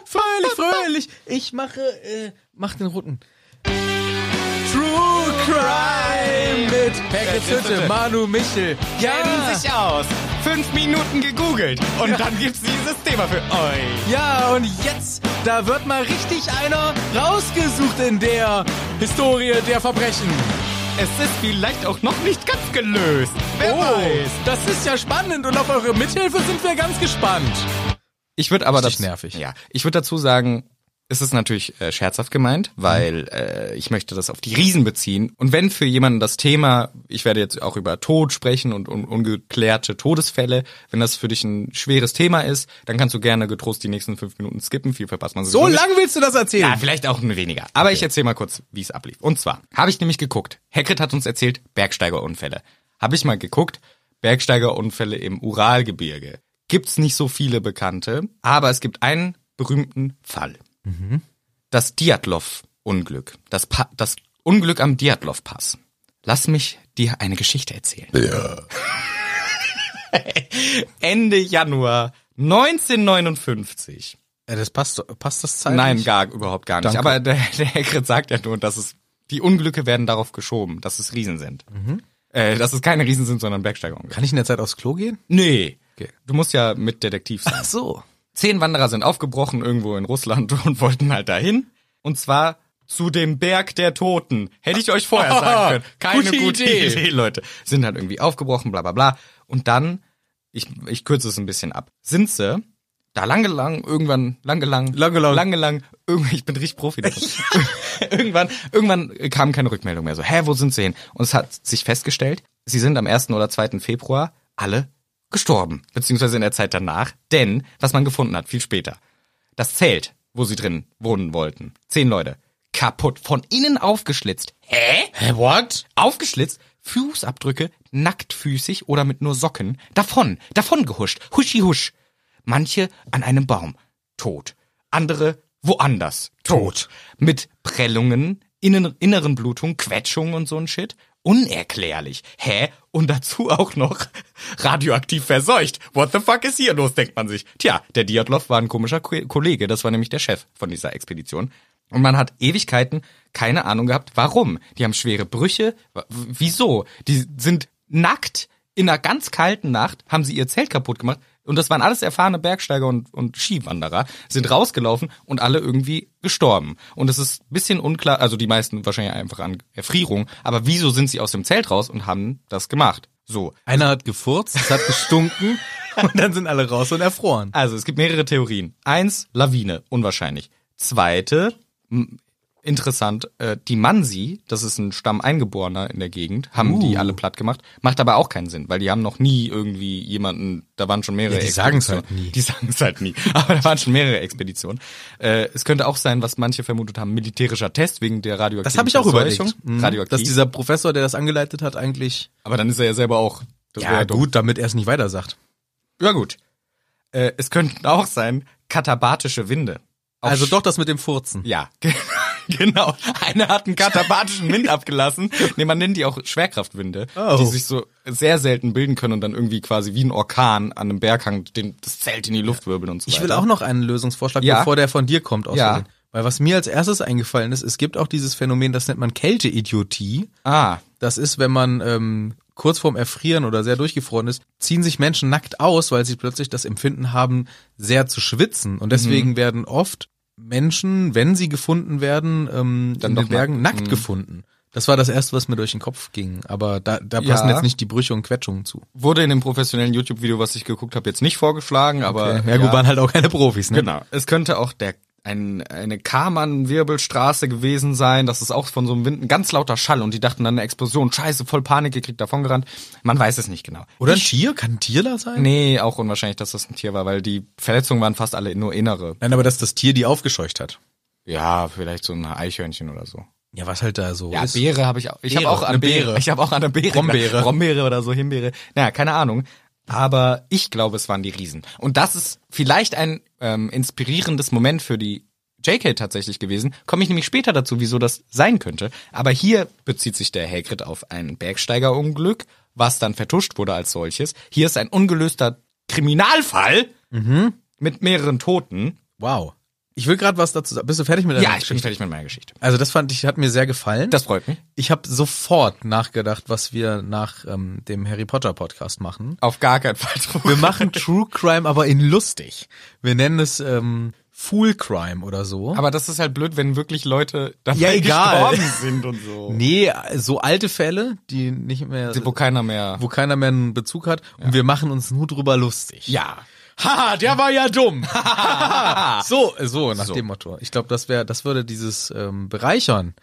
Speaker 1: Fröhlich, fröhlich. Ich mache, äh, mach den roten. True Crime mit Peketütte, Manu Michel.
Speaker 2: kennen sich aus. Fünf Minuten gegoogelt und dann gibt's dieses Thema für euch.
Speaker 1: Ja, und jetzt, da wird mal richtig einer rausgesucht in der Historie der Verbrechen.
Speaker 2: Es ist vielleicht auch noch nicht ganz gelöst. Wer
Speaker 1: oh,
Speaker 2: weiß.
Speaker 1: das ist ja spannend und auf eure Mithilfe sind wir ganz gespannt.
Speaker 2: Ich würde aber
Speaker 1: Richtig
Speaker 2: dazu,
Speaker 1: nervig.
Speaker 2: Ja, ich würde dazu sagen, es ist natürlich äh, scherzhaft gemeint, weil äh, ich möchte das auf die Riesen beziehen. Und wenn für jemanden das Thema, ich werde jetzt auch über Tod sprechen und un ungeklärte Todesfälle, wenn das für dich ein schweres Thema ist, dann kannst du gerne getrost die nächsten fünf Minuten skippen. Viel verpasst man sowieso
Speaker 1: So
Speaker 2: nicht.
Speaker 1: lang willst du das erzählen?
Speaker 2: Ja, vielleicht auch ein weniger. Aber ich erzähle mal kurz, wie es ablief. Und zwar habe ich nämlich geguckt. Hagrid hat uns erzählt, Bergsteigerunfälle. Habe ich mal geguckt, Bergsteigerunfälle im Uralgebirge. Gibt's nicht so viele bekannte, aber es gibt einen berühmten Fall. Das Diatlov-Unglück. Das, pa das Unglück am Diatlov-Pass. Lass mich dir eine Geschichte erzählen. Ende Januar 1959
Speaker 1: Äh, das passt, passt das zeitlich?
Speaker 2: Nein, gar, überhaupt gar nicht.
Speaker 1: Danke.
Speaker 2: Aber der, der Hagrid sagt ja nur, dass es, die Unglücke werden darauf geschoben, dass es Riesen sind.
Speaker 1: Mhm.
Speaker 2: Äh, dass es keine Riesen sind, sondern Bergsteigerungen.
Speaker 1: Kann ich in der Zeit aufs Klo gehen?
Speaker 2: Nee.
Speaker 1: Okay.
Speaker 2: Du musst ja mit Detektiv sein.
Speaker 1: Ach so.
Speaker 2: Zehn Wanderer sind aufgebrochen irgendwo in Russland und wollten halt dahin. Und zwar zu dem Berg der Toten. Hätte ich euch vorher sagen können. Keine
Speaker 1: Gute
Speaker 2: gute,
Speaker 1: Idee.
Speaker 2: Idee. Leute. Sind halt irgendwie aufgebrochen, bla bla bla. Und dann, ich, ich kürze es ein bisschen ab, sind sie da lang gelang, irgendwann lang gelang, lang
Speaker 1: gelang.
Speaker 2: lang gelang, irgendwann, ich bin richtig Profi. darin. irgendwann, irgendwann kam keine Rückmeldung mehr. So, hä, wo sind sie hin? Und es hat sich festgestellt, sie sind am 1. oder 2. Februar alle gestorben. Beziehungsweise in der Zeit danach. Denn, was man gefunden hat, viel später. Das Zelt, wo sie drin wohnen wollten. Zehn Leute. Kaputt. Von innen aufgeschlitzt. Hä?
Speaker 1: Hä, what?
Speaker 2: Aufgeschlitzt. Fußabdrücke. Nacktfüßig oder mit nur Socken. Davon. Davon gehuscht. Huschi husch. Manche an einem Baum. Tot. Andere woanders. Tot. Mit Prellungen, innen, inneren Blutungen, Quetschungen und so ein Shit. Unerklärlich. Hä? Und dazu auch noch radioaktiv verseucht. What the fuck ist hier los, denkt man sich. Tja, der Diatlov war ein komischer Ko- Kollege. Das war nämlich der Chef von dieser Expedition. Und man hat Ewigkeiten keine Ahnung gehabt, warum. Die haben schwere Brüche. W- Wieso? Die sind nackt in einer ganz kalten Nacht haben sie ihr Zelt kaputt gemacht und das waren alles erfahrene Bergsteiger und, und Skiwanderer, sind rausgelaufen und alle irgendwie gestorben. Und es ist ein bisschen unklar, also die meisten wahrscheinlich einfach an Erfrierung, aber wieso sind sie aus dem Zelt raus und haben das gemacht? So,
Speaker 1: Einer hat gefurzt, es hat gestunken und dann sind alle raus und erfroren.
Speaker 2: also es gibt mehrere Theorien. Eins, Lawine, unwahrscheinlich. Zweite, m- interessant, äh, die Mansi, das ist ein Stamm Eingeborener in der Gegend, haben
Speaker 1: Uh.
Speaker 2: die alle platt gemacht. Macht aber auch keinen Sinn, weil die haben noch nie irgendwie jemanden, da waren schon mehrere
Speaker 1: Ja, die sagen's halt
Speaker 2: Expeditionen.
Speaker 1: nie.
Speaker 2: Die sagen es halt nie, aber da waren schon mehrere Expeditionen. Äh, es könnte auch sein, was manche vermutet haben, militärischer Test wegen der radioaktiven
Speaker 1: Das habe ich auch
Speaker 2: Verseuchung.
Speaker 1: überlegt. Mhm.
Speaker 2: Radioaktiv.
Speaker 1: Dass dieser Professor, der das angeleitet hat, eigentlich.
Speaker 2: aber dann ist er ja selber auch. Das wäre dumm.
Speaker 1: damit er es nicht weiter sagt.
Speaker 2: Ja gut. Äh, es könnten auch sein, katabatische Winde. Auch
Speaker 1: Also
Speaker 2: sch-
Speaker 1: doch das mit dem Furzen.
Speaker 2: Ja, ge- genau. Einer hat einen katabatischen Wind abgelassen. Nee, man nennt die auch Schwerkraftwinde,
Speaker 1: Oh.
Speaker 2: die sich so sehr selten bilden können und dann irgendwie quasi wie ein Orkan an einem Berghang den, das Zelt in die Luft wirbeln und so
Speaker 1: Ich
Speaker 2: weiter.
Speaker 1: will auch noch einen Lösungsvorschlag,
Speaker 2: Ja.
Speaker 1: bevor der von dir kommt. aus
Speaker 2: Ja.
Speaker 1: Versehen. Weil was mir als erstes eingefallen ist, es gibt auch dieses Phänomen, das nennt man Kälteidiotie.
Speaker 2: Ah,
Speaker 1: Das ist, wenn man ähm, kurz vorm Erfrieren oder sehr durchgefroren ist, ziehen sich Menschen nackt aus, weil sie plötzlich das Empfinden haben, sehr zu schwitzen.
Speaker 2: Mhm.
Speaker 1: Und deswegen werden oft Menschen, wenn sie gefunden werden, ähm,
Speaker 2: Dann
Speaker 1: in den
Speaker 2: doch
Speaker 1: Bergen
Speaker 2: nackt.
Speaker 1: nackt
Speaker 2: Mhm.
Speaker 1: gefunden. Das war das Erste, was mir durch den Kopf ging. Aber da, da passen
Speaker 2: Ja.
Speaker 1: jetzt nicht die Brüche und Quetschungen zu.
Speaker 2: wurde in dem professionellen YouTube-Video, was ich geguckt habe, jetzt nicht vorgeschlagen, aber
Speaker 1: ja, gut, waren halt auch keine Profis, ne?
Speaker 2: Äh, Genau. Es könnte auch der ein, eine Kammern-Wirbelstraße gewesen sein. Das ist auch von so einem Wind ein ganz lauter Schall und die dachten dann eine Explosion. Scheiße, voll Panik gekriegt, davongerannt. Man weiß es nicht genau.
Speaker 1: Oder ein Tier? Kann ein Tier da sein?
Speaker 2: Nee, auch unwahrscheinlich, dass das ein Tier war, weil die Verletzungen waren fast alle nur innere.
Speaker 1: Nein, aber dass das Tier die aufgescheucht hat.
Speaker 2: Ja, vielleicht so ein Eichhörnchen oder so.
Speaker 1: Ja, was halt da so
Speaker 2: Ja,
Speaker 1: ist.
Speaker 2: Beere habe ich auch. Ich habe
Speaker 1: Beere,
Speaker 2: auch an
Speaker 1: eine
Speaker 2: Beere.
Speaker 1: Beere.
Speaker 2: Ich habe auch an der Beere.
Speaker 1: Brombeere.
Speaker 2: Brombeere oder so, Himbeere. Naja, keine Ahnung. Aber ich glaube, es waren die Riesen. Und das ist vielleicht ein ähm, inspirierendes Moment für die JK tatsächlich gewesen. Komme ich nämlich später dazu, wieso das sein könnte. Aber hier bezieht sich der Hagrid auf ein Bergsteigerunglück, was dann vertuscht wurde als solches. Hier ist ein ungelöster Kriminalfall
Speaker 1: Mhm.
Speaker 2: mit mehreren Toten.
Speaker 1: Wow. Ich will gerade was dazu sagen. Bist du fertig mit deiner
Speaker 2: Ja, ich bin
Speaker 1: Geschichte?
Speaker 2: fertig mit meiner Geschichte.
Speaker 1: Also das fand ich, hat mir sehr gefallen.
Speaker 2: Das freut mich.
Speaker 1: ich habe sofort nachgedacht, was wir nach ähm, dem Harry Potter Podcast machen.
Speaker 2: Auf gar keinen Fall.
Speaker 1: Wir machen True Crime, aber in lustig. Wir nennen es ähm, Fool Crime oder so.
Speaker 2: Aber das ist halt blöd, wenn wirklich Leute dabei
Speaker 1: Ja, egal.
Speaker 2: gestorben sind und so.
Speaker 1: nee, so alte Fälle, die nicht mehr,
Speaker 2: Wo keiner mehr.
Speaker 1: wo keiner mehr einen Bezug hat. Und wir machen uns nur drüber lustig.
Speaker 2: Ja.
Speaker 1: Haha, der war ja dumm. so, so nach
Speaker 2: So.
Speaker 1: dem Motto. Ich glaube, das wäre, das würde dieses ähm, bereichern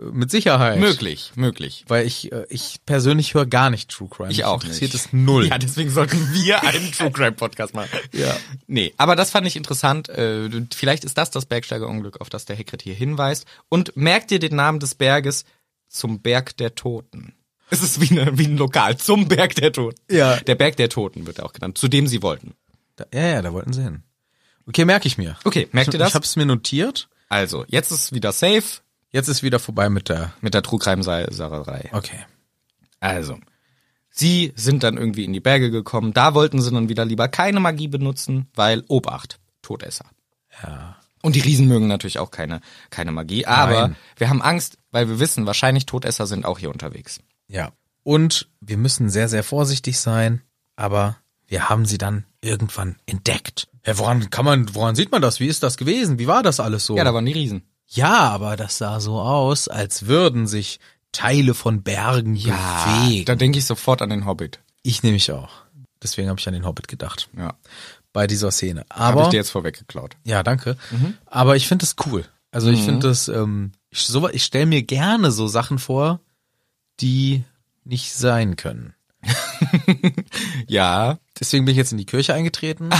Speaker 1: äh, mit Sicherheit.
Speaker 2: Möglich, möglich.
Speaker 1: Weil ich, äh, ich persönlich höre gar nicht True Crime.
Speaker 2: Ich
Speaker 1: Mich
Speaker 2: auch
Speaker 1: interessiert
Speaker 2: nicht.
Speaker 1: es null.
Speaker 2: Ja, deswegen sollten wir einen True Crime Podcast machen.
Speaker 1: Ja.
Speaker 2: Nee, aber das fand ich interessant. Äh, Vielleicht ist das das Bergsteigerunglück, auf das der Hagrid hier hinweist. Und merkt ihr den Namen des Berges zum Berg der Toten. Es ist wie, eine, wie ein Lokal zum Berg der Toten.
Speaker 1: Ja.
Speaker 2: Der Berg der Toten wird auch genannt, zu dem sie wollten.
Speaker 1: Da, ja, ja, da wollten sie hin. Okay, merke ich mir.
Speaker 2: Okay, merkt ihr das?
Speaker 1: Ich habe es mir notiert.
Speaker 2: Also, jetzt ist wieder safe
Speaker 1: Jetzt ist wieder vorbei mit der.
Speaker 2: mit der True Crime Sarerei.
Speaker 1: Okay.
Speaker 2: Also, sie sind dann irgendwie in die Berge gekommen. Da wollten sie dann wieder lieber keine Magie benutzen, weil Obacht, Todesser.
Speaker 1: Ja.
Speaker 2: Und die Riesen mögen natürlich auch keine, keine Magie. Aber
Speaker 1: Nein.
Speaker 2: wir haben Angst, weil wir wissen, wahrscheinlich Todesser sind auch hier unterwegs.
Speaker 1: Ja. Und wir müssen sehr, sehr vorsichtig sein, aber wir haben sie dann irgendwann entdeckt. Ja, woran kann man, woran sieht man das? Wie ist das gewesen? Wie war das alles so?
Speaker 2: Ja, da waren die Riesen.
Speaker 1: Ja, aber das sah so aus, als würden sich Teile von Bergen bewegen.
Speaker 2: Da denke ich sofort an den Hobbit.
Speaker 1: Ich nehme mich auch. Deswegen habe ich an den Hobbit gedacht.
Speaker 2: Ja.
Speaker 1: Bei dieser Szene.
Speaker 2: Habe ich
Speaker 1: Aber.
Speaker 2: dir jetzt vorweggeklaut.
Speaker 1: Ja, danke.
Speaker 2: Mhm.
Speaker 1: Aber ich finde es cool. Also ich finde das, ähm, ich, so, ich stelle mir gerne so Sachen vor, die nicht sein können.
Speaker 2: Ja.
Speaker 1: Deswegen bin ich jetzt in die Kirche eingetreten.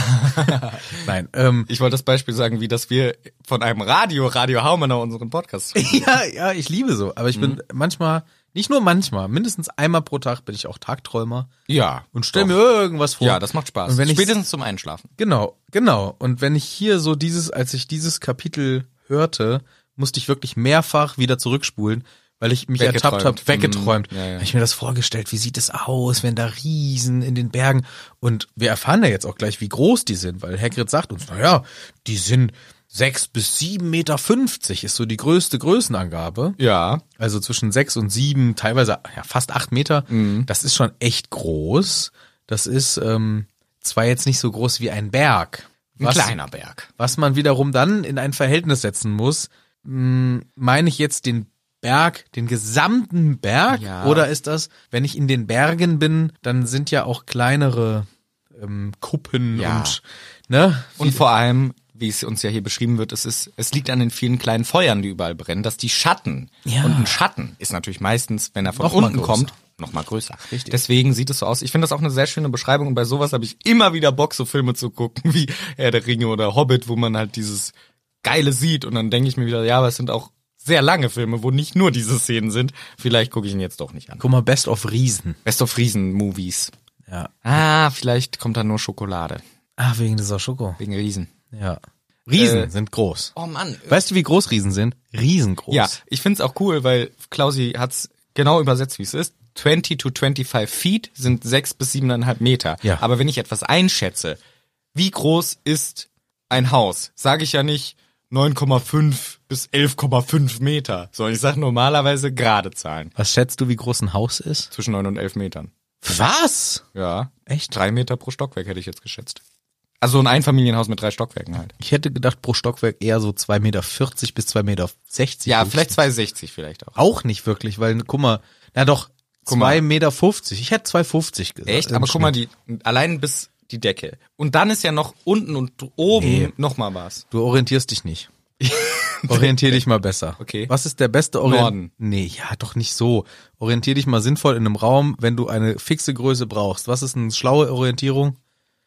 Speaker 1: Nein. Ähm,
Speaker 2: Ich wollte das Beispiel sagen, wie dass wir von einem Radio, Radio Haumener, unseren Podcast.
Speaker 1: ja, ja, ich liebe so. Aber ich
Speaker 2: Mhm.
Speaker 1: bin manchmal, nicht nur manchmal, mindestens einmal pro Tag bin ich auch Tagträumer
Speaker 2: ja.
Speaker 1: und stelle mir irgendwas vor.
Speaker 2: Ja, das macht Spaß.
Speaker 1: Und wenn ich
Speaker 2: Spätestens zum Einschlafen.
Speaker 1: Genau, genau. Und wenn ich hier so dieses, als ich dieses Kapitel hörte, musste ich wirklich mehrfach wieder zurückspulen, weil ich mich ertappt
Speaker 2: Weggeträumt.
Speaker 1: habe, weggeträumt.
Speaker 2: Mhm, ja, ja.
Speaker 1: Habe ich mir das vorgestellt, wie sieht es aus, wenn da Riesen in den Bergen und wir erfahren ja jetzt auch gleich, wie groß die sind, weil Hagrid sagt uns, naja, die sind sechs bis sieben Meter fünfzig ist so die größte Größenangabe.
Speaker 2: Ja.
Speaker 1: Also zwischen sechs und sieben, teilweise ja, fast acht Meter.
Speaker 2: Mhm.
Speaker 1: Das ist schon echt groß. Das ist ähm, zwar jetzt nicht so groß wie ein Berg.
Speaker 2: Ein
Speaker 1: Was-
Speaker 2: kleiner Berg.
Speaker 1: was man wiederum dann in ein Verhältnis setzen muss. Hm, Meine ich jetzt den Berg, den gesamten Berg?
Speaker 2: Ja.
Speaker 1: Oder ist das, wenn ich in den Bergen bin, dann sind ja auch kleinere ähm, Kuppen
Speaker 2: Ja.
Speaker 1: und ne?
Speaker 2: Und vor allem, wie es uns ja hier beschrieben wird, es ist, es liegt an den vielen kleinen Feuern, die überall brennen, dass die Schatten
Speaker 1: Ja.
Speaker 2: und ein Schatten ist natürlich meistens, wenn er von
Speaker 1: Noch mal
Speaker 2: unten
Speaker 1: größer.
Speaker 2: kommt, noch mal größer. Deswegen sieht es so aus. Ich finde das auch eine sehr schöne Beschreibung und bei sowas habe ich immer wieder Bock, so Filme zu gucken wie Herr der Ringe oder Hobbit, wo man halt dieses Geile sieht und dann denke ich mir wieder, ja, aber es sind auch sehr lange Filme, wo nicht nur diese Szenen sind. Vielleicht gucke ich ihn jetzt doch nicht an.
Speaker 1: Guck mal, Best of Riesen.
Speaker 2: Best of Riesen-Movies.
Speaker 1: Ja.
Speaker 2: Ah, vielleicht kommt da nur Schokolade.
Speaker 1: Ah, wegen dieser Schoko.
Speaker 2: Wegen Riesen.
Speaker 1: Ja. Riesen
Speaker 2: Äh,
Speaker 1: sind groß.
Speaker 2: Oh Mann.
Speaker 1: Weißt du, wie groß Riesen sind? Riesengroß.
Speaker 2: Ja, ich find's auch cool, weil Klausi hat's genau übersetzt, wie es ist. 20 to 25 Feet sind 6 bis 7,5 Meter.
Speaker 1: Ja.
Speaker 2: Aber wenn ich etwas einschätze, wie groß ist ein Haus, sage ich ja nicht 9,5 bis 11,5 Meter, sondern ich sage normalerweise gerade Zahlen.
Speaker 1: Was schätzt du, wie groß ein Haus ist?
Speaker 2: Zwischen 9 und 11 Metern.
Speaker 1: Was?
Speaker 2: Ja.
Speaker 1: Echt?
Speaker 2: Drei Meter pro Stockwerk hätte ich jetzt geschätzt. Also ein Einfamilienhaus mit drei Stockwerken halt.
Speaker 1: Ich hätte gedacht, pro Stockwerk eher so 2,40 Meter bis 2,60 Meter.
Speaker 2: Ja, vielleicht 2,60 vielleicht auch.
Speaker 1: Auch nicht wirklich, weil, guck mal, na doch,
Speaker 2: Guck mal.
Speaker 1: 2,50 Meter. Ich hätte 2,50 gesagt.
Speaker 2: Echt?
Speaker 1: im
Speaker 2: Aber guck mal,
Speaker 1: Schnitt.
Speaker 2: die, allein bis die Decke. Und dann ist ja noch unten und oben
Speaker 1: Nee.
Speaker 2: noch nochmal was.
Speaker 1: Du orientierst dich nicht. Orientier dich mal besser.
Speaker 2: Okay.
Speaker 1: Was ist der beste Orient?
Speaker 2: Norden.
Speaker 1: Nee, ja, doch nicht so. Orientier dich mal sinnvoll in einem Raum, wenn du eine fixe Größe brauchst. Was ist eine schlaue Orientierung?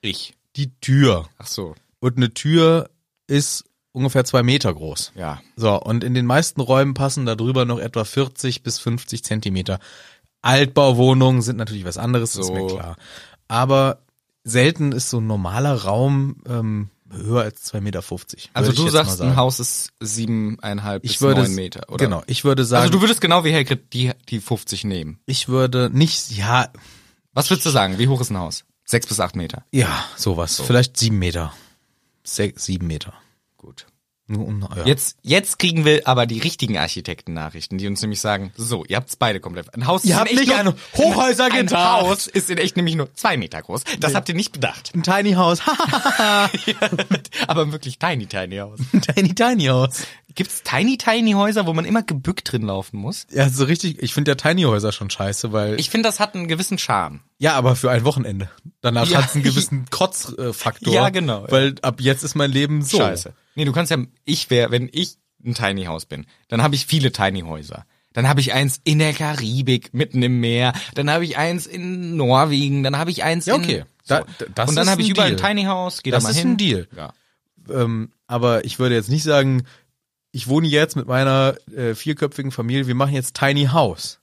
Speaker 2: Ich.
Speaker 1: Die Tür.
Speaker 2: Ach so,
Speaker 1: Und eine Tür ist ungefähr zwei Meter groß.
Speaker 2: ja.
Speaker 1: So, und in den meisten Räumen passen darüber noch etwa 40 bis 50 Zentimeter. Altbauwohnungen sind natürlich was anderes, ist
Speaker 2: So.
Speaker 1: mir klar. Aber selten ist so ein normaler Raum ähm, höher als 2,50 Meter.
Speaker 2: Also du sagst, ein
Speaker 1: Haus.
Speaker 2: Haus ist siebeneinhalb bis
Speaker 1: ich würde
Speaker 2: neun Meter, oder?
Speaker 1: genau ich würde sagen
Speaker 2: Also du würdest genau wie Helgrit die, die 50 nehmen.
Speaker 1: ich würde nicht ja
Speaker 2: Was würdest du sagen? Wie hoch ist ein Haus? Sechs bis acht Meter.
Speaker 1: ja sowas vielleicht sieben Meter Sech, sieben Meter
Speaker 2: Gut.
Speaker 1: Nur um- ja.
Speaker 2: Jetzt, jetzt kriegen wir aber die richtigen Architekten-Nachrichten, die uns nämlich sagen, so, ihr habt's beide komplett. Ein Haus
Speaker 1: Ihr
Speaker 2: ist in
Speaker 1: habt
Speaker 2: echt
Speaker 1: nicht
Speaker 2: nur,
Speaker 1: an Hochhäuser
Speaker 2: ein
Speaker 1: gedacht.
Speaker 2: Haus ist in echt nämlich nur zwei Meter groß. Das habt ihr nicht bedacht.
Speaker 1: ein Tiny House
Speaker 2: aber wirklich tiny, tiny Haus.
Speaker 1: Tiny Tiny House
Speaker 2: Gibt's tiny, tiny Häuser, wo man immer gebückt drin laufen muss?
Speaker 1: ja so richtig ich finde ja Tiny Häuser schon scheiße weil
Speaker 2: Ich finde, das hat einen gewissen Charme.
Speaker 1: ja aber für ein Wochenende danach
Speaker 2: Ja.
Speaker 1: hat's einen gewissen Kotzfaktor
Speaker 2: Ja, genau, ja.
Speaker 1: weil ab jetzt ist mein Leben so
Speaker 2: Nee, du kannst ja, ich wäre, wenn ich ein Tiny Haus bin, dann habe ich viele Tiny Häuser. Dann habe ich eins in der Karibik, mitten im Meer. Dann habe ich eins in Norwegen. Dann habe ich eins
Speaker 1: Ja, okay.
Speaker 2: in...
Speaker 1: Da- das
Speaker 2: Und dann
Speaker 1: ist
Speaker 2: habe ich
Speaker 1: ein
Speaker 2: überall
Speaker 1: Deal.
Speaker 2: ein Tiny House. Geh
Speaker 1: Das
Speaker 2: da mal
Speaker 1: ist
Speaker 2: hin.
Speaker 1: ein Deal.
Speaker 2: Ja.
Speaker 1: Ähm, aber ich würde jetzt nicht sagen, ich wohne jetzt mit meiner äh, vierköpfigen Familie, wir machen jetzt Tiny House.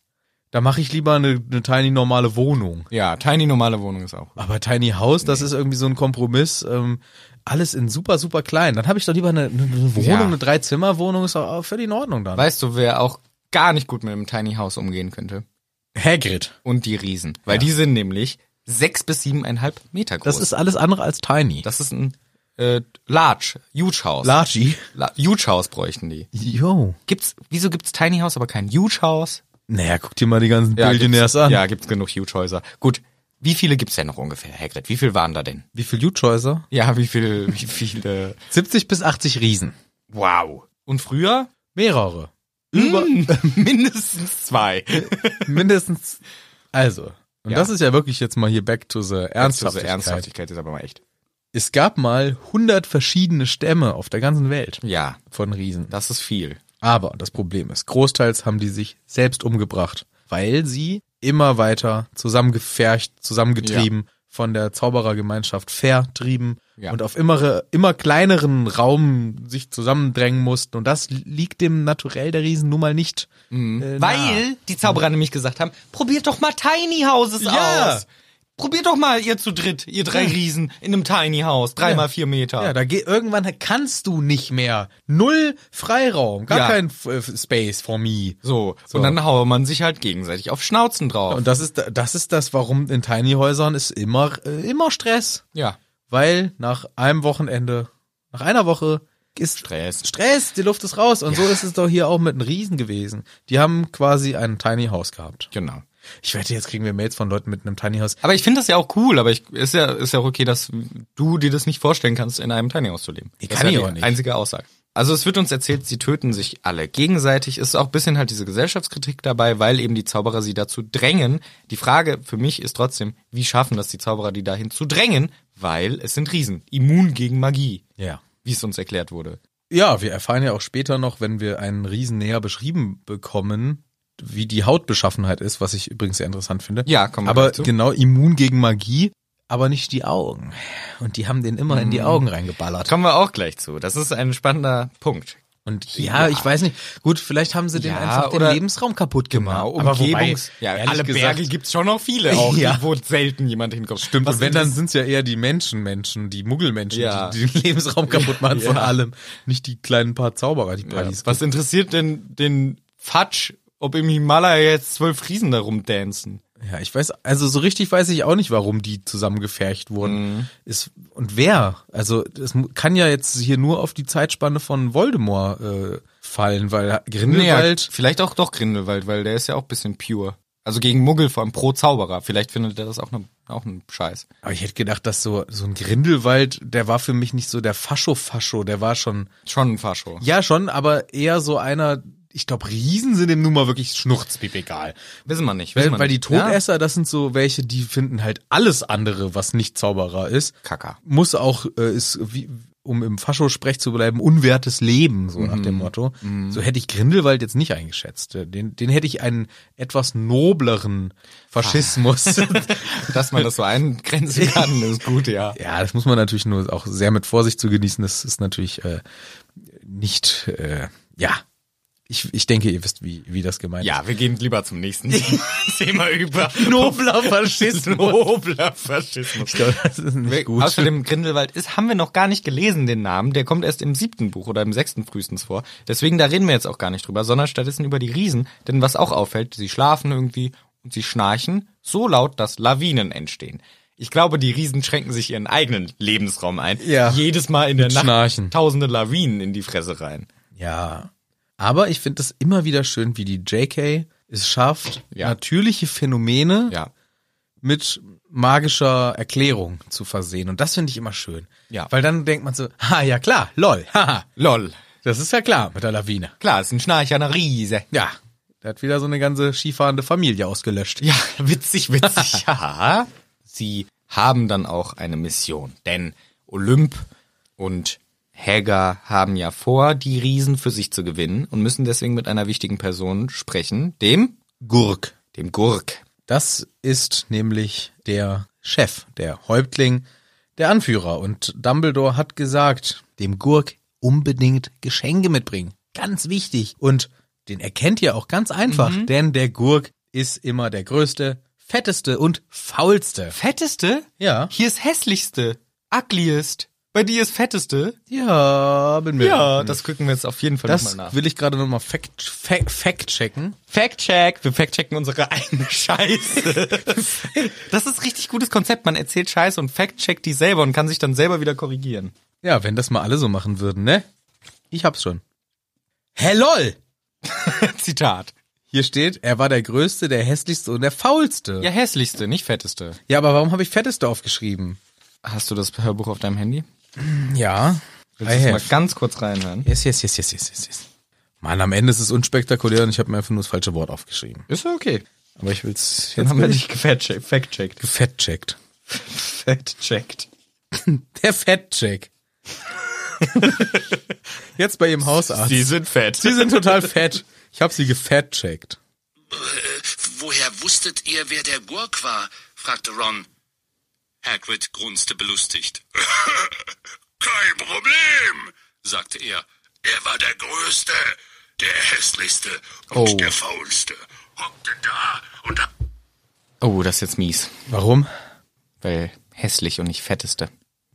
Speaker 1: Da mache ich lieber eine, eine tiny normale Wohnung.
Speaker 2: ja, Tiny normale Wohnung ist auch.
Speaker 1: Aber Tiny House, das ist irgendwie so ein Kompromiss. Ähm, alles in super, super klein. Dann habe ich doch lieber eine, eine- eine Wohnung,
Speaker 2: Ja.
Speaker 1: eine Drei-Zimmer-Wohnung, ist auch völlig in Ordnung dann.
Speaker 2: Weißt du, wer auch gar nicht gut mit einem Tiny House umgehen könnte?
Speaker 1: Hagrid.
Speaker 2: Und die Riesen. Weil die sind nämlich sechs bis siebeneinhalb Meter groß.
Speaker 1: Das ist alles andere als Tiny.
Speaker 2: Das ist ein äh, Large, Huge House.
Speaker 1: Largy.
Speaker 2: La Huge House bräuchten die.
Speaker 1: Yo.
Speaker 2: Gibt's, wieso gibt's Tiny House, aber kein Huge House?
Speaker 1: Naja, guck dir mal die ganzen Billionaires
Speaker 2: gibt's,
Speaker 1: an.
Speaker 2: Ja, gibt's genug Huge Häuser. Gut, wie viele gibt's denn noch ungefähr, Hagrid? Wie viel waren da denn?
Speaker 1: Wie viel Jutschäuser?
Speaker 2: Ja, wie viel, wie viele?
Speaker 1: 70 bis 80 Riesen.
Speaker 2: Wow. Und früher?
Speaker 1: Mehrere. Über,
Speaker 2: Mindestens zwei.
Speaker 1: mindestens. Also, und
Speaker 2: Ja.
Speaker 1: das ist ja wirklich jetzt mal hier back to the Ernsthaftigkeit.
Speaker 2: Also Ernsthaftigkeit ist aber mal echt.
Speaker 1: Es gab mal 100 verschiedene Stämme auf der ganzen Welt
Speaker 2: Ja,
Speaker 1: von Riesen.
Speaker 2: das ist viel.
Speaker 1: Aber das Problem ist, großteils haben die sich selbst umgebracht, weil sie immer weiter zusammengepfercht, zusammengetrieben, von der Zauberergemeinschaft vertrieben
Speaker 2: Ja.
Speaker 1: und auf immer, immer kleineren Raum sich zusammendrängen mussten. Und das liegt dem Naturell der Riesen nun mal nicht.
Speaker 2: Mhm.
Speaker 1: äh, nah.
Speaker 2: Weil die Zauberer nämlich gesagt haben, probiert doch mal Tiny Houses
Speaker 1: Ja.
Speaker 2: aus. Probiert doch mal ihr zu dritt, ihr drei Riesen in einem Tiny House, drei mal vier Meter.
Speaker 1: Ja, da geht irgendwann kannst du nicht mehr. Null Freiraum, gar
Speaker 2: Ja.
Speaker 1: kein äh, Space for me.
Speaker 2: so. und dann haue man sich halt gegenseitig auf Schnauzen drauf.
Speaker 1: Und das ist das ist das, warum in Tiny Häusern ist immer äh, immer Stress,
Speaker 2: ja.
Speaker 1: weil nach einem Wochenende, nach einer Woche ist
Speaker 2: Stress.
Speaker 1: Stress, die Luft ist raus und so ist es doch hier auch mit den Riesen gewesen. Die haben quasi ein Tiny House gehabt.
Speaker 2: Genau.
Speaker 1: Ich wette, jetzt kriegen wir Mails von Leuten mit einem Tiny House.
Speaker 2: Aber ich finde das ja auch cool, aber ich, ist ja, ist ja auch okay, dass du dir das nicht vorstellen kannst, in einem Tiny House zu leben.
Speaker 1: Ich
Speaker 2: Das
Speaker 1: kann
Speaker 2: ist ja
Speaker 1: ich
Speaker 2: die
Speaker 1: auch nicht.
Speaker 2: Einzige Aussage. Also es wird uns erzählt, sie töten sich alle gegenseitig. Ist auch ein bisschen halt diese Gesellschaftskritik dabei, weil eben die Zauberer sie dazu drängen. Die Frage für mich ist trotzdem, wie schaffen das die Zauberer, die dahin zu drängen? Weil es sind Riesen, immun gegen Magie.
Speaker 1: Ja.
Speaker 2: wie es uns erklärt wurde.
Speaker 1: Ja, wir erfahren ja auch später noch, wenn wir einen Riesen näher beschrieben bekommen, wie die Hautbeschaffenheit ist, was ich übrigens sehr interessant finde.
Speaker 2: Ja, kommen wir
Speaker 1: aber
Speaker 2: gleich zu.
Speaker 1: genau immun gegen Magie, aber nicht die Augen. Und die haben den immer in die Augen reingeballert.
Speaker 2: Kommen wir auch gleich zu. Das ist ein spannender Punkt.
Speaker 1: Und ja, ich weiß nicht. Gut, vielleicht haben sie den
Speaker 2: Ja,
Speaker 1: einfach den
Speaker 2: oder-
Speaker 1: Lebensraum kaputt gemacht.
Speaker 2: Aber wobei, ja,
Speaker 1: ehrlich
Speaker 2: alle
Speaker 1: gesagt,
Speaker 2: Berge gibt's schon noch viele, auch,
Speaker 1: Ja.
Speaker 2: die, wo selten jemand hinkommt.
Speaker 1: Stimmt,
Speaker 2: Was
Speaker 1: und wenn, dann
Speaker 2: interess-
Speaker 1: sind es ja eher die Menschenmenschen, die Muggelmenschen,
Speaker 2: Ja.
Speaker 1: die, die den Lebensraum kaputt machen von
Speaker 2: Ja.
Speaker 1: allem. Nicht die kleinen paar Zauberer, die
Speaker 2: Ja,
Speaker 1: Buddies.
Speaker 2: was interessiert denn den Fatsch, ob im Himalaya jetzt zwölf Riesen da rumdancen?
Speaker 1: Ja, ich weiß, also so richtig weiß ich auch nicht, warum die zusammengefercht wurden. Ist, und wer? Also das mu- kann ja jetzt hier nur auf die Zeitspanne von Voldemort äh, fallen, weil Grindelwald,
Speaker 2: vielleicht auch doch Grindelwald, weil der ist ja auch ein bisschen pure. Also gegen Muggel, vor allem pro Zauberer. Vielleicht findet er das auch, ne, auch ein Scheiß.
Speaker 1: aber ich hätte gedacht, dass so, so ein Grindelwald, der war für mich nicht so der Fascho-Fascho, der war schon,
Speaker 2: Schon ein Fascho.
Speaker 1: ja schon, aber eher so einer, ich glaube Riesen sind ihm nun mal wirklich schnurzpiep egal.
Speaker 2: Wissen wir nicht. Wissen
Speaker 1: Weil,
Speaker 2: wir
Speaker 1: weil die
Speaker 2: nicht. Ja.
Speaker 1: Todesser, das sind so welche, die finden halt alles andere, was nicht Zauberer ist.
Speaker 2: Kacker.
Speaker 1: muss auch, äh, ist, wie, um im Faschosprech zu bleiben, unwertes Leben, so nach dem Motto. So hätte ich Grindelwald jetzt nicht eingeschätzt. Den, den hätte ich einen etwas nobleren Faschismus.
Speaker 2: Dass man das so eingrenzen kann, ist gut, ja.
Speaker 1: ja, das muss man natürlich nur auch sehr mit Vorsicht zu genießen. Das ist natürlich äh, nicht, äh, ja. Ich, ich denke, ihr wisst, wie, wie das gemeint ist.
Speaker 2: Ja, wir gehen lieber zum nächsten Thema über.
Speaker 1: Nobler Faschismus.
Speaker 2: Nobler Faschismus.
Speaker 1: Ich glaube, das ist nicht gut.
Speaker 2: Außerdem Grindelwald ist, haben wir noch gar nicht gelesen, den Namen. Der kommt erst im siebten Buch oder im sechsten frühestens vor. Deswegen, da reden wir jetzt auch gar nicht drüber, sondern stattdessen über die Riesen. Denn was auch auffällt, sie schlafen irgendwie und sie schnarchen so laut, dass Lawinen entstehen. Ich glaube, die Riesen schränken sich ihren eigenen Lebensraum ein.
Speaker 1: Ja.
Speaker 2: Jedes Mal in der Nacht
Speaker 1: Schnarchen.
Speaker 2: tausende Lawinen in die Fresse rein.
Speaker 1: Ja. Aber ich finde es immer wieder schön, wie die JK es schafft,
Speaker 2: Ja.
Speaker 1: natürliche Phänomene
Speaker 2: Ja.
Speaker 1: mit magischer Erklärung zu versehen. Und das finde ich immer schön.
Speaker 2: Ja.
Speaker 1: Weil dann denkt man so, ha, ja klar, lol, haha.
Speaker 2: Lol.
Speaker 1: Das ist ja klar mit der Lawine.
Speaker 2: Klar, ist ein Schnarcher, eine Riese.
Speaker 1: Ja. Der hat wieder so eine ganze skifahrende Familie ausgelöscht.
Speaker 2: Ja, witzig, witzig. ja. Sie haben dann auch eine Mission, denn Olymp und Hagar haben ja vor, die Riesen für sich zu gewinnen und müssen deswegen mit einer wichtigen Person sprechen, dem
Speaker 1: Gurk.
Speaker 2: dem Gurk.
Speaker 1: Das ist nämlich der Chef, der Häuptling, der Anführer. Und Dumbledore hat gesagt, dem Gurk unbedingt Geschenke mitbringen. Ganz wichtig. Und den erkennt ihr auch ganz einfach, denn der Gurk ist immer der größte, fetteste und faulste.
Speaker 2: Fetteste?
Speaker 1: Ja.
Speaker 2: Hier ist hässlichste, ugliest. Bei dir ist fetteste?
Speaker 1: Ja, bin mir.
Speaker 2: Ja, das gucken wir jetzt auf jeden Fall
Speaker 1: das
Speaker 2: nochmal nach.
Speaker 1: will ich gerade nochmal fact, fact, fact checken.
Speaker 2: Fact check. Wir fact checken unsere eigene Scheiße. das ist richtig gutes Konzept. Man erzählt Scheiße und fact checkt die selber und kann sich dann selber wieder korrigieren.
Speaker 1: Ja, wenn das mal alle so machen würden, ne? Ich hab's schon. Hey, lol!
Speaker 2: Zitat.
Speaker 1: Hier steht, er war der größte, der hässlichste und der faulste.
Speaker 2: Ja, hässlichste, nicht fetteste.
Speaker 1: Ja, aber warum habe ich Fetteste aufgeschrieben?
Speaker 2: Hast du das Hörbuch auf deinem Handy?
Speaker 1: Ja.
Speaker 2: Willst du es mal ganz kurz reinhören?
Speaker 1: Yes, yes, yes, yes, yes, yes, yes. Mann, am Ende ist es unspektakulär und ich habe mir einfach nur das falsche Wort aufgeschrieben.
Speaker 2: Ist ja okay.
Speaker 1: Aber ich will's
Speaker 2: Dann
Speaker 1: jetzt
Speaker 2: haben wir
Speaker 1: nicht
Speaker 2: dich gefact-checkt. Fact-checkt.
Speaker 1: gefettcheckt.
Speaker 2: Fact-checkt.
Speaker 1: Der Fettcheck. jetzt bei ihrem Hausarzt. Sie,
Speaker 2: sind fett.
Speaker 1: sind total fett. Ich habe sie gefettcheckt.
Speaker 5: Äh, Woher wusstet ihr, wer der Gurk war? fragte Ron. Hagrid grunzte belustigt. Kein Problem, sagte er. Er war der Größte, der Hässlichste und
Speaker 2: Oh.
Speaker 5: der Faulste. Hockte da und hab
Speaker 2: Oh, das ist jetzt mies.
Speaker 1: Warum?
Speaker 2: Weil hässlich und nicht fetteste.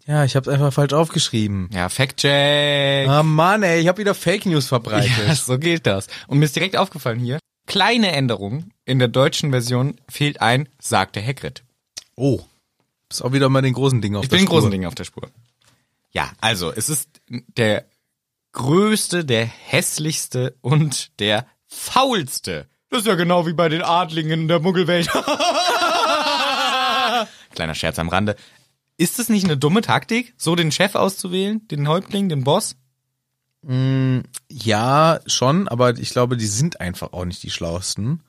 Speaker 1: Ja, ich habe einfach falsch aufgeschrieben.
Speaker 2: Ja, Fact-check.
Speaker 1: Ah Mann, ey, ich habe wieder Fake News verbreitet.
Speaker 2: Ja, Also, so geht das. Und mir ist direkt aufgefallen hier, kleine Änderung. In der deutschen Version fehlt ein, sagte Hagrid.
Speaker 1: Oh. Ist auch wieder mal den großen Ding auf
Speaker 2: Ich
Speaker 1: der
Speaker 2: bin
Speaker 1: Spur.
Speaker 2: großen Dingen auf der Spur. Ja, also es ist der größte, der hässlichste und der faulste. Das ist ja genau wie bei den Adlingen in der Muggelwelt. Kleiner Scherz am Rande. Ist es nicht eine dumme Taktik, so den Chef auszuwählen, den Häuptling, den Boss?
Speaker 1: Ja, schon, aber ich glaube, die sind einfach auch nicht die schlausten.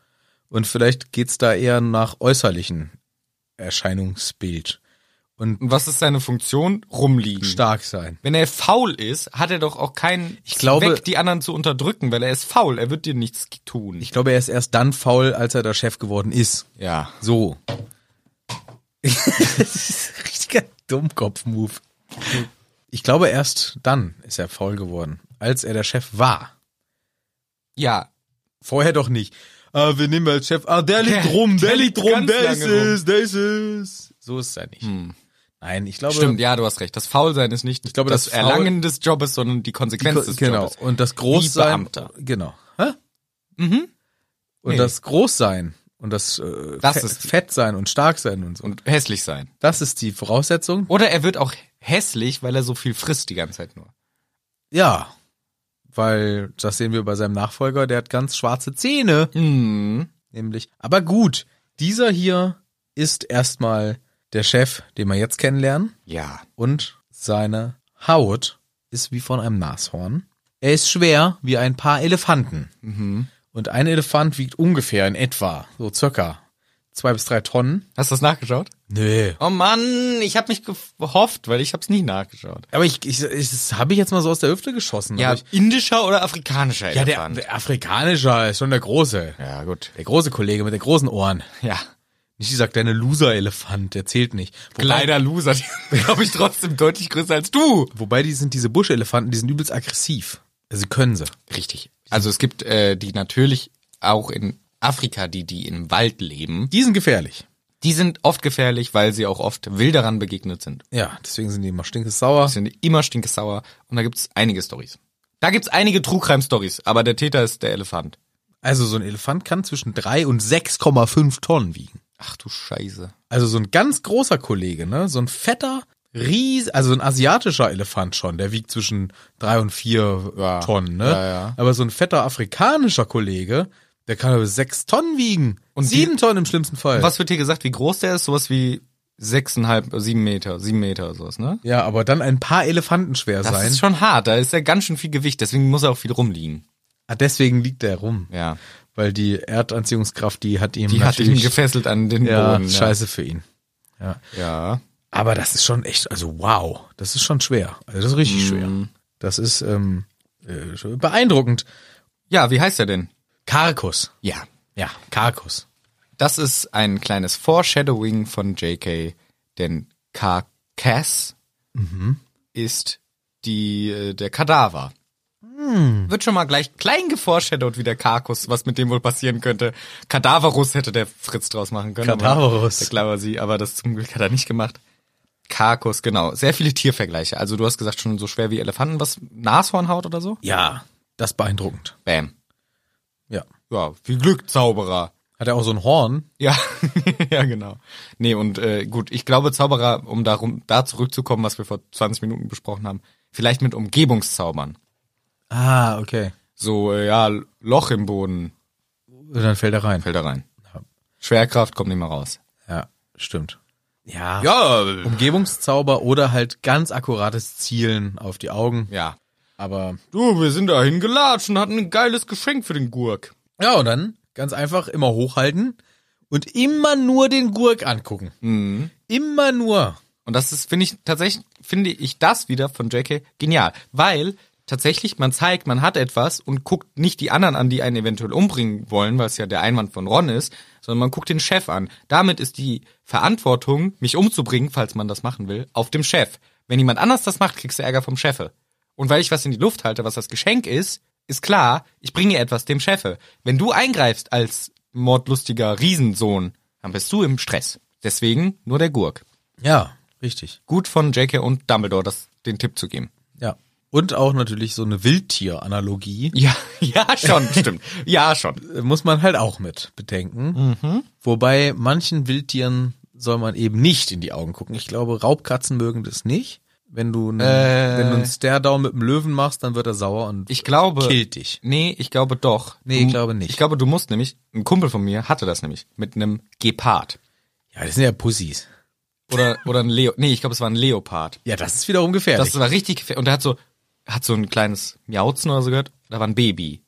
Speaker 1: Und vielleicht geht's da eher nach äußerlichen Erscheinungsbild. und
Speaker 2: Und was ist seine Funktion? Rumliegen.
Speaker 1: stark sein.
Speaker 2: Wenn er faul ist, hat er doch auch keinen ich
Speaker 1: glaube-
Speaker 2: Zweck, die anderen zu unterdrücken, weil er ist faul. Er wird dir nichts tun.
Speaker 1: Ich glaube, er ist erst dann faul, als er der Chef geworden ist.
Speaker 2: ja.
Speaker 1: So. das ist ein richtiger Dummkopf-Move. Ich glaube, erst dann ist er faul geworden, als er der Chef war.
Speaker 2: Ja.
Speaker 1: Vorher doch nicht. Ah, wir nehmen als Chef. Ah, der liegt rum, der,
Speaker 2: der
Speaker 1: liegt
Speaker 2: liegt
Speaker 1: rum,
Speaker 2: ganz
Speaker 1: der ist
Speaker 2: lange rum. Hm.
Speaker 1: es, der ist es. So ist er nicht. Nein, ich glaube.
Speaker 2: Stimmt, ja, du hast recht. Das Faulsein ist nicht ich
Speaker 1: glaube,
Speaker 2: das,
Speaker 1: das Faul-
Speaker 2: Erlangen des Jobes, sondern die
Speaker 1: die-
Speaker 2: Konsequenz des
Speaker 1: genau.
Speaker 2: Jobes.
Speaker 1: Und das Großsein.
Speaker 2: Wie Beamter.
Speaker 1: Genau. Hä?
Speaker 2: Mhm.
Speaker 1: Und
Speaker 2: Nee.
Speaker 1: das Großsein und das, äh,
Speaker 2: Das
Speaker 1: Fe-
Speaker 2: ist-
Speaker 1: Fettsein und Starksein und so.
Speaker 2: Und hässlich sein.
Speaker 1: das ist die Voraussetzung.
Speaker 2: Oder er wird auch hässlich, weil er so viel frisst die ganze Zeit nur.
Speaker 1: Ja. Weil das sehen wir bei seinem Nachfolger, der hat ganz schwarze Zähne,
Speaker 2: Mhm.
Speaker 1: nämlich. Aber gut, dieser hier ist erstmal der Chef, den wir jetzt kennenlernen.
Speaker 2: Ja.
Speaker 1: und seine Haut ist wie von einem Nashorn. Er ist schwer wie ein paar Elefanten.
Speaker 2: Mhm.
Speaker 1: Und ein Elefant wiegt ungefähr in etwa, so circa, zwei bis drei Tonnen.
Speaker 2: Hast du das nachgeschaut?
Speaker 1: Nee.
Speaker 2: Oh Mann, ich habe mich gehofft, weil ich habe es nie nachgeschaut.
Speaker 1: Aber ich, ich, ich das habe ich jetzt mal so aus der Hüfte geschossen.
Speaker 2: Ja,
Speaker 1: aber ich,
Speaker 2: indischer oder afrikanischer
Speaker 1: ja der,
Speaker 2: Elefant?
Speaker 1: der afrikanische ist schon der große.
Speaker 2: ja, gut.
Speaker 1: Der große Kollege mit den großen Ohren.
Speaker 2: Ja.
Speaker 1: Nicht dieser kleine Loser-Elefant, der zählt nicht. Wobei-
Speaker 2: Kleiner Loser, glaube ich trotzdem deutlich größer als du.
Speaker 1: Wobei die sind diese Buschelefanten, die sind übelst aggressiv. Also sie können sie.
Speaker 2: Richtig. Also es gibt äh, die natürlich auch in Afrika, die die im Wald leben.
Speaker 1: Die sind gefährlich.
Speaker 2: Die sind oft gefährlich, weil sie auch oft Wilderern begegnet sind.
Speaker 1: Ja, deswegen sind die immer stinkesauer.
Speaker 2: Die sind immer stinkesauer und da gibt's einige Stories. Da gibt's einige True Crime Stories, aber der Täter ist der Elefant.
Speaker 1: Also so ein Elefant kann zwischen 3 und 6,5 Tonnen wiegen.
Speaker 2: Ach du Scheiße.
Speaker 1: Also so ein ganz großer Kollege, ne? So ein fetter, ries, also ein asiatischer Elefant schon, der wiegt zwischen 3 und 4
Speaker 2: Ja,
Speaker 1: Tonnen, ne?
Speaker 2: ja, ja.
Speaker 1: Aber so ein fetter afrikanischer Kollege, der kann aber 6 Tonnen wiegen. Und 7 Tonnen im schlimmsten Fall.
Speaker 2: Was wird hier gesagt, wie groß der ist? Sowas wie sechseinhalb, sieben Meter, sieben Meter sowas, ne?
Speaker 1: Ja, aber dann ein paar Elefanten schwer
Speaker 2: Das
Speaker 1: sein.
Speaker 2: ist schon hart, da ist ja ganz schön viel Gewicht, deswegen muss er auch viel rumliegen.
Speaker 1: ah, deswegen liegt der rum.
Speaker 2: Ja.
Speaker 1: Weil die Erdanziehungskraft, die hat ihm
Speaker 2: Die hat ihn
Speaker 1: natürlich-
Speaker 2: gefesselt an den
Speaker 1: ja,
Speaker 2: Boden.
Speaker 1: scheiße für ihn.
Speaker 2: Ja.
Speaker 1: Aber das ist schon echt, also wow, das ist schon schwer. Also das ist richtig schwer. Das ist ähm, äh, schon beeindruckend.
Speaker 2: Ja, wie heißt er denn?
Speaker 1: Karkus.
Speaker 2: Ja.
Speaker 1: Ja, Karkus.
Speaker 2: Das ist ein kleines Foreshadowing von JK, denn Carcass ist die, äh, der Kadaver. Wird schon mal gleich klein geforeshadowt wie der Karkus, was mit dem wohl passieren könnte. Kadaverus hätte der Fritz draus machen können. aber
Speaker 1: Kadaverus.
Speaker 2: Der Klauer sie, aber das zum Glück hat er nicht gemacht. Karkus, genau. Sehr viele Tiervergleiche. Also du hast gesagt, schon so schwer wie Elefanten, was Nashornhaut oder so?
Speaker 1: Ja, das ist beeindruckend.
Speaker 2: Bam.
Speaker 1: Ja.
Speaker 2: Ja, viel Glück, Zauberer.
Speaker 1: Hat er auch so ein Horn?
Speaker 2: Ja, ja, genau. Nee, und äh, gut, ich glaube, Zauberer, um darum da zurückzukommen, was wir vor 20 Minuten besprochen haben, vielleicht mit Umgebungszaubern.
Speaker 1: Ah, okay.
Speaker 2: So, äh, ja, Loch im Boden
Speaker 1: Und dann fällt er rein.
Speaker 2: fällt da rein.
Speaker 1: Ja.
Speaker 2: Schwerkraft kommt nicht mehr raus.
Speaker 1: Ja, stimmt. Ja.
Speaker 2: Ja,
Speaker 1: Umgebungszauber oder halt ganz akkurates Zielen auf die Augen.
Speaker 2: ja.
Speaker 1: Aber
Speaker 2: Du, wir sind dahin gelatscht und hatten ein geiles Geschenk für den Gurk.
Speaker 1: ja, und dann ganz einfach immer hochhalten und immer nur den Gurk angucken.
Speaker 2: Mhm.
Speaker 1: Immer nur.
Speaker 2: Und das ist, finde ich, tatsächlich, finde ich das wieder von JK genial. Weil tatsächlich man zeigt, man hat etwas und guckt nicht die anderen an, die einen eventuell umbringen wollen, was ja der Einwand von Ron ist, sondern man guckt den Chef an. Damit ist die Verantwortung, mich umzubringen, falls man das machen will, auf dem Chef. Wenn jemand anders das macht, kriegst du Ärger vom Chefe. Und weil ich was in die Luft halte, was das Geschenk ist, ist klar, ich bringe etwas dem Chefe. Wenn du eingreifst als mordlustiger Riesensohn, dann bist du im Stress. Deswegen nur der Gurk
Speaker 1: Ja, richtig.
Speaker 2: gut von JK und Dumbledore, das, den Tipp zu geben.
Speaker 1: Ja. Und auch natürlich so eine Wildtier-Analogie
Speaker 2: Ja, ja, schon, stimmt. Ja, schon.
Speaker 1: äh, muss man halt auch mit bedenken.
Speaker 2: Mhm.
Speaker 1: Wobei manchen Wildtieren soll man eben nicht in die Augen gucken. Ich glaube, Raubkatzen mögen das nicht. Wenn du einen, wenn du einen Stairdown mit dem Löwen machst, dann wird er sauer und
Speaker 2: Äh. Ich glaube.
Speaker 1: killt dich.
Speaker 2: Nee, ich glaube doch.
Speaker 1: Nee, ich glaube nicht.
Speaker 2: Ich glaube, du musst nämlich, ein Kumpel von mir hatte das nämlich, mit einem Gepard.
Speaker 1: Ja, das sind ja Pussys.
Speaker 2: Oder, oder ein Leo, nee, ich glaube, es war ein Leopard.
Speaker 1: Ja, das ist wiederum gefährlich.
Speaker 2: Das war richtig gefährlich. Und er hat so, hat so ein kleines Miauzen oder so gehört. Da war ein Baby.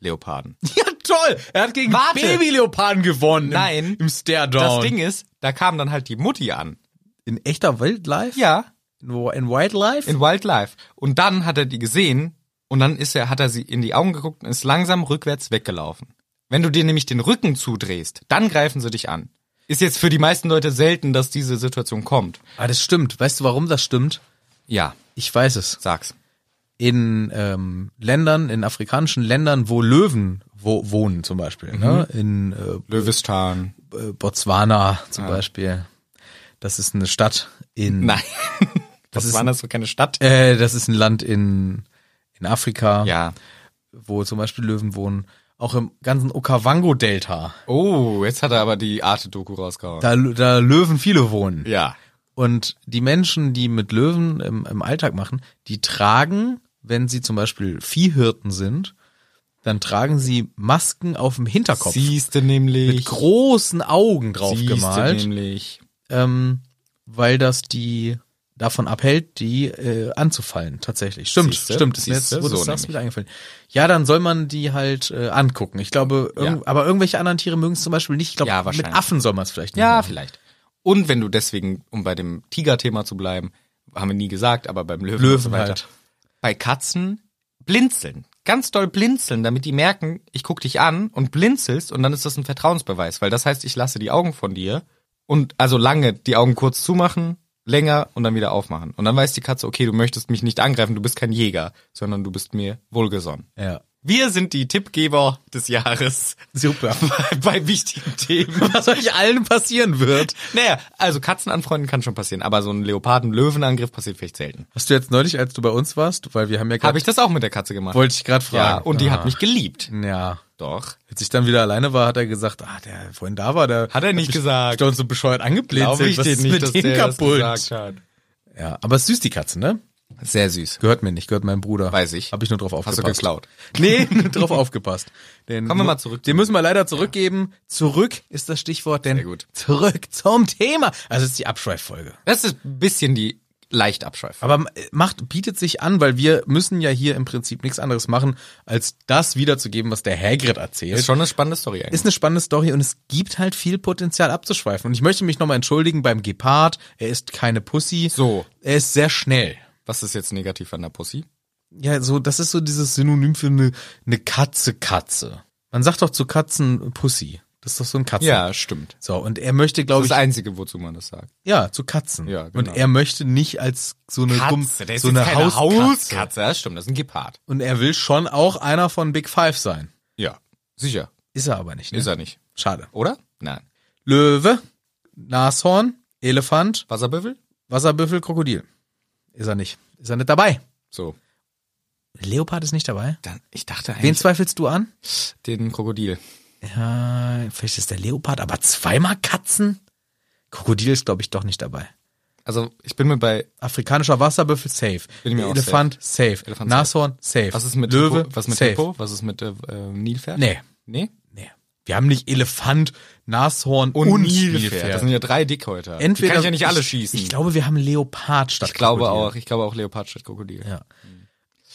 Speaker 2: Leoparden.
Speaker 1: ja, toll. Er hat gegen
Speaker 2: Warte.
Speaker 1: Babyleoparden gewonnen.
Speaker 2: Nein.
Speaker 1: Im, im Stairdown.
Speaker 2: Das Ding ist, da kam dann halt die Mutti an.
Speaker 1: In echter Wildlife?
Speaker 2: Ja,
Speaker 1: In, in Wildlife?
Speaker 2: in Wildlife. Und dann hat er die gesehen und dann ist er, hat er sie in die Augen geguckt und ist langsam rückwärts weggelaufen. Wenn du dir nämlich den Rücken zudrehst, dann greifen sie dich an. Ist jetzt für die meisten Leute selten, dass diese Situation kommt.
Speaker 1: ah, das stimmt. Weißt du, warum das stimmt?
Speaker 2: Ja,
Speaker 1: Ich weiß es.
Speaker 2: sag's.
Speaker 1: in ähm, Ländern, in afrikanischen Ländern, wo Löwen wo, wohnen zum Beispiel. Ne?
Speaker 2: Mhm.
Speaker 1: In äh,
Speaker 2: Löwistan.
Speaker 1: äh, Botswana zum Beispiel. Das ist eine Stadt in.
Speaker 2: Ah. Nein.
Speaker 1: Das
Speaker 2: Das
Speaker 1: ist-
Speaker 2: war das so keine Stadt.
Speaker 1: Äh, das ist ein Land in, in Afrika,
Speaker 2: Ja.
Speaker 1: wo zum Beispiel Löwen wohnen. Auch im ganzen Okavango-Delta,
Speaker 2: Oh, jetzt hat er aber die Arte-Doku rausgehauen.
Speaker 1: da, da Löwen viele wohnen.
Speaker 2: ja.
Speaker 1: Und die Menschen, die mit Löwen im, im Alltag machen, die tragen, wenn sie zum Beispiel Viehhirten sind, dann tragen sie Masken auf dem Hinterkopf.
Speaker 2: Siehste nämlich.
Speaker 1: mit großen Augen drauf
Speaker 2: Siehste
Speaker 1: gemalt,
Speaker 2: nämlich.
Speaker 1: ähm, weil das die davon abhält, die äh, anzufallen, tatsächlich. Stimmt,
Speaker 2: Siehste,
Speaker 1: stimmt. Ist mir jetzt,
Speaker 2: siehste,
Speaker 1: wo du
Speaker 2: so
Speaker 1: das sagst,
Speaker 2: nämlich.
Speaker 1: wieder eingefallen. Ja, dann soll man die halt äh, angucken. Ich glaube, irg
Speaker 2: Ja.
Speaker 1: aber irgendwelche anderen Tiere mögen es zum Beispiel nicht. Ich glaube,
Speaker 2: Ja,
Speaker 1: mit
Speaker 2: wahrscheinlich.
Speaker 1: Affen soll man es vielleicht nicht
Speaker 2: Ja,
Speaker 1: machen.
Speaker 2: vielleicht. Und wenn du deswegen, um bei dem Tiger-Thema zu bleiben, haben wir nie gesagt, aber beim Löwen,
Speaker 1: Löwen
Speaker 2: und so weiter.
Speaker 1: halt.
Speaker 2: Bei Katzen blinzeln. Ganz doll blinzeln, damit die merken, ich guck dich an und blinzelst und dann ist das ein Vertrauensbeweis, weil das heißt, ich lasse die Augen von dir und also lange die Augen kurz zumachen, länger und dann wieder aufmachen. Und dann weiß die Katze, okay, du möchtest mich nicht angreifen, du bist kein Jäger, sondern du bist mir wohlgesonnen.
Speaker 1: Ja.
Speaker 2: Wir sind die Tippgeber des Jahres
Speaker 1: Super.
Speaker 2: bei, bei wichtigen Themen.
Speaker 1: Was euch allen passieren wird.
Speaker 2: Naja, also Katzen anfreunden kann schon passieren, aber so ein Leoparden-Löwenangriff passiert vielleicht selten.
Speaker 1: Hast du jetzt neulich, als du bei uns warst, weil wir haben ja
Speaker 2: Habe
Speaker 1: gerade,
Speaker 2: ich das auch mit der Katze gemacht?
Speaker 1: wollte ich gerade
Speaker 2: ja,
Speaker 1: fragen.
Speaker 2: und die hat
Speaker 1: Ah.
Speaker 2: mich geliebt.
Speaker 1: Ja.
Speaker 2: Doch.
Speaker 1: Als ich dann wieder alleine war, hat er gesagt, ah, der vorhin da war, der
Speaker 2: Hat er nicht
Speaker 1: mich-
Speaker 2: gesagt.
Speaker 1: hat uns so bescheuert angeblinzelt.
Speaker 2: Glaube ich
Speaker 1: Was
Speaker 2: dir
Speaker 1: ist
Speaker 2: nicht,
Speaker 1: mit
Speaker 2: dass
Speaker 1: denen
Speaker 2: der
Speaker 1: kaputt?
Speaker 2: das gesagt hat.
Speaker 1: Ja, aber es ist süß die Katze, ne?
Speaker 2: Sehr süß.
Speaker 1: Gehört mir nicht, gehört meinem Bruder.
Speaker 2: Weiß ich.
Speaker 1: Habe ich nur drauf
Speaker 2: Hast
Speaker 1: aufgepasst.
Speaker 2: du geklaut.
Speaker 1: Nee, nur drauf aufgepasst. Den,
Speaker 2: Kommen wir mal zurück.
Speaker 1: Den müssen wir leider zurückgeben. Zurück ist das Stichwort, denn
Speaker 2: Sehr gut.
Speaker 1: zurück zum Thema. Also es ist die Abschweiffolge.
Speaker 2: Das ist ein bisschen die leicht abschweifen.
Speaker 1: Aber äh, macht bietet sich an, weil wir müssen ja hier im Prinzip nichts anderes machen, als das wiederzugeben, was der Hagrid erzählt.
Speaker 2: Ist schon eine spannende Story eigentlich.
Speaker 1: ist eine spannende Story und es gibt halt viel Potenzial abzuschweifen. Und ich möchte mich nochmal entschuldigen beim Gepard. Er ist keine Pussy.
Speaker 2: So.
Speaker 1: Er ist sehr schnell.
Speaker 2: Was ist jetzt negativ an der Pussy?
Speaker 1: Ja, so, das ist so dieses Synonym für eine, eine Katze, Katze. Man sagt doch zu Katzen Pussy. Das ist doch so ein Katzen.
Speaker 2: Ja, stimmt.
Speaker 1: So, und er möchte,
Speaker 2: Das
Speaker 1: glaube
Speaker 2: ist
Speaker 1: ich,
Speaker 2: das Einzige, wozu man das sagt.
Speaker 1: ja, zu Katzen.
Speaker 2: Ja, genau.
Speaker 1: Und er möchte nicht als so eine, Gum-
Speaker 2: der ist
Speaker 1: so
Speaker 2: jetzt
Speaker 1: eine
Speaker 2: keine
Speaker 1: Hauskatze.
Speaker 2: Hauskatze. Ja, stimmt, das ist ein Gepard.
Speaker 1: Und er will schon auch einer von Big Five sein.
Speaker 2: Ja, sicher.
Speaker 1: Ist er aber nicht. Ne?
Speaker 2: Ist er nicht.
Speaker 1: Schade.
Speaker 2: Oder? Nein.
Speaker 1: Löwe, Nashorn, Elefant,
Speaker 2: Wasserbüffel?
Speaker 1: Wasserbüffel, Krokodil. Ist er nicht. Ist er nicht dabei.
Speaker 2: So.
Speaker 1: Leopard ist nicht dabei.
Speaker 2: Dann, ich dachte
Speaker 1: Wen
Speaker 2: eigentlich
Speaker 1: zweifelst du an?
Speaker 2: den Krokodil.
Speaker 1: Ja, Äh, vielleicht ist der Leopard, aber zweimal Katzen? Krokodil ist, glaube ich, doch nicht dabei.
Speaker 2: Also ich bin mir bei.
Speaker 1: Afrikanischer Wasserbüffel, safe.
Speaker 2: Bin ich mir auch
Speaker 1: Elefant, safe.
Speaker 2: Elefant, safe.
Speaker 1: Nashorn, safe.
Speaker 2: Was ist mit
Speaker 1: Löwe?
Speaker 2: Hippo? Was mit
Speaker 1: safe.
Speaker 2: Hippo? Was ist mit äh, äh, Nilpferd?
Speaker 1: Nee.
Speaker 2: Nee?
Speaker 1: Nee. Wir haben nicht Elefant, Nashorn und, Nilpferd.
Speaker 2: Das sind ja drei Dickhäuter.
Speaker 1: Entweder
Speaker 2: Die kann ich ja nicht alle
Speaker 1: ich,
Speaker 2: schießen.
Speaker 1: Ich glaube, wir haben Leopard statt
Speaker 2: Ich glaube
Speaker 1: Krokodil.
Speaker 2: auch. Ich glaube auch Leopard statt Krokodil.
Speaker 1: Ja.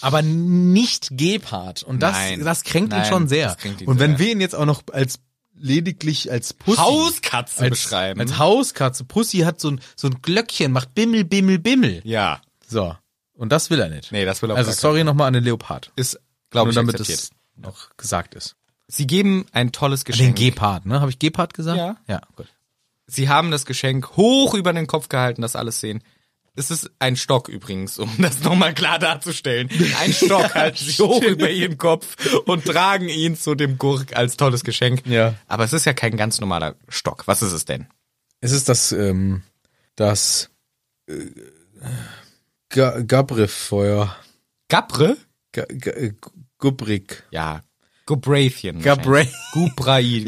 Speaker 1: Aber nicht Gepard. Und das,
Speaker 2: Nein.
Speaker 1: das kränkt ihn
Speaker 2: Nein,
Speaker 1: schon sehr.
Speaker 2: das kränkt ihn
Speaker 1: Und wenn
Speaker 2: sehr.
Speaker 1: wir ihn jetzt auch noch als lediglich als Pussy
Speaker 2: Hauskatze
Speaker 1: als,
Speaker 2: beschreiben.
Speaker 1: Als Hauskatze. Pussy hat so ein, so ein Glöckchen, macht Bimmel, Bimmel, Bimmel.
Speaker 2: ja.
Speaker 1: So. Und das will er nicht.
Speaker 2: Nee, das will er
Speaker 1: Also
Speaker 2: gar keinen.
Speaker 1: sorry nochmal an den Leopard.
Speaker 2: Ist, glaube
Speaker 1: Nur
Speaker 2: ich,
Speaker 1: damit
Speaker 2: akzeptiert.
Speaker 1: es noch gesagt ist.
Speaker 2: Sie geben ein tolles
Speaker 1: Den
Speaker 2: Geschenk.
Speaker 1: Gepard, ne? Habe ich Gepard gesagt?
Speaker 2: Ja.
Speaker 1: Ja, gut.
Speaker 2: Sie haben das Geschenk hoch über den Kopf gehalten, das alles sehen. Es ist ein Stock übrigens, um das nochmal klar darzustellen. Ein Stock halten sie hoch über ihren Kopf und tragen ihn zu dem Gurk als tolles Geschenk.
Speaker 1: Ja.
Speaker 2: Aber es ist ja kein ganz normaler Stock. Was ist es denn?
Speaker 1: Es ist das, ähm, das äh, Ga- Gabriff-Feuer.
Speaker 2: Gabre?
Speaker 1: Ga- Ga- äh, Gubrik.
Speaker 2: Ja. Gubrathian.
Speaker 1: Gubra-
Speaker 2: wahrscheinlich. Gubrail.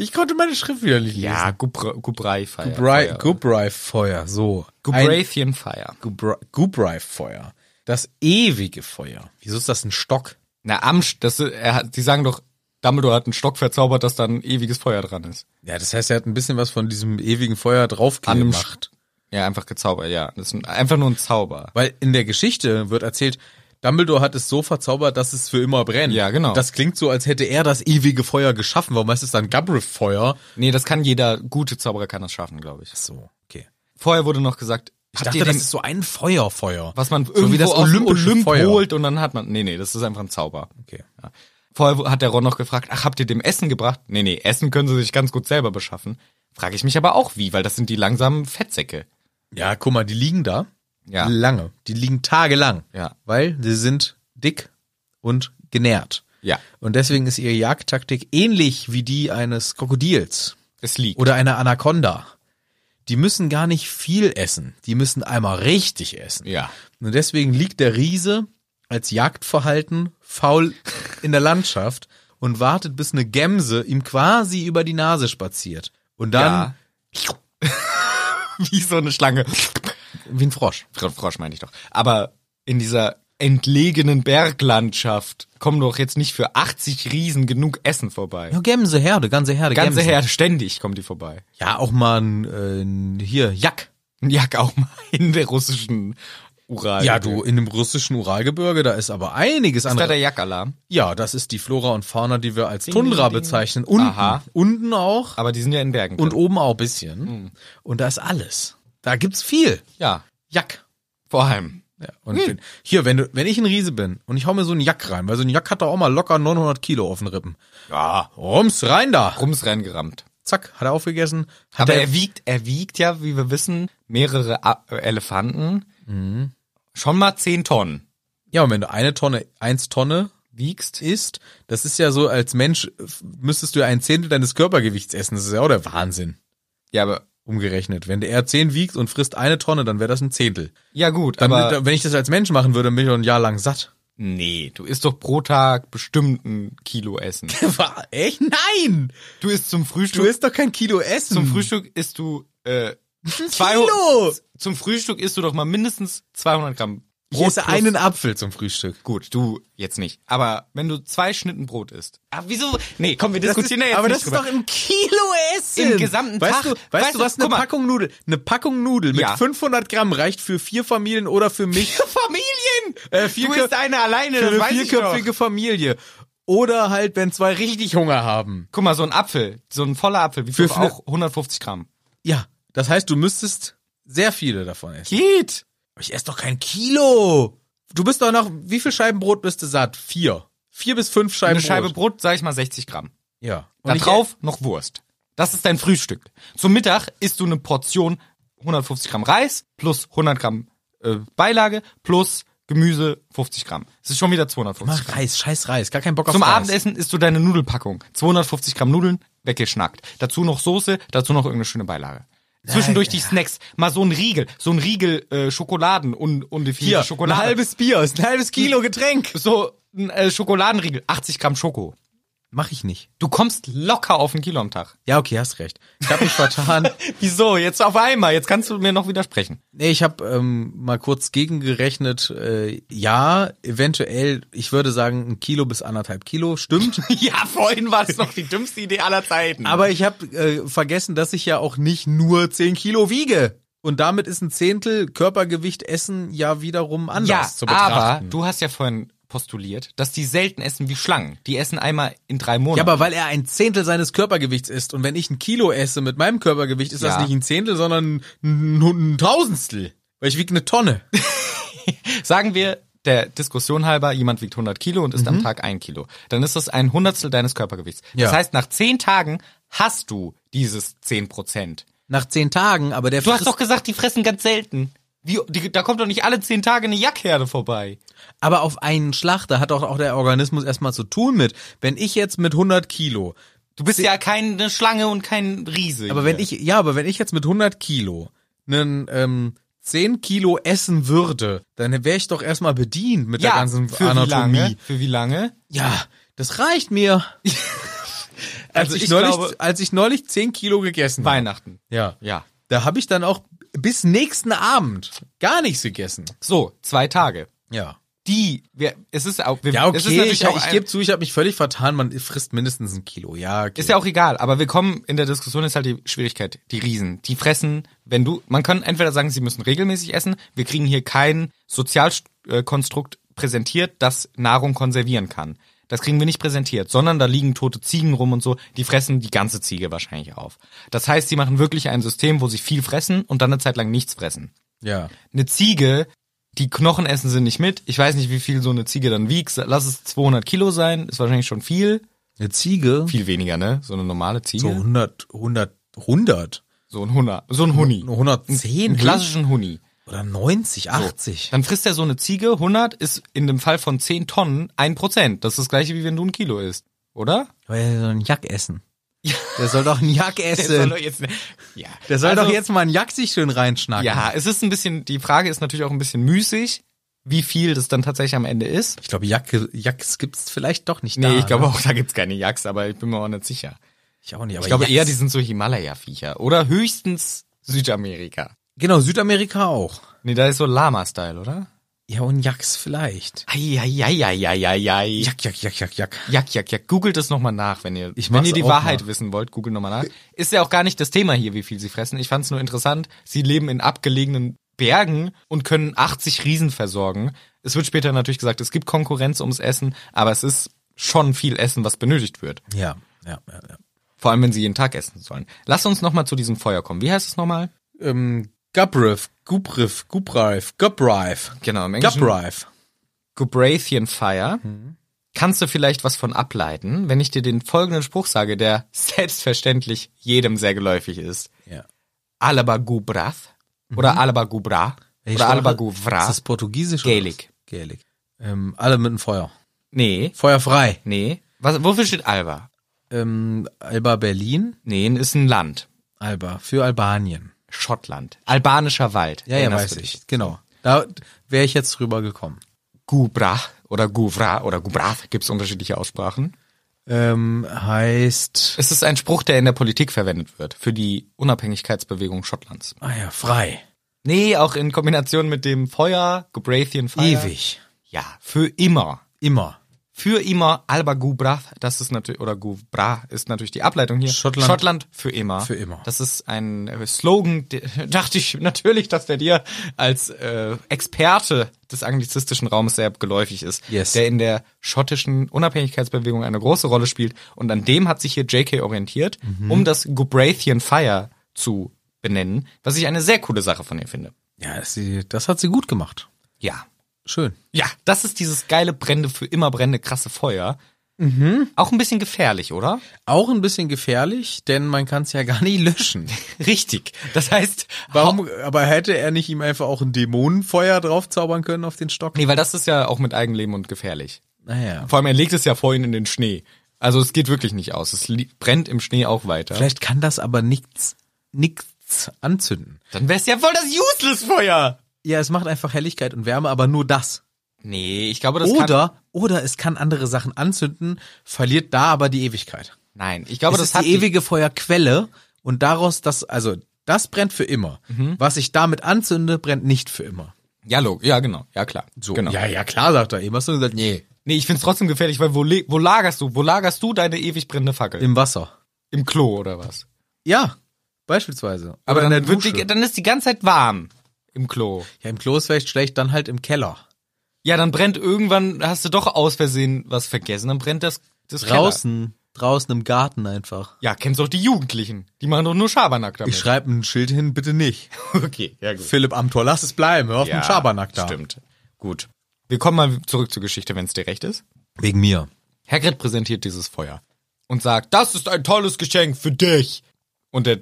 Speaker 1: Ich konnte meine Schrift wieder nicht lesen.
Speaker 2: Ja, Gubra, Gubrai Fire.
Speaker 1: Gubri, Gubri Feuer, so. Ein
Speaker 2: Gubrathian Fire.
Speaker 1: Gubri, Gubri Feuer. Das ewige Feuer. Wieso ist das ein Stock?
Speaker 2: Na, Amsch, das, er hat, die sagen doch, Dumbledore hat einen Stock verzaubert, dass da ein ewiges Feuer dran ist.
Speaker 1: Ja, das heißt, er hat ein bisschen was von diesem ewigen Feuer drauf
Speaker 2: An einem
Speaker 1: gemacht.
Speaker 2: Ja, einfach gezaubert, ja. Das ist ein, einfach nur ein Zauber.
Speaker 1: Weil in der Geschichte wird erzählt, Dumbledore hat es so verzaubert, dass es für immer brennt.
Speaker 2: Ja, genau.
Speaker 1: Das klingt so, als hätte er das ewige Feuer geschaffen. Warum heißt es dann Gabriff Feuer?
Speaker 2: Nee, das kann jeder gute Zauberer kann das schaffen, glaube ich.
Speaker 1: So, okay.
Speaker 2: Vorher wurde noch gesagt,
Speaker 1: Ich
Speaker 2: Habt
Speaker 1: dachte,
Speaker 2: ihr
Speaker 1: das
Speaker 2: den-
Speaker 1: ist so ein Feuerfeuer.
Speaker 2: was man
Speaker 1: wie
Speaker 2: irgendwie
Speaker 1: das
Speaker 2: das aus dem
Speaker 1: olympische
Speaker 2: Olymp
Speaker 1: Feuer.
Speaker 2: holt und dann hat man. Nee, nee, das ist einfach ein Zauber.
Speaker 1: Okay.
Speaker 2: Ja. Vorher hat der Ron noch gefragt, ach, habt ihr dem Essen gebracht? Nee, nee, Essen können sie sich ganz gut selber beschaffen. Frage ich mich aber auch wie, weil das sind die langsamen Fettsäcke.
Speaker 1: Ja, guck mal, die liegen da.
Speaker 2: Ja.
Speaker 1: Lange. Die liegen tagelang.
Speaker 2: Ja.
Speaker 1: Weil sie sind dick und genährt.
Speaker 2: Ja.
Speaker 1: Und deswegen ist ihre Jagdtaktik ähnlich wie die eines Krokodils
Speaker 2: Es liegt.
Speaker 1: oder einer Anaconda. Die müssen gar nicht viel essen. Die müssen einmal richtig essen.
Speaker 2: ja.
Speaker 1: Und deswegen liegt der Riese als Jagdverhalten faul in der Landschaft und wartet, bis eine Gemse ihm quasi über die Nase spaziert. Und dann
Speaker 2: Wie so eine Schlange.
Speaker 1: wie ein Frosch.
Speaker 2: Fro- Frosch meine ich doch. Aber in dieser entlegenen Berglandschaft kommen doch jetzt nicht für 80 Riesen genug Essen vorbei.
Speaker 1: Ja, Gemse, Herde, ganze Herde.
Speaker 2: Ganze
Speaker 1: Gemsen.
Speaker 2: Herde, ständig kommen die vorbei.
Speaker 1: Ja, auch mal ein, äh, ein- hier, Jack.
Speaker 2: Ein Jack auch mal in der russischen Ural.
Speaker 1: Ja, du, in dem russischen Uralgebirge, da ist aber einiges
Speaker 2: Ist da der
Speaker 1: andere.
Speaker 2: Jackalarm?
Speaker 1: Ja, das ist die Flora und Fauna, die wir als Tundra bezeichnen. Unten,
Speaker 2: Aha.
Speaker 1: unten auch
Speaker 2: Aber Hm. die sind ja in Bergen.
Speaker 1: und
Speaker 2: drin.
Speaker 1: oben auch ein bisschen. Und da ist alles. Da gibt's viel.
Speaker 2: ja,
Speaker 1: Jack.
Speaker 2: vor allem.
Speaker 1: Ja, und
Speaker 2: Hm.
Speaker 1: wenn, hier, wenn, du, wenn ich ein Riese bin und ich hau mir so einen Jack rein, weil so ein Jack hat da auch mal locker 900 Kilo auf den Rippen.
Speaker 2: Ja.
Speaker 1: Rums, rein da.
Speaker 2: Rums reingerammt.
Speaker 1: Zack, hat er aufgegessen. Hat
Speaker 2: Aber
Speaker 1: er,
Speaker 2: er wiegt, er wiegt ja, wie wir wissen, mehrere A äh, Elefanten.
Speaker 1: Mhm.
Speaker 2: Schon mal 10 Tonnen
Speaker 1: ja, und wenn du eine Tonne, eins Tonne
Speaker 2: wiegst.
Speaker 1: isst, das ist ja so, als Mensch äh, müsstest du ja ein Zehntel deines Körpergewichts essen. Das ist ja auch der Wahnsinn,
Speaker 2: Ja, aber
Speaker 1: umgerechnet. Wenn der R10 wiegt und frisst eine Tonne, dann wäre das ein Zehntel.
Speaker 2: ja gut,
Speaker 1: Dann,
Speaker 2: aber
Speaker 1: da- wenn ich das als Mensch machen würde, dann bin ich doch ein Jahr lang satt.
Speaker 2: nee, du isst doch pro Tag bestimmt ein Kilo Essen.
Speaker 1: Echt? Nein!
Speaker 2: Du isst zum Frühstück,
Speaker 1: Du isst doch kein Kilo Essen.
Speaker 2: zum Frühstück isst du äh, zwei
Speaker 1: Kilo!
Speaker 2: Zum Frühstück isst du doch mal mindestens 200 Gramm.
Speaker 1: Ich esse
Speaker 2: plus-
Speaker 1: einen Apfel zum Frühstück.
Speaker 2: Gut, du jetzt nicht. Aber wenn du zwei Schnitten Brot isst. Ah, wieso? Nee, komm, wir
Speaker 1: Das
Speaker 2: diskutieren
Speaker 1: ist,
Speaker 2: ja jetzt
Speaker 1: aber
Speaker 2: nicht
Speaker 1: das
Speaker 2: drüber.
Speaker 1: ist doch im Kilo Essen.
Speaker 2: Im gesamten
Speaker 1: weißt
Speaker 2: Tag.
Speaker 1: Du, weißt,
Speaker 2: Weißt
Speaker 1: du,
Speaker 2: du,
Speaker 1: was eine
Speaker 2: guck mal.
Speaker 1: Packung Nudeln, eine Packung Nudeln mit
Speaker 2: Ja.
Speaker 1: 500 Gramm reicht für vier Familien oder für mich,
Speaker 2: Familien!
Speaker 1: Äh, vier
Speaker 2: du
Speaker 1: Kö-
Speaker 2: bist eine alleine,
Speaker 1: für
Speaker 2: das
Speaker 1: eine
Speaker 2: weiß ich doch.
Speaker 1: vierköpfige Familie. Oder halt, wenn zwei richtig Hunger haben.
Speaker 2: Guck mal, so ein Apfel, so ein voller Apfel, wie
Speaker 1: Für-
Speaker 2: viel auch 150 Gramm.
Speaker 1: Ja, das heißt, du müsstest sehr viele davon essen.
Speaker 2: Geht!
Speaker 1: Aber ich esse doch kein Kilo. Du bist doch noch, wie viel Scheiben Brot bist du satt? Vier. Vier bis fünf Scheiben
Speaker 2: Eine Scheibe
Speaker 1: Brot.
Speaker 2: Brot, sag ich mal 60 Gramm.
Speaker 1: Ja.
Speaker 2: Da
Speaker 1: Und ich-
Speaker 2: drauf noch Wurst. Das ist dein Frühstück. Zum Mittag isst du eine Portion 150 Gramm Reis plus 100 Gramm äh, Beilage plus Gemüse 50 Gramm. Das ist schon wieder 250
Speaker 1: Mach
Speaker 2: Gramm.
Speaker 1: Reis, scheiß Reis, gar keinen Bock auf
Speaker 2: Zum
Speaker 1: Reis.
Speaker 2: Abendessen isst du deine Nudelpackung. 250 Gramm Nudeln, weggeschnackt. Dazu noch Soße, dazu noch irgendeine schöne Beilage. Zwischendurch die Snacks. Mal so ein Riegel, so ein Riegel äh, Schokoladen und undefinierte
Speaker 1: Hier, ein
Speaker 2: Schokolade.
Speaker 1: halbes Bier, ist ein halbes Kilo Getränk.
Speaker 2: so ein äh, Schokoladenriegel, 80 Gramm Schoko.
Speaker 1: Mach ich nicht.
Speaker 2: Du kommst locker auf ein Kilo am Tag.
Speaker 1: Ja, okay, hast recht. Ich habe mich vertan.
Speaker 2: Wieso? Jetzt auf einmal. Jetzt kannst du mir noch widersprechen.
Speaker 1: Nee, ich habe ähm, mal kurz gegengerechnet. Äh, ja, eventuell, ich würde sagen, ein Kilo bis anderthalb Kilo, stimmt.
Speaker 2: Ja, vorhin war es noch die dümmste Idee aller Zeiten. Aber
Speaker 1: Aber ich habe äh, vergessen, dass ich ja auch nicht nur zehn Kilo wiege. Und damit ist ein Zehntel Körpergewicht Essen ja wiederum anders
Speaker 2: ja,
Speaker 1: zu
Speaker 2: aber
Speaker 1: betrachten.
Speaker 2: du hast ja vorhin postuliert, dass die selten essen wie Schlangen. Die essen einmal in drei
Speaker 1: ja,
Speaker 2: Monaten.
Speaker 1: aber weil er ein Zehntel seines Körpergewichts isst und wenn ich ein Kilo esse mit meinem Körpergewicht, ist das
Speaker 2: Ja.
Speaker 1: nicht ein Zehntel, sondern ein, ein Tausendstel. Weil ich wiege eine Tonne.
Speaker 2: Sagen wir, der Diskussion halber, jemand wiegt 100 Kilo und isst am Tag ein Kilo. Dann ist das ein Hundertstel deines Körpergewichts.
Speaker 1: Ja.
Speaker 2: Das heißt, nach zehn Tagen hast du dieses 10 Prozent.
Speaker 1: Nach zehn Tagen, aber der
Speaker 2: Du hast
Speaker 1: frisst-
Speaker 2: doch gesagt, die fressen ganz selten. Wie, die, da kommt doch nicht alle zehn Tage eine Jackherde vorbei.
Speaker 1: Aber auf einen Schlag, da hat doch auch der Organismus erstmal zu tun mit. Wenn ich jetzt mit 100 Kilo,
Speaker 2: Du bist ja keine Schlange und kein Riese.
Speaker 1: aber wenn ich, ja, aber wenn ich jetzt mit 100 Kilo einen, ähm, 10 Kilo essen würde, dann wäre ich doch erstmal bedient mit
Speaker 2: ja,
Speaker 1: der ganzen
Speaker 2: für
Speaker 1: Anatomie.
Speaker 2: Wie lange? Für wie lange?
Speaker 1: Ja, das reicht mir. als,
Speaker 2: Also
Speaker 1: ich
Speaker 2: ich
Speaker 1: neulich,
Speaker 2: glaube-
Speaker 1: als ich neulich 10 Kilo gegessen habe.
Speaker 2: Weihnachten.
Speaker 1: Ja.
Speaker 2: Ja.
Speaker 1: Da habe ich dann auch bis nächsten Abend gar nichts gegessen.
Speaker 2: So, zwei Tage.
Speaker 1: Ja.
Speaker 2: Die, wir, es ist auch, wir,
Speaker 1: Ja, okay,
Speaker 2: es ist natürlich
Speaker 1: ich,
Speaker 2: auch
Speaker 1: ich
Speaker 2: ein-
Speaker 1: gebe zu, ich habe mich völlig vertan, man frisst mindestens ein Kilo. Ja, okay.
Speaker 2: Ist ja auch egal, aber wir kommen in der Diskussion ist halt die Schwierigkeit, die Riesen, die fressen, wenn du, man kann entweder sagen, sie müssen regelmäßig essen, wir kriegen hier kein Sozialkonstrukt präsentiert, das Nahrung konservieren kann. Das kriegen wir nicht präsentiert, sondern da liegen tote Ziegen rum und so, die fressen die ganze Ziege wahrscheinlich auf. Das heißt, sie machen wirklich ein System, wo sie viel fressen und dann eine Zeit lang nichts fressen.
Speaker 1: Ja.
Speaker 2: Eine Ziege, die Knochen essen sie nicht mit. Ich weiß nicht, wie viel so eine Ziege dann wiegt. Lass es 200 Kilo sein, ist wahrscheinlich schon viel.
Speaker 1: Eine Ziege?
Speaker 2: Viel weniger, ne? So eine normale Ziege.
Speaker 1: So 100, 100, 100.
Speaker 2: So ein Hunner, so ein Huni.
Speaker 1: Nur 110?
Speaker 2: Einen klassischen Huni.
Speaker 1: Oder 90, 80.
Speaker 2: Dann frisst er so eine Ziege, 100 ist in dem Fall von 10 Tonnen 1%. Das ist das gleiche, wie wenn du ein Kilo isst, oder?
Speaker 1: Weil er soll einen Jack essen. Der soll doch einen Jack essen. Der soll doch, Also-
Speaker 2: jetzt, ja.
Speaker 1: jetzt mal einen Jack sich schön reinschnacken.
Speaker 2: Ja, es ist ein bisschen, die Frage ist natürlich auch ein bisschen müßig, wie viel das dann tatsächlich am Ende ist.
Speaker 1: Ich glaube, Jack, Jacks gibt's vielleicht doch nicht
Speaker 2: Nee,
Speaker 1: da.
Speaker 2: ich glaube
Speaker 1: ne?
Speaker 2: auch, da gibt's keine Jacks, aber ich bin mir auch nicht sicher.
Speaker 1: Ich auch nicht. Aber
Speaker 2: ich glaube
Speaker 1: Jacks-
Speaker 2: eher, die sind so Himalaya-Viecher. Oder höchstens Südamerika.
Speaker 1: Genau, Südamerika auch.
Speaker 2: Nee, da ist so Lama-Style, oder?
Speaker 1: Ja, und Jacks vielleicht.
Speaker 2: Eieieiei.
Speaker 1: Jack, Jack, Jack, Jack, Jack.
Speaker 2: Jack, Jack, Jack. Googelt es nochmal nach, wenn ihr,
Speaker 1: Ich
Speaker 2: wenn
Speaker 1: mach's
Speaker 2: ihr die
Speaker 1: auch
Speaker 2: Wahrheit
Speaker 1: mal.
Speaker 2: wissen wollt. Googelt nochmal nach. Ist ja auch gar nicht das Thema hier, wie viel sie fressen. Ich fand es nur interessant. Sie leben in abgelegenen Bergen und können 80 Riesen versorgen. Es wird später natürlich gesagt, es gibt Konkurrenz ums Essen, aber es ist schon viel Essen, was benötigt wird.
Speaker 1: Ja, ja, ja. ja.
Speaker 2: Vor allem, wenn sie jeden Tag essen sollen. Lass uns nochmal zu diesem Feuer kommen. Wie heißt es nochmal?
Speaker 1: Ähm, Gubriff, Gubriff, Gubriff, Gubriff,
Speaker 2: Genau, im Englischen.
Speaker 1: Gubriff.
Speaker 2: Gubrathian Fire.
Speaker 1: Mhm.
Speaker 2: Kannst du vielleicht was von ableiten, wenn ich dir den folgenden Spruch sage, der selbstverständlich jedem sehr geläufig ist?
Speaker 1: Ja.
Speaker 2: Alaba Gubrath
Speaker 1: Mhm.
Speaker 2: oder Alaba Gubra
Speaker 1: Welche
Speaker 2: oder Alaba
Speaker 1: Sprache? Ist
Speaker 2: Guvra.
Speaker 1: das Portugiesisch?
Speaker 2: Gaelic.
Speaker 1: Oder? was? Gaelic. Ähm, alle mit dem Feuer.
Speaker 2: Nee,
Speaker 1: Feuer frei.
Speaker 2: nee. Was, wofür steht Alba?
Speaker 1: Ähm, Alba Berlin.
Speaker 2: Nee, ist ein Land.
Speaker 1: Alba. Für Albanien.
Speaker 2: Schottland. Albanischer Wald.
Speaker 1: Ja, ja,
Speaker 2: Erinnerst
Speaker 1: weiß
Speaker 2: du dich?
Speaker 1: ich. Genau. Da wäre ich jetzt drüber gekommen.
Speaker 2: Gubra oder Guvra oder Gubrath gibt es unterschiedliche Aussprachen.
Speaker 1: Ähm, heißt,
Speaker 2: Es ist ein Spruch, der in der Politik verwendet wird für die Unabhängigkeitsbewegung Schottlands.
Speaker 1: ah ja, frei.
Speaker 2: Nee, auch in Kombination mit dem Feuer, Gubrathian Fire.
Speaker 1: Ewig.
Speaker 2: Ja, für immer.
Speaker 1: Immer.
Speaker 2: Für immer Alba Gubra, das ist natürlich, oder Gubra ist natürlich die Ableitung hier.
Speaker 1: Schottland-
Speaker 2: Schottland für immer.
Speaker 1: Für immer.
Speaker 2: Das ist ein äh, Slogan, de- dachte ich natürlich, dass der dir als äh, Experte des anglizistischen Raumes sehr geläufig ist,
Speaker 1: Yes.
Speaker 2: der in der schottischen Unabhängigkeitsbewegung eine große Rolle spielt. Und an dem hat sich hier JK orientiert,
Speaker 1: Mhm.
Speaker 2: um das Gubrathian Fire zu benennen, was ich eine sehr coole Sache von ihr finde.
Speaker 1: Ja, das, sie, das hat sie gut gemacht.
Speaker 2: Ja.
Speaker 1: Schön.
Speaker 2: Ja, das ist dieses geile brennende, für immer brennende, krasse Feuer. Mhm. Auch ein bisschen gefährlich, oder?
Speaker 1: Auch ein bisschen gefährlich, denn man kann es ja gar nicht löschen.
Speaker 2: Richtig. Das heißt,
Speaker 1: Warum, aber hätte er nicht ihm einfach auch ein Dämonenfeuer draufzaubern können auf den Stock?
Speaker 2: nee, weil das ist ja auch mit Eigenleben und gefährlich.
Speaker 1: Naja.
Speaker 2: Vor allem, er legt es ja vorhin in den Schnee. Also es geht wirklich nicht aus. Es li- brennt im Schnee auch weiter.
Speaker 1: Vielleicht kann das aber nichts, nichts anzünden.
Speaker 2: Dann wär's ja voll das Useless-Feuer.
Speaker 1: Ja, es macht einfach Helligkeit und Wärme, aber nur das.
Speaker 2: Nee, ich glaube, das kann...
Speaker 1: oder, oder es kann andere Sachen anzünden, verliert da aber die Ewigkeit.
Speaker 2: Nein, ich glaube,
Speaker 1: es
Speaker 2: das
Speaker 1: ist
Speaker 2: hat...
Speaker 1: die ewige Feuerquelle und daraus das, also das brennt für immer. Was ich damit anzünde, brennt nicht für immer.
Speaker 2: ja, log, ja, genau. Ja, klar.
Speaker 1: So,
Speaker 2: genau.
Speaker 1: ja, ja, klar, sagt er eben. Hast du gesagt, nee,
Speaker 2: Nee, ich find's trotzdem gefährlich, weil wo, le- wo lagerst du? Wo lagerst du deine ewig brennende Fackel?
Speaker 1: im Wasser.
Speaker 2: Im Klo oder was?
Speaker 1: Ja, beispielsweise.
Speaker 2: Aber
Speaker 1: Oder in
Speaker 2: dann,
Speaker 1: der
Speaker 2: wird
Speaker 1: Dusche.
Speaker 2: die, dann ist die ganze Zeit warm im Klo.
Speaker 1: ja, im Klo ist vielleicht schlecht, dann halt im Keller.
Speaker 2: Ja, dann brennt irgendwann, hast du doch aus Versehen was vergessen, dann brennt das, das
Speaker 1: Draußen, draußen im Garten einfach.
Speaker 2: Keller. Ja, kennst doch die Jugendlichen. Die machen doch nur Schabernack damit.
Speaker 1: Ich schreibe ein Schild hin, bitte nicht.
Speaker 2: okay, ja gut.
Speaker 1: Philipp Amthor, lass es bleiben, hör auf
Speaker 2: Ja,
Speaker 1: den Schabernack da.
Speaker 2: Stimmt. Gut. Wir kommen mal zurück zur Geschichte, wenn es dir recht ist.
Speaker 1: Wegen mir.
Speaker 2: Hagrid präsentiert dieses Feuer und sagt, das ist ein tolles Geschenk für dich. Und der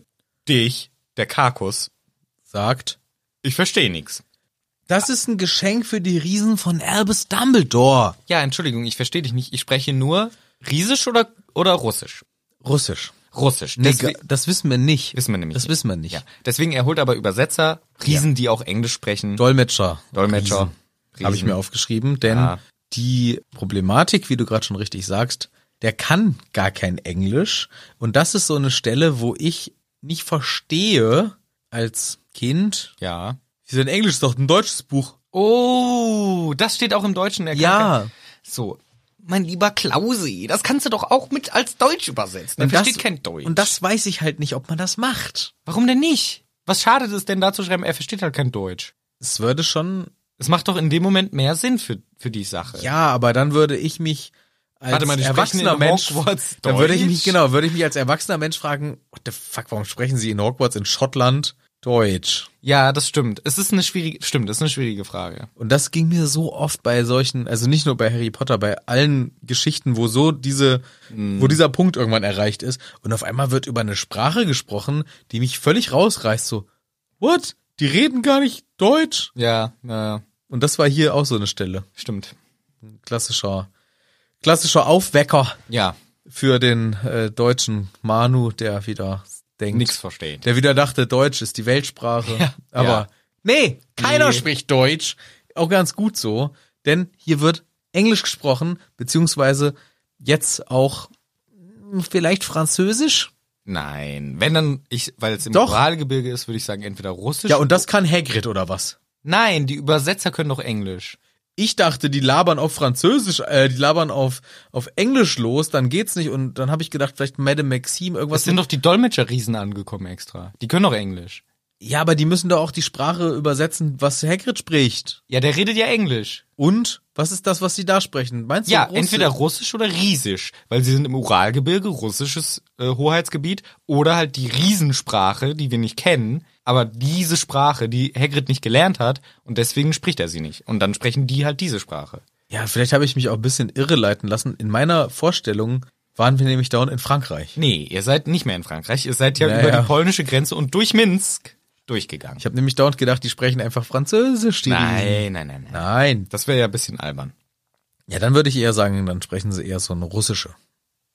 Speaker 2: dich, der Karkus,
Speaker 1: Sagt,
Speaker 2: ich verstehe nix.
Speaker 1: das ist ein Geschenk für die Riesen von Albus Dumbledore.
Speaker 2: Ja, Entschuldigung, ich verstehe dich nicht. Ich spreche nur Riesisch oder, oder Russisch?
Speaker 1: Russisch.
Speaker 2: Russisch.
Speaker 1: Nee,
Speaker 2: Deswe-
Speaker 1: ga- das wissen wir nicht.
Speaker 2: Wissen wir nämlich
Speaker 1: Das
Speaker 2: nicht.
Speaker 1: wissen wir nicht.
Speaker 2: ja. Deswegen erholt aber Übersetzer, Riesen, die auch Englisch sprechen.
Speaker 1: Dolmetscher.
Speaker 2: Dolmetscher.
Speaker 1: Riesen. Habe ich mir aufgeschrieben, denn
Speaker 2: Ja.
Speaker 1: die Problematik, wie du gerade schon richtig sagst, der kann gar kein Englisch. Und das ist so eine Stelle, wo ich nicht verstehe als Kind.
Speaker 2: Ja.
Speaker 1: Wieso ein Englisch ist doch ein deutsches Buch.
Speaker 2: Oh, das steht auch im Deutschen. Der
Speaker 1: Ja.
Speaker 2: Kacke. So. Mein lieber Klausi, das kannst du doch auch mit als Deutsch übersetzen. Der versteht kein Deutsch.
Speaker 1: Und das weiß ich halt nicht, ob man das macht.
Speaker 2: Warum denn nicht? Was schadet es denn da zu schreiben, er versteht halt kein Deutsch?
Speaker 1: Es würde schon.
Speaker 2: Es macht doch in dem Moment mehr Sinn für, für die Sache.
Speaker 1: Ja, aber dann würde ich mich als
Speaker 2: Warte mal, die sprechen
Speaker 1: erwachsener
Speaker 2: in
Speaker 1: Mensch,
Speaker 2: Hogwarts
Speaker 1: dann würde ich mich
Speaker 2: Deutsch?
Speaker 1: genau, würde ich mich als erwachsener Mensch fragen, what the fuck, warum sprechen Sie in Hogwarts in Schottland Deutsch.
Speaker 2: Ja, das stimmt. Es ist eine schwierige, stimmt, das ist eine schwierige Frage.
Speaker 1: Und das ging mir so oft bei solchen, also nicht nur bei Harry Potter, bei allen Geschichten, wo so diese, wo dieser Punkt irgendwann erreicht ist und auf einmal wird über eine Sprache gesprochen, die mich völlig rausreißt, so, what? Die reden gar nicht Deutsch?
Speaker 2: Ja, ja,
Speaker 1: Und das war hier auch so eine Stelle.
Speaker 2: stimmt.
Speaker 1: Klassischer, klassischer Aufwecker
Speaker 2: Ja,
Speaker 1: für den äh, deutschen Manu, der wieder denkt,
Speaker 2: nichts verstehen.
Speaker 1: der wieder dachte, Deutsch ist die Weltsprache. Aber
Speaker 2: Ja.
Speaker 1: nee, keiner spricht Deutsch. Auch ganz gut so, denn hier wird Englisch gesprochen, beziehungsweise jetzt auch hm, vielleicht Französisch.
Speaker 2: Nein, wenn dann ich, weil es im
Speaker 1: Doch.
Speaker 2: Uralgebirge ist, würde ich sagen entweder Russisch.
Speaker 1: Ja, und das kann Hagrid oder was?
Speaker 2: nein, die Übersetzer können doch Englisch.
Speaker 1: Ich dachte, die labern auf Französisch, äh, die labern auf, auf Englisch los, dann geht's nicht. Und dann habe ich gedacht, vielleicht Madame Maxime,
Speaker 2: Was
Speaker 1: irgendwas.
Speaker 2: sind doch die Dolmetscherriesen angekommen extra. Die können doch Englisch.
Speaker 1: ja, aber die müssen doch auch die Sprache übersetzen, was Hagrid spricht.
Speaker 2: Ja, der redet ja Englisch. Und?
Speaker 1: Was ist das, was sie da sprechen? Meinst du
Speaker 2: Ja,
Speaker 1: Russisch?
Speaker 2: entweder Russisch oder Riesisch, weil sie sind im Uralgebirge, russisches äh, Hoheitsgebiet oder halt die Riesensprache, die wir nicht kennen, aber diese Sprache, die Hagrid nicht gelernt hat und deswegen spricht er sie nicht. Und dann sprechen die halt diese Sprache.
Speaker 1: Ja, vielleicht habe ich mich auch ein bisschen irreleiten lassen. In meiner Vorstellung waren wir nämlich dauernd in Frankreich.
Speaker 2: Nee, ihr seid nicht mehr in Frankreich, ihr seid ja
Speaker 1: Naja.
Speaker 2: über die polnische Grenze und durch Minsk durchgegangen.
Speaker 1: Ich habe nämlich dauernd gedacht, die sprechen einfach Französisch. Die Riesen.
Speaker 2: Nein, nein, nein, nein.
Speaker 1: Nein.
Speaker 2: Das wäre ja ein bisschen albern.
Speaker 1: Ja, dann würde ich eher sagen, dann sprechen sie eher so eine russische.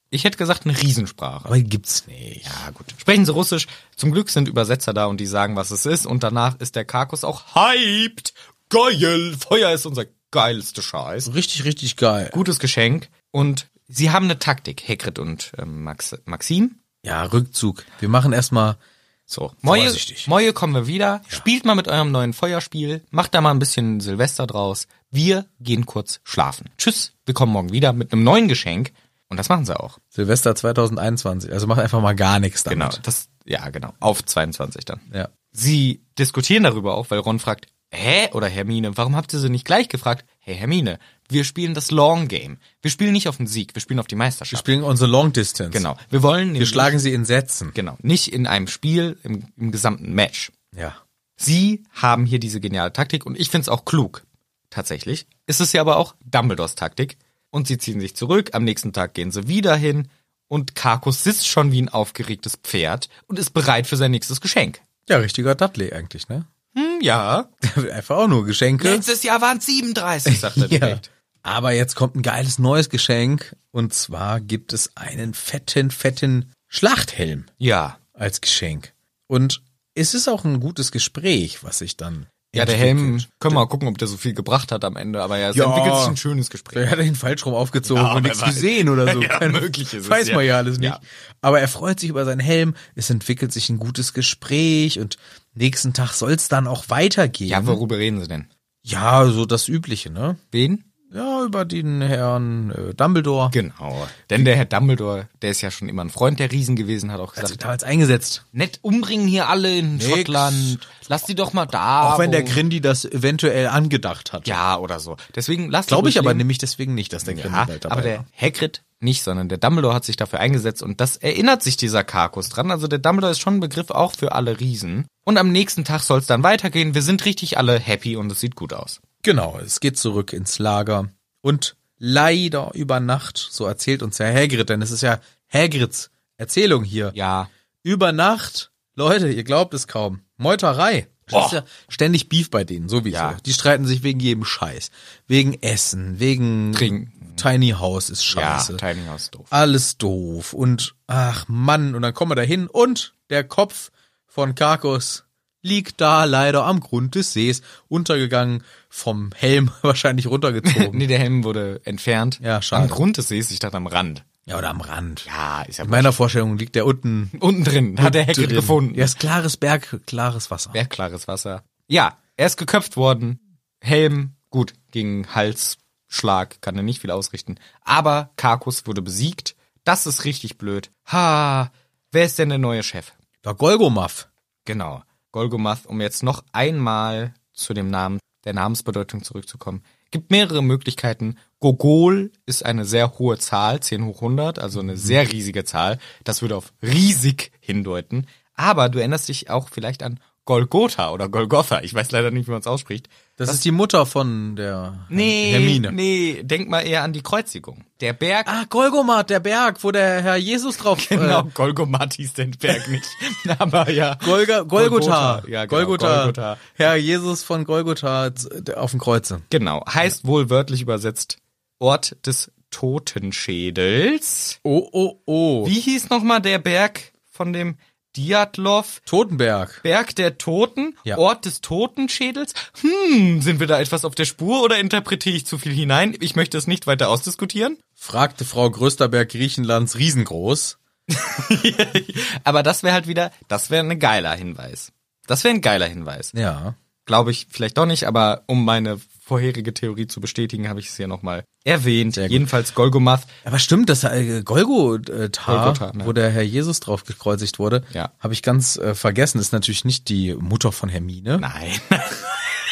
Speaker 2: Ich hätte gesagt, eine Riesensprache.
Speaker 1: Aber die gibt's nicht.
Speaker 2: Ja, gut. Sprechen Sie Russisch. Zum Glück sind Übersetzer da und die sagen, was es ist. Und danach ist der Karkus auch hyped. Geil. Feuer ist unser geilste Scheiß.
Speaker 1: Richtig, richtig geil.
Speaker 2: Gutes Geschenk. Und sie haben eine Taktik, Hagrid und ähm, Max, Maxim.
Speaker 1: Ja, Rückzug. Wir machen erstmal.
Speaker 2: So, Moje,
Speaker 1: Vorsichtig.
Speaker 2: Moje kommen wir wieder. Spielt mal mit eurem neuen Feuerspiel. Macht da mal ein bisschen Silvester draus. Wir gehen kurz schlafen. Tschüss. Wir kommen morgen wieder mit einem neuen Geschenk. Und das machen sie auch.
Speaker 1: Silvester 2021. Also macht einfach mal gar nichts damit.
Speaker 2: Das, ja, genau. Auf 22 dann.
Speaker 1: Ja.
Speaker 2: Sie diskutieren darüber auch, weil Ron fragt, hä? Oder Hermine, warum habt ihr sie nicht gleich gefragt? Hey Hermine, wir spielen das Long Game. Wir spielen nicht auf den Sieg, wir spielen auf die
Speaker 1: Wir
Speaker 2: Meisterschaft.
Speaker 1: spielen unsere Long Distance.
Speaker 2: genau. Wir wollen
Speaker 1: Wir
Speaker 2: nämlich-
Speaker 1: schlagen sie in Sätzen.
Speaker 2: genau, nicht in einem Spiel, im, im gesamten Match.
Speaker 1: Ja.
Speaker 2: Sie haben hier diese geniale Taktik und ich find's auch klug. Tatsächlich ist es ja aber auch Dumbledores Taktik. Und sie ziehen sich zurück, am nächsten Tag gehen sie wieder hin und Karkus sitzt schon wie ein aufgeregtes Pferd und ist bereit für sein nächstes Geschenk.
Speaker 1: Ja, richtiger Dudley eigentlich, ne?
Speaker 2: Hm, ja.
Speaker 1: Der will einfach auch nur Geschenke.
Speaker 2: Letztes Jahr waren es 37, sagt er
Speaker 1: Ja.
Speaker 2: direkt.
Speaker 1: Aber jetzt kommt ein geiles neues Geschenk. Und zwar gibt es einen fetten, fetten Schlachthelm
Speaker 2: Ja.
Speaker 1: als Geschenk. Und es ist auch ein gutes Gespräch, was sich dann.
Speaker 2: Ja, der Helm,
Speaker 1: entwickelt.
Speaker 2: können wir mal gucken, ob der so viel gebracht hat am Ende, aber ja, es
Speaker 1: Ja.
Speaker 2: entwickelt sich ein schönes Gespräch.
Speaker 1: Vielleicht hat er ihn falsch rum aufgezogen und
Speaker 2: wer
Speaker 1: nichts
Speaker 2: weiß.
Speaker 1: gesehen oder so.
Speaker 2: Ja,
Speaker 1: Keine-
Speaker 2: möglich ist es,
Speaker 1: Weiß man
Speaker 2: ja.
Speaker 1: ja alles nicht.
Speaker 2: Ja.
Speaker 1: Aber er freut sich über seinen Helm. Es entwickelt sich ein gutes Gespräch und nächsten Tag soll es dann auch weitergehen.
Speaker 2: Ja, worüber reden sie denn?
Speaker 1: ja, so das Übliche, ne?
Speaker 2: Wen?
Speaker 1: Ja, über den Herrn äh, Dumbledore.
Speaker 2: Genau. Denn der Herr Dumbledore, der ist ja schon immer ein Freund der Riesen gewesen, hat auch
Speaker 1: Also
Speaker 2: gesagt,
Speaker 1: damals eingesetzt.
Speaker 2: nett umbringen hier alle in
Speaker 1: Nix.
Speaker 2: Schottland, lass die doch mal da.
Speaker 1: Auch wenn der
Speaker 2: wo-
Speaker 1: Grindy das eventuell angedacht hat.
Speaker 2: Ja, oder so. Deswegen lass
Speaker 1: Glaube ich
Speaker 2: ruhig
Speaker 1: aber
Speaker 2: leben.
Speaker 1: nämlich deswegen nicht, dass der Grindy
Speaker 2: Ja,
Speaker 1: bald dabei
Speaker 2: aber der Hagrid nicht, sondern der Dumbledore hat sich dafür eingesetzt und das erinnert sich dieser Karkus dran. Also der Dumbledore ist schon ein Begriff auch für alle Riesen. Und am nächsten Tag soll es dann weitergehen. Wir sind richtig alle happy und es sieht gut aus.
Speaker 1: Genau, es geht zurück ins Lager und leider über Nacht, so erzählt uns Herr Hagrid, denn es ist ja Hagrids Erzählung hier.
Speaker 2: Ja,
Speaker 1: Über Nacht, Leute, ihr glaubt es kaum, Meuterei. Das ist ja ständig Beef bei denen, sowieso.
Speaker 2: Ja.
Speaker 1: Die streiten sich wegen jedem Scheiß. Wegen Essen, wegen
Speaker 2: Trinken.
Speaker 1: Tiny House ist
Speaker 2: ja,
Speaker 1: scheiße.
Speaker 2: Tiny House doof.
Speaker 1: alles doof und ach Mann, und dann kommen wir dahin und der Kopf von Karkus liegt da leider am Grund des Sees, untergegangen, vom Helm wahrscheinlich runtergezogen.
Speaker 2: Nee, der Helm wurde entfernt.
Speaker 1: Oh. Ja, schade.
Speaker 2: Am Grund des Sees, ich dachte am Rand.
Speaker 1: Ja, oder am Rand.
Speaker 2: Ja, ist ja
Speaker 1: In meiner Vorstellung liegt der unten.
Speaker 2: unten drin, hat der
Speaker 1: drin.
Speaker 2: Hagrid gefunden.
Speaker 1: Ja, ist klares Berg, klares Wasser.
Speaker 2: Sehr klares Wasser. Ja, er ist geköpft worden. Helm, gut, gegen Halsschlag kann er nicht viel ausrichten. Aber Karkus wurde besiegt. Das ist richtig blöd. Ha, wer ist denn der neue Chef?
Speaker 1: Der Golgomaff.
Speaker 2: Genau, Golgomath, um jetzt noch einmal zu dem Namen, der Namensbedeutung zurückzukommen. Gibt mehrere Möglichkeiten. Gogol ist eine sehr hohe Zahl, 10 hoch 100, also eine sehr riesige Zahl. Das würde auf riesig hindeuten. Aber du erinnerst dich auch vielleicht an Golgotha oder Golgotha, ich weiß leider nicht, wie man es ausspricht.
Speaker 1: Das ist die Mutter von der
Speaker 2: Nee,
Speaker 1: Hermine.
Speaker 2: nee, denk mal eher an die Kreuzigung. Der Berg
Speaker 1: Ah, Golgomat, der Berg, wo der Herr Jesus drauf.
Speaker 2: Genau,
Speaker 1: Äh,
Speaker 2: Golgomat hieß den Berg nicht. Aber ja.
Speaker 1: Golga, Golgotha.
Speaker 2: Golgotha, ja, genau,
Speaker 1: Golgotha.
Speaker 2: Golgotha.
Speaker 1: Herr Jesus von Golgotha äh, auf dem Kreuze.
Speaker 2: Genau. Heißt wohl wörtlich übersetzt Ort des Totenschädels.
Speaker 1: Oh, oh, oh.
Speaker 2: Wie hieß nochmal der Berg von dem Diatlov?
Speaker 1: Totenberg.
Speaker 2: Berg der Toten,
Speaker 1: Ja.
Speaker 2: Ort des Totenschädels. Hm, sind wir da etwas auf der Spur oder interpretiere ich zu viel hinein? Ich möchte es nicht weiter ausdiskutieren.
Speaker 1: Fragte Frau Grösterberg Griechenlands riesengroß.
Speaker 2: Aber das wäre halt wieder, das wäre ein geiler Hinweis. Das wäre ein geiler Hinweis.
Speaker 1: Ja.
Speaker 2: glaube ich vielleicht doch nicht, aber um meine vorherige Theorie zu bestätigen, habe ich es hier nochmal erwähnt.
Speaker 1: gut.
Speaker 2: Jedenfalls Golgomath.
Speaker 1: Aber stimmt, das äh, Golgotha,
Speaker 2: Golgotha, ja.
Speaker 1: wo der Herr Jesus drauf gekreuzigt wurde,
Speaker 2: Ja.
Speaker 1: habe ich ganz äh, vergessen. Ist natürlich nicht die Mutter von Hermine.
Speaker 2: Nein.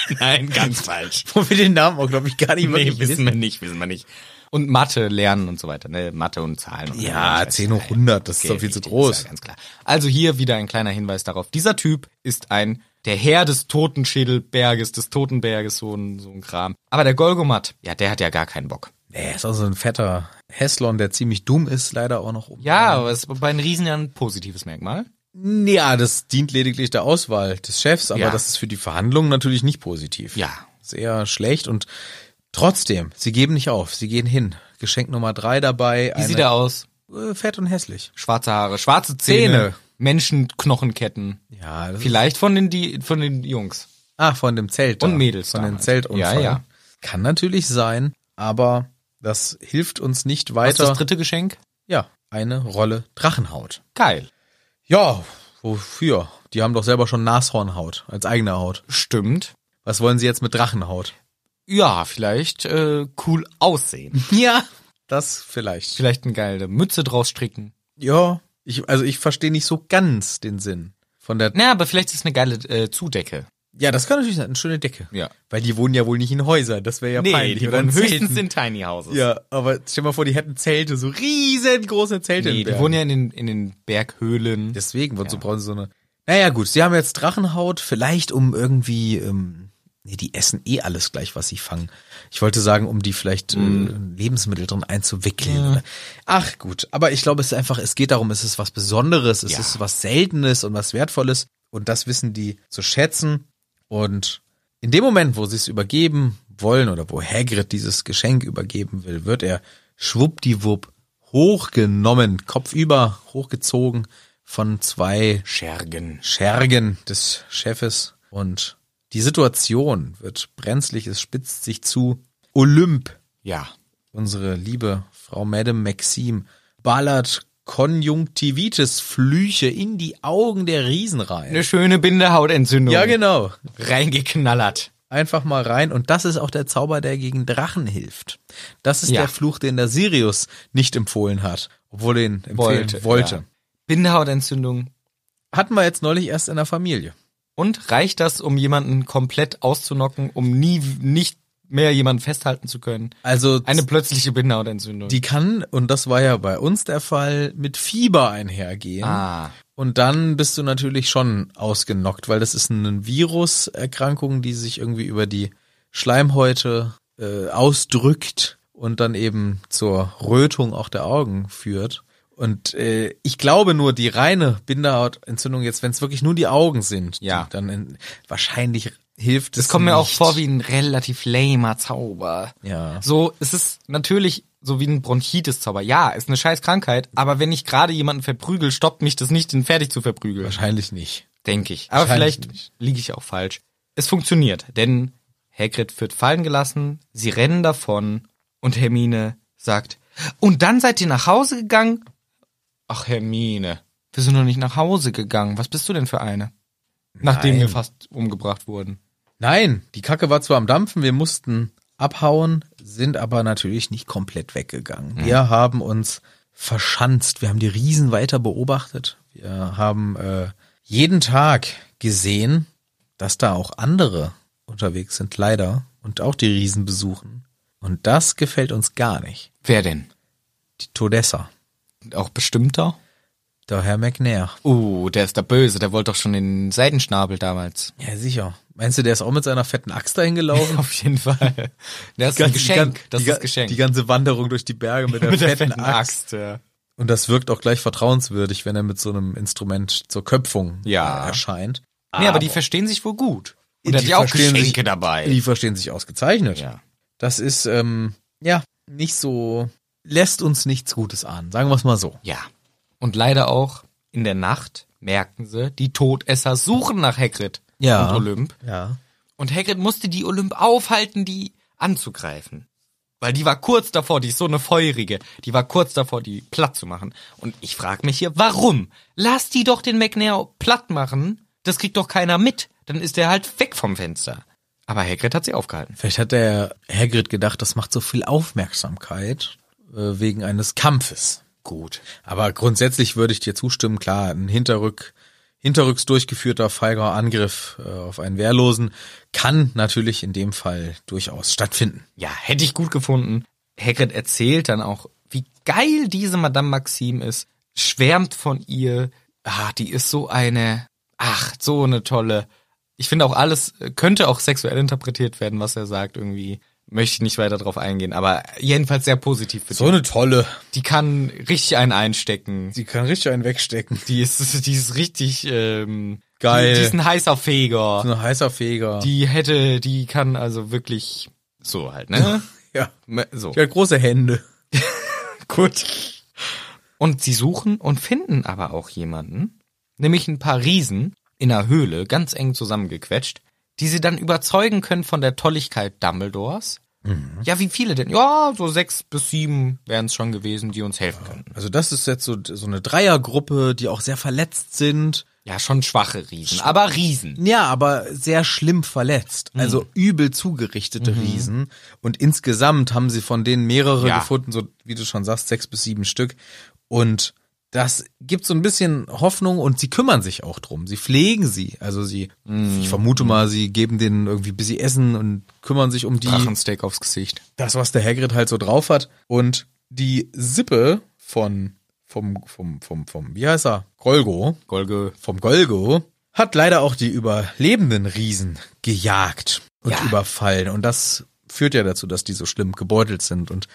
Speaker 2: Nein, ganz falsch.
Speaker 1: Wo wir den Namen auch, glaube ich, gar nicht
Speaker 2: Nee,
Speaker 1: wirklich
Speaker 2: wissen wir nicht, wissen wir nicht. Und Mathe lernen und so weiter, ne? Mathe und Zahlen. Und
Speaker 1: Ja,
Speaker 2: Scheiß.
Speaker 1: 10 hoch 100, das ist doch viel zu
Speaker 2: richtig,
Speaker 1: groß.
Speaker 2: Ist ja ganz klar. Also hier wieder ein kleiner Hinweis darauf. Dieser Typ ist ein, der Herr des Totenschädelberges, des Totenberges, so ein, so ein Kram. Aber der Golgomat, ja, der hat ja gar keinen Bock.
Speaker 1: Nee, ist auch so ein fetter Heslon, der ziemlich dumm ist, leider auch noch. oben.
Speaker 2: Ja, aber es ist bei den Riesen ja ein positives Merkmal.
Speaker 1: Ja, das dient lediglich der Auswahl des Chefs, aber
Speaker 2: Ja.
Speaker 1: das ist für die Verhandlungen natürlich nicht positiv.
Speaker 2: Ja.
Speaker 1: Sehr schlecht und trotzdem, sie geben nicht auf, sie gehen hin. Geschenk Nummer drei dabei.
Speaker 2: Wie sieht er aus?
Speaker 1: äh, fett und hässlich.
Speaker 2: schwarze Haare, schwarze Zähne,
Speaker 1: Zähne.
Speaker 2: Menschenknochenketten.
Speaker 1: Ja, das
Speaker 2: Vielleicht von den, die, von den Jungs.
Speaker 1: Ah, von dem Zelt. da.
Speaker 2: Und Mädels
Speaker 1: Von
Speaker 2: damals.
Speaker 1: dem Zeltunfall.
Speaker 2: Ja, ja.
Speaker 1: Kann natürlich sein, aber das hilft uns nicht
Speaker 2: Was ist das
Speaker 1: weiter.
Speaker 2: dritte Geschenk?
Speaker 1: Ja, eine Rolle Drachenhaut.
Speaker 2: Geil.
Speaker 1: Ja, wofür? Die haben doch selber schon Nashornhaut als eigene Haut.
Speaker 2: Stimmt.
Speaker 1: Was wollen sie jetzt mit Drachenhaut?
Speaker 2: Ja, vielleicht äh, cool aussehen.
Speaker 1: Ja, das vielleicht.
Speaker 2: vielleicht eine geile Mütze draus stricken.
Speaker 1: Ja, ich, also ich verstehe nicht so ganz den Sinn von der.
Speaker 2: Na, aber vielleicht ist es eine geile äh, Zudecke.
Speaker 1: Ja, das kann natürlich sein. Eine schöne Decke.
Speaker 2: Ja.
Speaker 1: Weil die wohnen ja wohl nicht in Häusern. Das wäre ja peinlich.
Speaker 2: die
Speaker 1: Oder in
Speaker 2: wohnen höchstens
Speaker 1: Zelten.
Speaker 2: in Tiny Houses.
Speaker 1: Ja, aber stell mal vor, die hätten Zelte, so riesengroße Zelte. in
Speaker 2: Nee, die
Speaker 1: Bergen.
Speaker 2: wohnen ja in den, in den Berghöhlen.
Speaker 1: Deswegen, wozu brauchen sie so eine. Naja, gut, sie haben jetzt Drachenhaut, vielleicht um irgendwie. Ähm, nee, die essen eh alles gleich, was sie fangen. Ich wollte sagen, um die vielleicht
Speaker 2: Mhm.
Speaker 1: äh, Lebensmittel drin einzuwickeln. Oder. Ach gut, aber ich glaube, es ist einfach, es geht darum, es ist was Besonderes, es
Speaker 2: Ja.
Speaker 1: ist was Seltenes und was Wertvolles. Und das wissen die zu schätzen. Und in dem Moment, wo sie es übergeben wollen oder wo Hagrid dieses Geschenk übergeben will, wird er schwuppdiwupp hochgenommen, kopfüber, hochgezogen von zwei
Speaker 2: Schergen.
Speaker 1: Schergen des Chefes. Und die Situation wird brenzlig, es spitzt sich zu. Olymp,
Speaker 2: Ja.
Speaker 1: unsere liebe Frau Madame Maxim, ballert Konjunktivitis Flüche in die Augen der Riesen rein.
Speaker 2: Eine schöne Bindehautentzündung.
Speaker 1: Ja, genau.
Speaker 2: Reingeknallert.
Speaker 1: einfach mal rein. Und das ist auch der Zauber, der gegen Drachen hilft. Das ist
Speaker 2: Ja.
Speaker 1: der Fluch, den der Sirius nicht empfohlen hat, obwohl er ihn empfehlen wollte.
Speaker 2: Ja. Bindehautentzündung,
Speaker 1: Hatten wir jetzt neulich erst in der Familie.
Speaker 2: Und reicht das, um jemanden komplett auszunocken, um nie nicht mehr jemanden festhalten zu können?
Speaker 1: Also
Speaker 2: Eine plötzliche Bindehautentzündung.
Speaker 1: die kann, und das war ja bei uns der Fall, mit Fieber einhergehen.
Speaker 2: ah,
Speaker 1: Und dann bist du natürlich schon ausgenockt, weil das ist eine Viruserkrankung, die sich irgendwie über die Schleimhäute äh, ausdrückt und dann eben zur Rötung auch der Augen führt. Und äh, ich glaube nur, die reine Binderhautentzündung jetzt, wenn es wirklich nur die Augen sind,
Speaker 2: Ja.
Speaker 1: die dann in, wahrscheinlich hilft es
Speaker 2: das kommt mir auch
Speaker 1: nicht.
Speaker 2: vor wie ein relativ lamer Zauber.
Speaker 1: Ja.
Speaker 2: So, es ist natürlich so wie ein Bronchitis-Zauber. Ja, ist eine scheiß Krankheit, aber wenn ich gerade jemanden verprügel, stoppt mich das nicht, ihn fertig zu verprügeln.
Speaker 1: Wahrscheinlich nicht.
Speaker 2: Denke ich. Aber
Speaker 1: Wahrscheinlich
Speaker 2: vielleicht
Speaker 1: nicht.
Speaker 2: liege ich auch falsch. Es funktioniert, denn Hagrid wird fallen gelassen, sie rennen davon und Hermine sagt, und dann seid ihr nach Hause gegangen? Ach, Hermine, wir sind noch nicht nach Hause gegangen. Was bist du denn für eine? Nachdem wir fast umgebracht wurden.
Speaker 1: Nein, die Kacke war zwar am Dampfen, wir mussten abhauen, sind aber natürlich nicht komplett weggegangen. Wir haben uns verschanzt, wir haben die Riesen weiter beobachtet, wir haben äh, jeden Tag gesehen, dass da auch andere unterwegs sind, leider, und auch die Riesen besuchen. Und das gefällt uns gar nicht.
Speaker 2: Wer denn?
Speaker 1: Die Todessa.
Speaker 2: Auch bestimmter?
Speaker 1: Der Herr McNair.
Speaker 2: Uh, der ist der Böse, der wollte doch schon den Seidenschnabel damals.
Speaker 1: Ja, sicher. Meinst du, der ist auch mit seiner fetten Axt dahin gelaufen?
Speaker 2: Auf jeden Fall. Das ist ein Geschenk. Das
Speaker 1: die,
Speaker 2: ist ein Geschenk.
Speaker 1: Die ganze Wanderung durch die Berge mit der,
Speaker 2: mit
Speaker 1: fetten, Axt.
Speaker 2: ja.
Speaker 1: Und das wirkt auch gleich vertrauenswürdig, wenn er mit so einem Instrument zur Köpfung
Speaker 2: Ja.
Speaker 1: äh, erscheint.
Speaker 2: Nee, aber die verstehen sich wohl gut. Und hat
Speaker 1: Die
Speaker 2: ja auch
Speaker 1: verstehen
Speaker 2: Geschenke
Speaker 1: sich-
Speaker 2: dabei.
Speaker 1: Die verstehen sich ausgezeichnet.
Speaker 2: Ja.
Speaker 1: Das ist, ähm, ja, nicht so, lässt uns nichts Gutes ahnen. Sagen wir es mal so.
Speaker 2: Ja. Und leider auch in der Nacht merken sie, die Todesser suchen nach Hagrid
Speaker 1: Ja.
Speaker 2: und Olymp.
Speaker 1: Ja.
Speaker 2: Und Hagrid musste die Olymp aufhalten, die anzugreifen. Weil die war kurz davor, die ist so eine feurige, die war kurz davor, die platt zu machen. Und ich frage mich hier, warum? Lass die doch den McNair platt machen, das kriegt doch keiner mit. Dann ist der halt weg vom Fenster. Aber Hagrid hat sie aufgehalten.
Speaker 1: Vielleicht hat der Hagrid gedacht, das macht so viel Aufmerksamkeit äh, wegen eines Kampfes.
Speaker 2: Gut.
Speaker 1: Aber grundsätzlich würde ich dir zustimmen, klar, ein Hinterrück, hinterrücks durchgeführter feiger Angriff äh, auf einen Wehrlosen kann natürlich in dem Fall durchaus stattfinden.
Speaker 2: Ja, hätte ich gut gefunden. Hagrid erzählt dann auch, wie geil diese Madame Maxim ist, schwärmt von ihr. Ah, die ist so eine, ach, so eine tolle. Ich finde auch alles, äh, könnte auch sexuell interpretiert werden, was er sagt irgendwie. Möchte ich nicht weiter drauf eingehen, aber jedenfalls sehr positiv für
Speaker 1: So eine tolle.
Speaker 2: Die kann richtig einen einstecken.
Speaker 1: Die kann richtig einen wegstecken.
Speaker 2: Die ist, die ist richtig ähm,
Speaker 1: Geil.
Speaker 2: Die, die ist ein heißer Feger.
Speaker 1: So ein heißer Feger.
Speaker 2: Die hätte, die kann also wirklich so halt, ne?
Speaker 1: ja.
Speaker 2: so.
Speaker 1: Die hat große Hände.
Speaker 2: Gut. Und sie suchen und finden aber auch jemanden, nämlich ein paar Riesen in einer Höhle, ganz eng zusammengequetscht, die sie dann überzeugen können von der Tolligkeit Dumbledores. Ja, wie viele denn? Ja, so sechs bis sieben wären es schon gewesen, die uns helfen könnten.
Speaker 1: Also das ist jetzt so, so eine Dreiergruppe, die auch sehr verletzt sind.
Speaker 2: Ja, schon schwache Riesen, aber Riesen.
Speaker 1: Ja, aber sehr schlimm verletzt. Also übel zugerichtete Riesen. Und insgesamt haben sie von denen mehrere
Speaker 2: Ja.
Speaker 1: gefunden, so wie du schon sagst, sechs bis sieben Stück. Und das gibt so ein bisschen Hoffnung und sie kümmern sich auch drum. Sie pflegen sie. Also sie, ich vermute mal, sie geben denen irgendwie ein bisschen Essen und kümmern sich um die
Speaker 2: Drachensteak aufs Gesicht.
Speaker 1: das, was der Hagrid halt so drauf hat. Und die Sippe von, vom, vom, vom, vom, wie heißt er? Golgo.
Speaker 2: Golge.
Speaker 1: Vom Golgo hat leider auch die überlebenden Riesen gejagt und
Speaker 2: Ja.
Speaker 1: überfallen. Und das führt ja dazu, dass die so schlimm gebeutelt sind. Und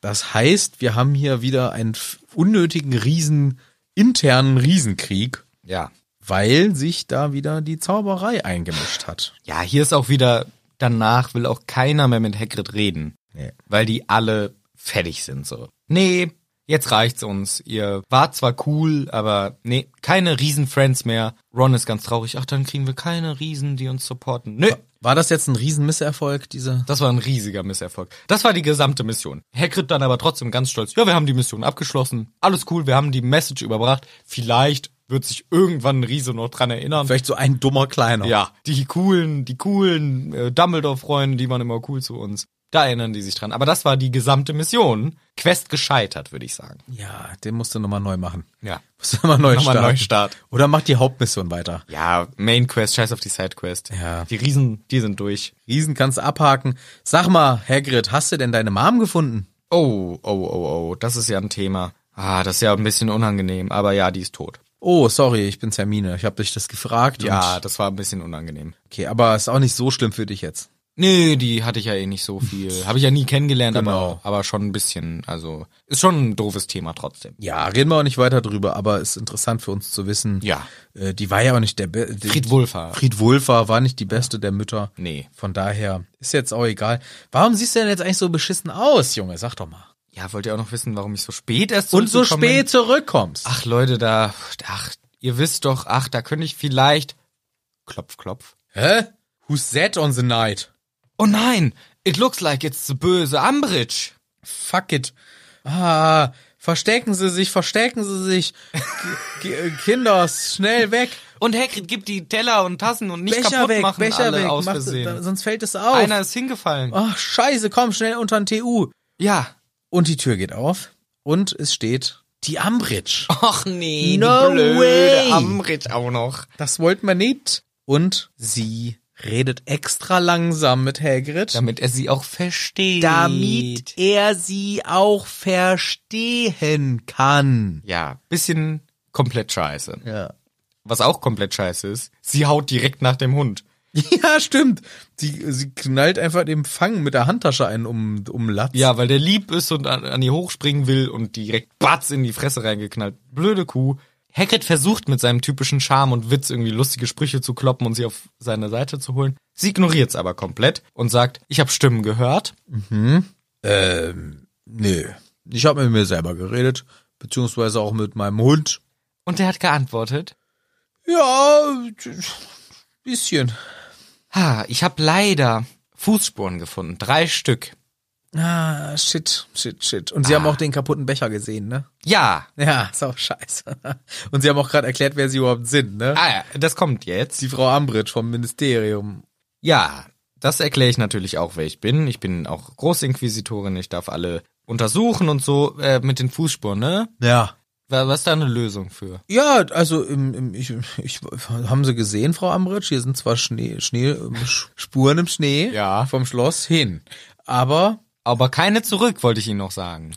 Speaker 1: das heißt, wir haben hier wieder einen f- unnötigen Riesen, internen Riesenkrieg,
Speaker 2: Ja.
Speaker 1: weil sich da wieder die Zauberei eingemischt hat.
Speaker 2: Ja, hier ist auch wieder, danach will auch keiner mehr mit Hagrid reden.
Speaker 1: Nee.
Speaker 2: Weil die alle fertig sind so. Nee, jetzt reicht's uns. Ihr wart zwar cool, aber nee, keine Riesen-Friends mehr. Ron ist ganz traurig. Ach, dann kriegen wir keine Riesen, die uns supporten. Nö.
Speaker 1: War das jetzt ein Riesenmisserfolg, diese?
Speaker 2: Das war ein riesiger Misserfolg. Das war die gesamte Mission. Hagrid dann aber trotzdem ganz stolz. Ja, wir haben die Mission abgeschlossen. Alles cool, wir haben die Message überbracht. Vielleicht wird sich irgendwann ein Riese noch dran erinnern.
Speaker 1: Vielleicht so ein dummer Kleiner.
Speaker 2: Ja, die coolen, die coolen äh, Dumbledore-Freunde, die waren immer cool zu uns. Da erinnern die sich dran. Aber das war die gesamte Mission. Quest gescheitert, würde ich sagen.
Speaker 1: Ja, den musst du nochmal neu machen.
Speaker 2: Ja.
Speaker 1: Musst du nochmal neu
Speaker 2: Nochmal
Speaker 1: starten.
Speaker 2: neu starten.
Speaker 1: Oder mach die Hauptmission weiter.
Speaker 2: Ja, Main Quest, scheiß auf die Side Quest.
Speaker 1: Ja.
Speaker 2: Die Riesen, die sind durch.
Speaker 1: Riesen kannst du abhaken. Sag mal, Hagrid, hast du denn deine Mom gefunden?
Speaker 2: Oh, oh, oh, oh, das ist ja ein Thema. Ah, das ist ja ein bisschen unangenehm. Aber ja, die ist tot.
Speaker 1: Oh, sorry, ich bin's Hermine. Ich habe dich das gefragt.
Speaker 2: Ja,
Speaker 1: Und,
Speaker 2: das war ein bisschen unangenehm.
Speaker 1: okay, aber ist auch nicht so schlimm für dich jetzt.
Speaker 2: Nee, die hatte ich ja eh nicht so viel. Habe ich ja nie kennengelernt,
Speaker 1: Genau.
Speaker 2: aber, aber schon ein bisschen. Also, ist schon ein doofes Thema trotzdem.
Speaker 1: Ja, reden wir auch nicht weiter drüber, aber ist interessant für uns zu wissen.
Speaker 2: Ja.
Speaker 1: Äh, die war ja auch nicht der Be die-
Speaker 2: Fried Wulfer.
Speaker 1: Fried Wulfer war nicht die beste der Mütter.
Speaker 2: Nee.
Speaker 1: Von daher ist jetzt auch egal. Warum siehst du denn jetzt eigentlich so beschissen aus, Junge? Sag doch mal.
Speaker 2: Ja, wollt ihr auch noch wissen, warum ich so spät erst
Speaker 1: Und so
Speaker 2: zurückgekommen bin?
Speaker 1: spät zurückkommst.
Speaker 2: Ach Leute, da, ach, ihr wisst doch, ach, da könnte ich vielleicht. Klopf, klopf.
Speaker 1: Hä? Who's that on the night?
Speaker 2: Oh nein, it looks like it's the böse Ambridge.
Speaker 1: Fuck it. Ah, verstecken Sie sich, verstecken Sie sich. G G- Kinders, schnell weg.
Speaker 2: Und Hagrid gibt die Teller und Tassen und nicht
Speaker 1: Becher
Speaker 2: kaputt
Speaker 1: weg,
Speaker 2: machen
Speaker 1: Becher
Speaker 2: alle
Speaker 1: weg.
Speaker 2: aus
Speaker 1: Macht- da-
Speaker 2: Versehen.
Speaker 1: sonst fällt es auf. Oh.
Speaker 2: Einer ist hingefallen.
Speaker 1: Ach, scheiße, komm schnell unter den TU.
Speaker 2: Ja.
Speaker 1: Und die Tür geht auf und es steht die Ambridge.
Speaker 2: Och nee,
Speaker 1: No way.
Speaker 2: Ambridge auch noch.
Speaker 1: Das wollten wir nicht. Und sie redet extra langsam mit Hagrid.
Speaker 2: Damit er sie auch versteht.
Speaker 1: damit er sie auch verstehen kann.
Speaker 2: Ja, bisschen komplett scheiße.
Speaker 1: Ja.
Speaker 2: Was auch komplett scheiße ist, sie haut direkt nach dem Hund.
Speaker 1: Ja, stimmt. Sie, sie knallt einfach dem Fang mit der Handtasche einen um, um Latz.
Speaker 2: Ja, weil der lieb ist und an, an ihr hochspringen will und direkt batz in die Fresse reingeknallt. Blöde Kuh. Hagrid versucht mit seinem typischen Charme und Witz irgendwie lustige Sprüche zu kloppen und sie auf seine Seite zu holen. Sie ignoriert's aber komplett und sagt, ich habe Stimmen gehört.
Speaker 1: Ähm, nö. Ich habe mit mir selber geredet, beziehungsweise auch mit meinem Hund.
Speaker 2: Und der hat geantwortet,
Speaker 1: Ja, bisschen.
Speaker 2: ha, ich habe leider Fußspuren gefunden, drei Stück.
Speaker 1: Ah, shit, shit, shit. Und sie haben auch den kaputten Becher gesehen, ne?
Speaker 2: Ja,
Speaker 1: Ah. Ja, ist auch scheiße. Und sie haben auch gerade erklärt, wer sie überhaupt sind, ne?
Speaker 2: ah, ja, das kommt jetzt.
Speaker 1: Die Frau Ambridge vom Ministerium.
Speaker 2: Ja, das erkläre ich natürlich auch, wer ich bin. Ich bin auch Großinquisitorin, ich darf alle untersuchen und so äh, mit den Fußspuren, ne?
Speaker 1: Ja.
Speaker 2: Wa- Was ist da eine Lösung für?
Speaker 1: Ja, also im, im, ich, ich, haben Sie gesehen, Frau Ambridge? Hier sind zwar Schnee, Schnee, ähm, Sch- Spuren im Schnee
Speaker 2: Ja.
Speaker 1: vom Schloss hin. Aber
Speaker 2: Aber keine zurück, wollte ich Ihnen noch sagen.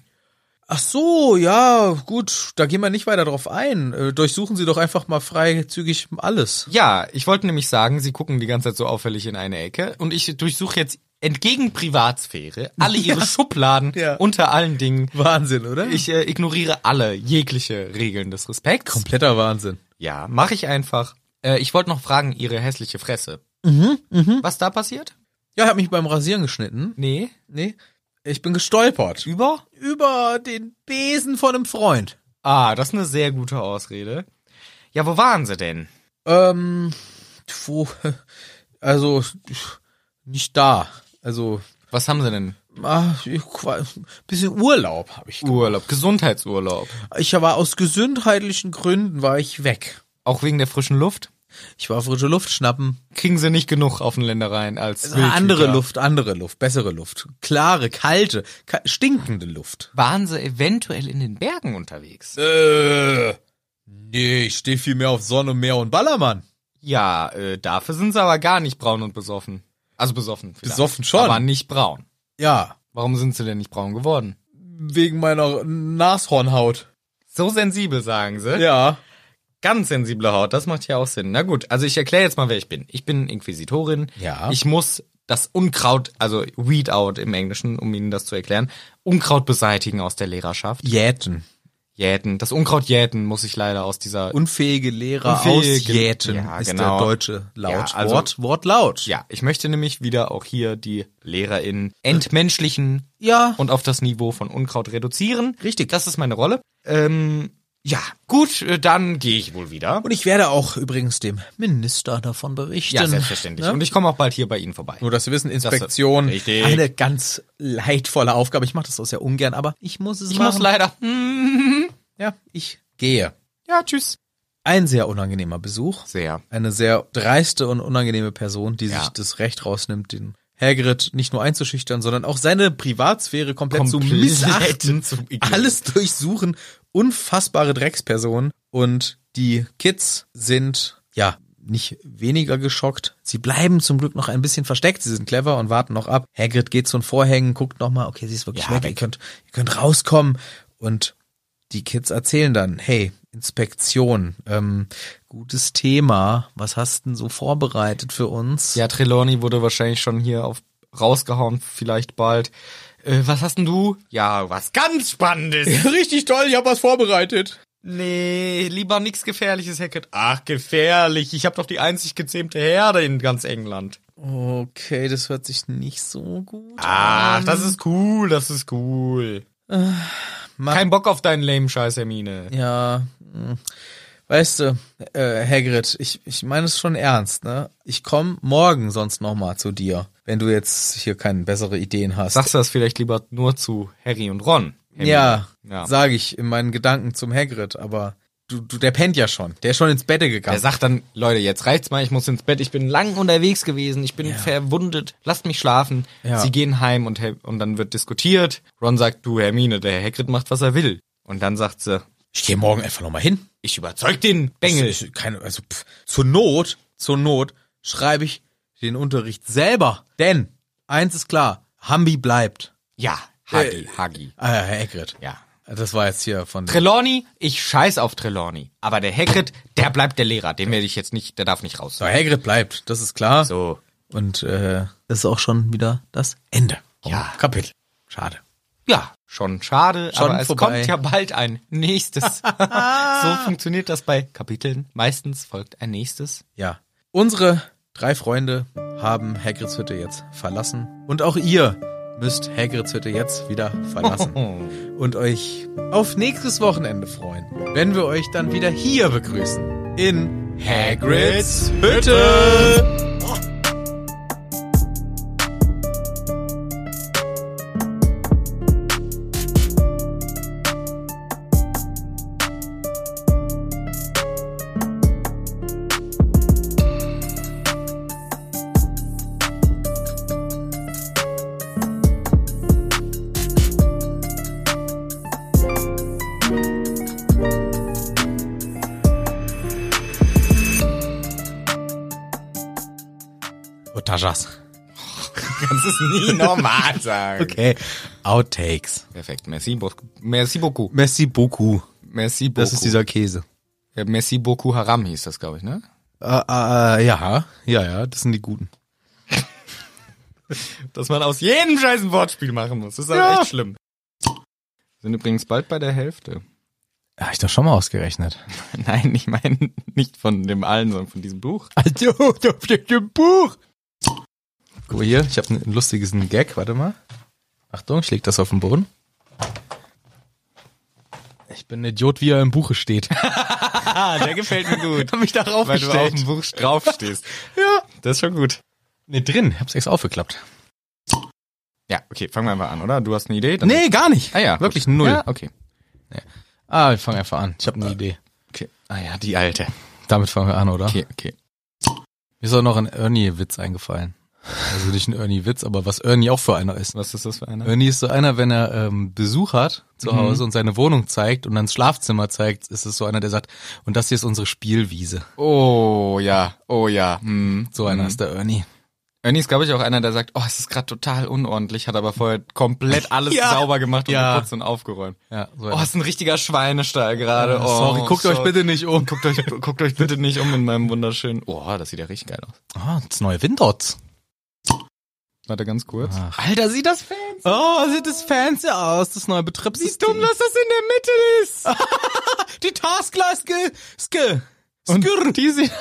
Speaker 1: Ach so, ja, gut, da gehen wir nicht weiter drauf ein. Äh, durchsuchen Sie doch einfach mal freizügig alles.
Speaker 2: Ja, ich wollte nämlich sagen, Sie gucken die ganze Zeit so auffällig in eine Ecke und ich durchsuche jetzt entgegen Privatsphäre alle Ihre Schubladen
Speaker 1: Ja.
Speaker 2: unter allen Dingen.
Speaker 1: Wahnsinn, oder?
Speaker 2: Ich äh, ignoriere alle jegliche Regeln des Respekts.
Speaker 1: kompletter Wahnsinn.
Speaker 2: Ja, mache ich einfach. Äh, ich wollte noch fragen, Ihre hässliche Fresse. Was da passiert?
Speaker 1: Ja, ich hab mich beim Rasieren geschnitten.
Speaker 2: Nee.
Speaker 1: Nee, ich bin gestolpert.
Speaker 2: Über?
Speaker 1: Über den Besen von einem Freund.
Speaker 2: Ah, das ist eine sehr gute Ausrede. Ja, wo waren sie denn?
Speaker 1: Ähm, wo, also, nicht da. Also,
Speaker 2: Was haben sie denn?
Speaker 1: ah, ich- bisschen Urlaub habe ich.
Speaker 2: Urlaub, Gesundheitsurlaub.
Speaker 1: Ich war aus gesundheitlichen Gründen war ich weg.
Speaker 2: Auch wegen der frischen Luft?
Speaker 1: Ich war frische Luft schnappen.
Speaker 2: Kriegen sie nicht genug auf den Ländereien als Wildhüter.
Speaker 1: Also Andere Luft, andere Luft, bessere Luft. Klare, kalte, ka stinkende Luft.
Speaker 2: Waren sie eventuell in den Bergen unterwegs?
Speaker 1: Äh, nee, ich stehe viel mehr auf Sonne, Meer und Ballermann.
Speaker 2: Ja, äh, dafür sind sie aber gar nicht braun und besoffen. Also besoffen. Vielleicht.
Speaker 1: Besoffen schon.
Speaker 2: Aber nicht braun.
Speaker 1: Ja,
Speaker 2: Warum sind sie denn nicht braun geworden?
Speaker 1: wegen meiner Nashornhaut.
Speaker 2: So sensibel, sagen sie.
Speaker 1: Ja.
Speaker 2: Ganz sensible Haut, das macht ja auch Sinn. Na gut, also ich erkläre jetzt mal, wer ich bin. Ich bin Inquisitorin.
Speaker 1: Ja.
Speaker 2: Ich muss das Unkraut, also Weed Out im Englischen, um Ihnen das zu erklären, Unkraut beseitigen aus der Lehrerschaft.
Speaker 1: Jäten.
Speaker 2: Jäten. Das Unkraut jäten muss ich leider aus dieser...
Speaker 1: Unfähige Lehrer
Speaker 2: Unfähige-
Speaker 1: ausjäten
Speaker 2: Ja,
Speaker 1: ist
Speaker 2: genau.
Speaker 1: der deutsche Laut.
Speaker 2: Ja, also-
Speaker 1: Wort, Wort laut.
Speaker 2: ja, ich möchte nämlich wieder auch hier die LehrerInnen entmenschlichen
Speaker 1: Ja.
Speaker 2: und auf das Niveau von Unkraut reduzieren.
Speaker 1: Richtig.
Speaker 2: Das ist meine Rolle. Ähm, ja, gut, äh, dann gehe ich wohl wieder.
Speaker 1: Und ich werde auch übrigens dem Minister davon berichten.
Speaker 2: Ja, selbstverständlich.
Speaker 1: Ne?
Speaker 2: Und ich komme auch bald hier bei Ihnen vorbei.
Speaker 1: Nur, dass Sie wissen, Inspektion,
Speaker 2: richtig.
Speaker 1: eine ganz leidvolle Aufgabe. Ich mache das auch sehr ungern, aber ich muss es
Speaker 2: Ich
Speaker 1: machen.
Speaker 2: muss leider...
Speaker 1: ja, ich gehe.
Speaker 2: Ja, tschüss.
Speaker 1: Ein sehr unangenehmer Besuch.
Speaker 2: Sehr.
Speaker 1: Eine sehr dreiste und unangenehme Person, die
Speaker 2: Ja.
Speaker 1: sich das Recht rausnimmt, den Hagrid nicht nur einzuschüchtern, sondern auch seine Privatsphäre komplett, zu
Speaker 2: Komplett
Speaker 1: missachten,
Speaker 2: zu ignorieren.
Speaker 1: alles durchsuchen. Unfassbare Dreckspersonen. Und die Kids sind, ja, nicht weniger geschockt. Sie bleiben zum Glück noch ein bisschen versteckt. Sie sind clever und warten noch ab. Hagrid geht zu den Vorhängen, guckt nochmal, okay, sie ist wirklich
Speaker 2: Ja,
Speaker 1: weg. Ihr könnt, ihr könnt rauskommen. Und die Kids erzählen dann, hey, Inspektion, ähm, gutes Thema. Was hast denn so vorbereitet für uns?
Speaker 2: Ja, Trelawney wurde wahrscheinlich schon hier auf rausgehauen, vielleicht bald. Äh, was hast denn du? Ja, was ganz Spannendes.
Speaker 1: richtig toll, ich habe was vorbereitet.
Speaker 2: nee, lieber nix Gefährliches, Hackett. Ach, gefährlich. Ich habe doch die einzig gezähmte Herde in ganz England.
Speaker 1: Okay, das hört sich nicht so gut
Speaker 2: Ach, das ist cool, das ist cool.
Speaker 1: mach-
Speaker 2: Kein Bock auf deinen lame Scheiß, Hermine.
Speaker 1: Ja, hm. weißt du, äh, Hagrid, ich, ich meine es schon ernst, ne? Ich komme morgen sonst nochmal zu dir, wenn du jetzt hier keine bessere Ideen hast.
Speaker 2: Sagst du das vielleicht lieber nur zu Harry und Ron? Hermine?
Speaker 1: ja,
Speaker 2: ja.
Speaker 1: sage ich in meinen Gedanken zum Hagrid, aber du, du, der pennt ja schon. Der ist schon ins Bette
Speaker 2: Er
Speaker 1: gegangen.
Speaker 2: sagt dann, Leute, jetzt reicht's mal, ich muss ins Bett, ich bin lang unterwegs gewesen, ich bin verwundet, lasst mich schlafen.
Speaker 1: Ja.
Speaker 2: Sie gehen heim und, Her- und dann wird diskutiert. Ron sagt, du Hermine, der Hagrid macht, was er will. Und dann sagt sie,
Speaker 1: ich gehe morgen einfach nochmal hin.
Speaker 2: ich überzeug den Bengel.
Speaker 1: Ich, ich, keine, also pff, zur Not, zur Not schreibe ich den Unterricht selber. Denn eins ist klar, Hambi bleibt.
Speaker 2: Ja, Hagi, Hagi.
Speaker 1: Äh, Hagrid.
Speaker 2: Ja.
Speaker 1: Das war jetzt hier von.
Speaker 2: Trelawney, ich scheiß auf Trelawney. Aber der Hagrid, der bleibt der Lehrer. Den werde ich jetzt nicht, der darf nicht raus.
Speaker 1: So, Hagrid bleibt, das ist klar.
Speaker 2: So.
Speaker 1: Und äh, das ist auch schon wieder das Ende.
Speaker 2: Ja.
Speaker 1: Kapitel. Schade.
Speaker 2: Ja, schon schade,
Speaker 1: Schon
Speaker 2: aber es
Speaker 1: vorbei.
Speaker 2: kommt ja bald ein nächstes. so funktioniert das bei Kapiteln. Meistens folgt ein nächstes.
Speaker 1: Ja. Unsere drei Freunde haben Hagrids Hütte jetzt verlassen. Und auch ihr müsst Hagrids Hütte jetzt wieder verlassen. Und euch auf nächstes Wochenende freuen, wenn wir euch dann wieder hier begrüßen. In Hagrids Hütte! Otajas.
Speaker 2: Das ist nie normal sein.
Speaker 1: Okay. Outtakes.
Speaker 2: Perfekt. Merci, bo- merci beaucoup.
Speaker 1: Merci beaucoup.
Speaker 2: Merci beaucoup.
Speaker 1: Das ist dieser Käse.
Speaker 2: Ja, merci beaucoup Haram hieß das, glaube ich, ne?
Speaker 1: Äh, äh, ja, ja, ja, das sind die guten.
Speaker 2: Dass man aus jedem scheiß ein Wortspiel machen muss. Das ist aber
Speaker 1: Ja.
Speaker 2: echt schlimm. Sind übrigens bald bei der Hälfte.
Speaker 1: Habe ich doch schon mal ausgerechnet.
Speaker 2: Nein, ich meine nicht von dem allen, sondern von diesem Buch.
Speaker 1: Also, da steht im Buch. Guck mal hier, ich habe ein lustiges einen Gag, warte mal. Achtung, ich leg das auf den Boden. Ich bin ein Idiot, wie er im Buche steht.
Speaker 2: Ah, der gefällt mir gut.
Speaker 1: mich da
Speaker 2: Weil du auf dem Buch draufstehst.
Speaker 1: Ja.
Speaker 2: Das ist schon gut.
Speaker 1: Nee, drin, hab's extra aufgeklappt.
Speaker 2: Ja, okay, fangen wir einfach an, oder? Du hast eine Idee? Dann-
Speaker 1: Nee, gar nicht.
Speaker 2: Ah ja.
Speaker 1: Wirklich
Speaker 2: gut.
Speaker 1: null.
Speaker 2: Ja, okay.
Speaker 1: Ah, wir fangen einfach an. Ich habe eine Idee.
Speaker 2: okay. Ah ja, die alte.
Speaker 1: Damit fangen wir an, oder?
Speaker 2: Okay, okay.
Speaker 1: Mir ist auch noch ein Ernie-Witz eingefallen. Also nicht ein Ernie-Witz, aber was Ernie auch für einer ist.
Speaker 2: Was ist das für eine?
Speaker 1: Ernie ist so einer, wenn er ähm, Besuch hat zu
Speaker 2: Mhm.
Speaker 1: Hause und seine Wohnung zeigt und ans Schlafzimmer zeigt, ist es so einer, der sagt, und das hier ist unsere Spielwiese.
Speaker 2: Oh ja, oh ja. Hm.
Speaker 1: So einer ist der Ernie.
Speaker 2: Ernie ist, glaube ich, auch einer, der sagt, oh, es ist gerade total unordentlich, hat aber vorher komplett alles
Speaker 1: Ja.
Speaker 2: sauber gemacht und
Speaker 1: Ja.
Speaker 2: geputzt und aufgeräumt.
Speaker 1: Ja, so
Speaker 2: Oh,
Speaker 1: einer. Äh,
Speaker 2: es ist ein richtiger Schweinestall gerade. Oh,
Speaker 1: Sorry, guckt euch
Speaker 2: sorry.
Speaker 1: bitte nicht um.
Speaker 2: Guckt euch, guckt euch bitte nicht um in meinem wunderschönen. Oh, das sieht ja richtig geil aus.
Speaker 1: Ah, das neue Windows.
Speaker 2: Warte ganz kurz.
Speaker 1: Ach.
Speaker 2: Alter, sieht das fancy
Speaker 1: Oh, sieht das fancy aus, das neue Betriebssystem. Wie dumm,
Speaker 2: das in der Mitte ist.
Speaker 1: das die Taskleiste. Ske.
Speaker 2: Und die sieht,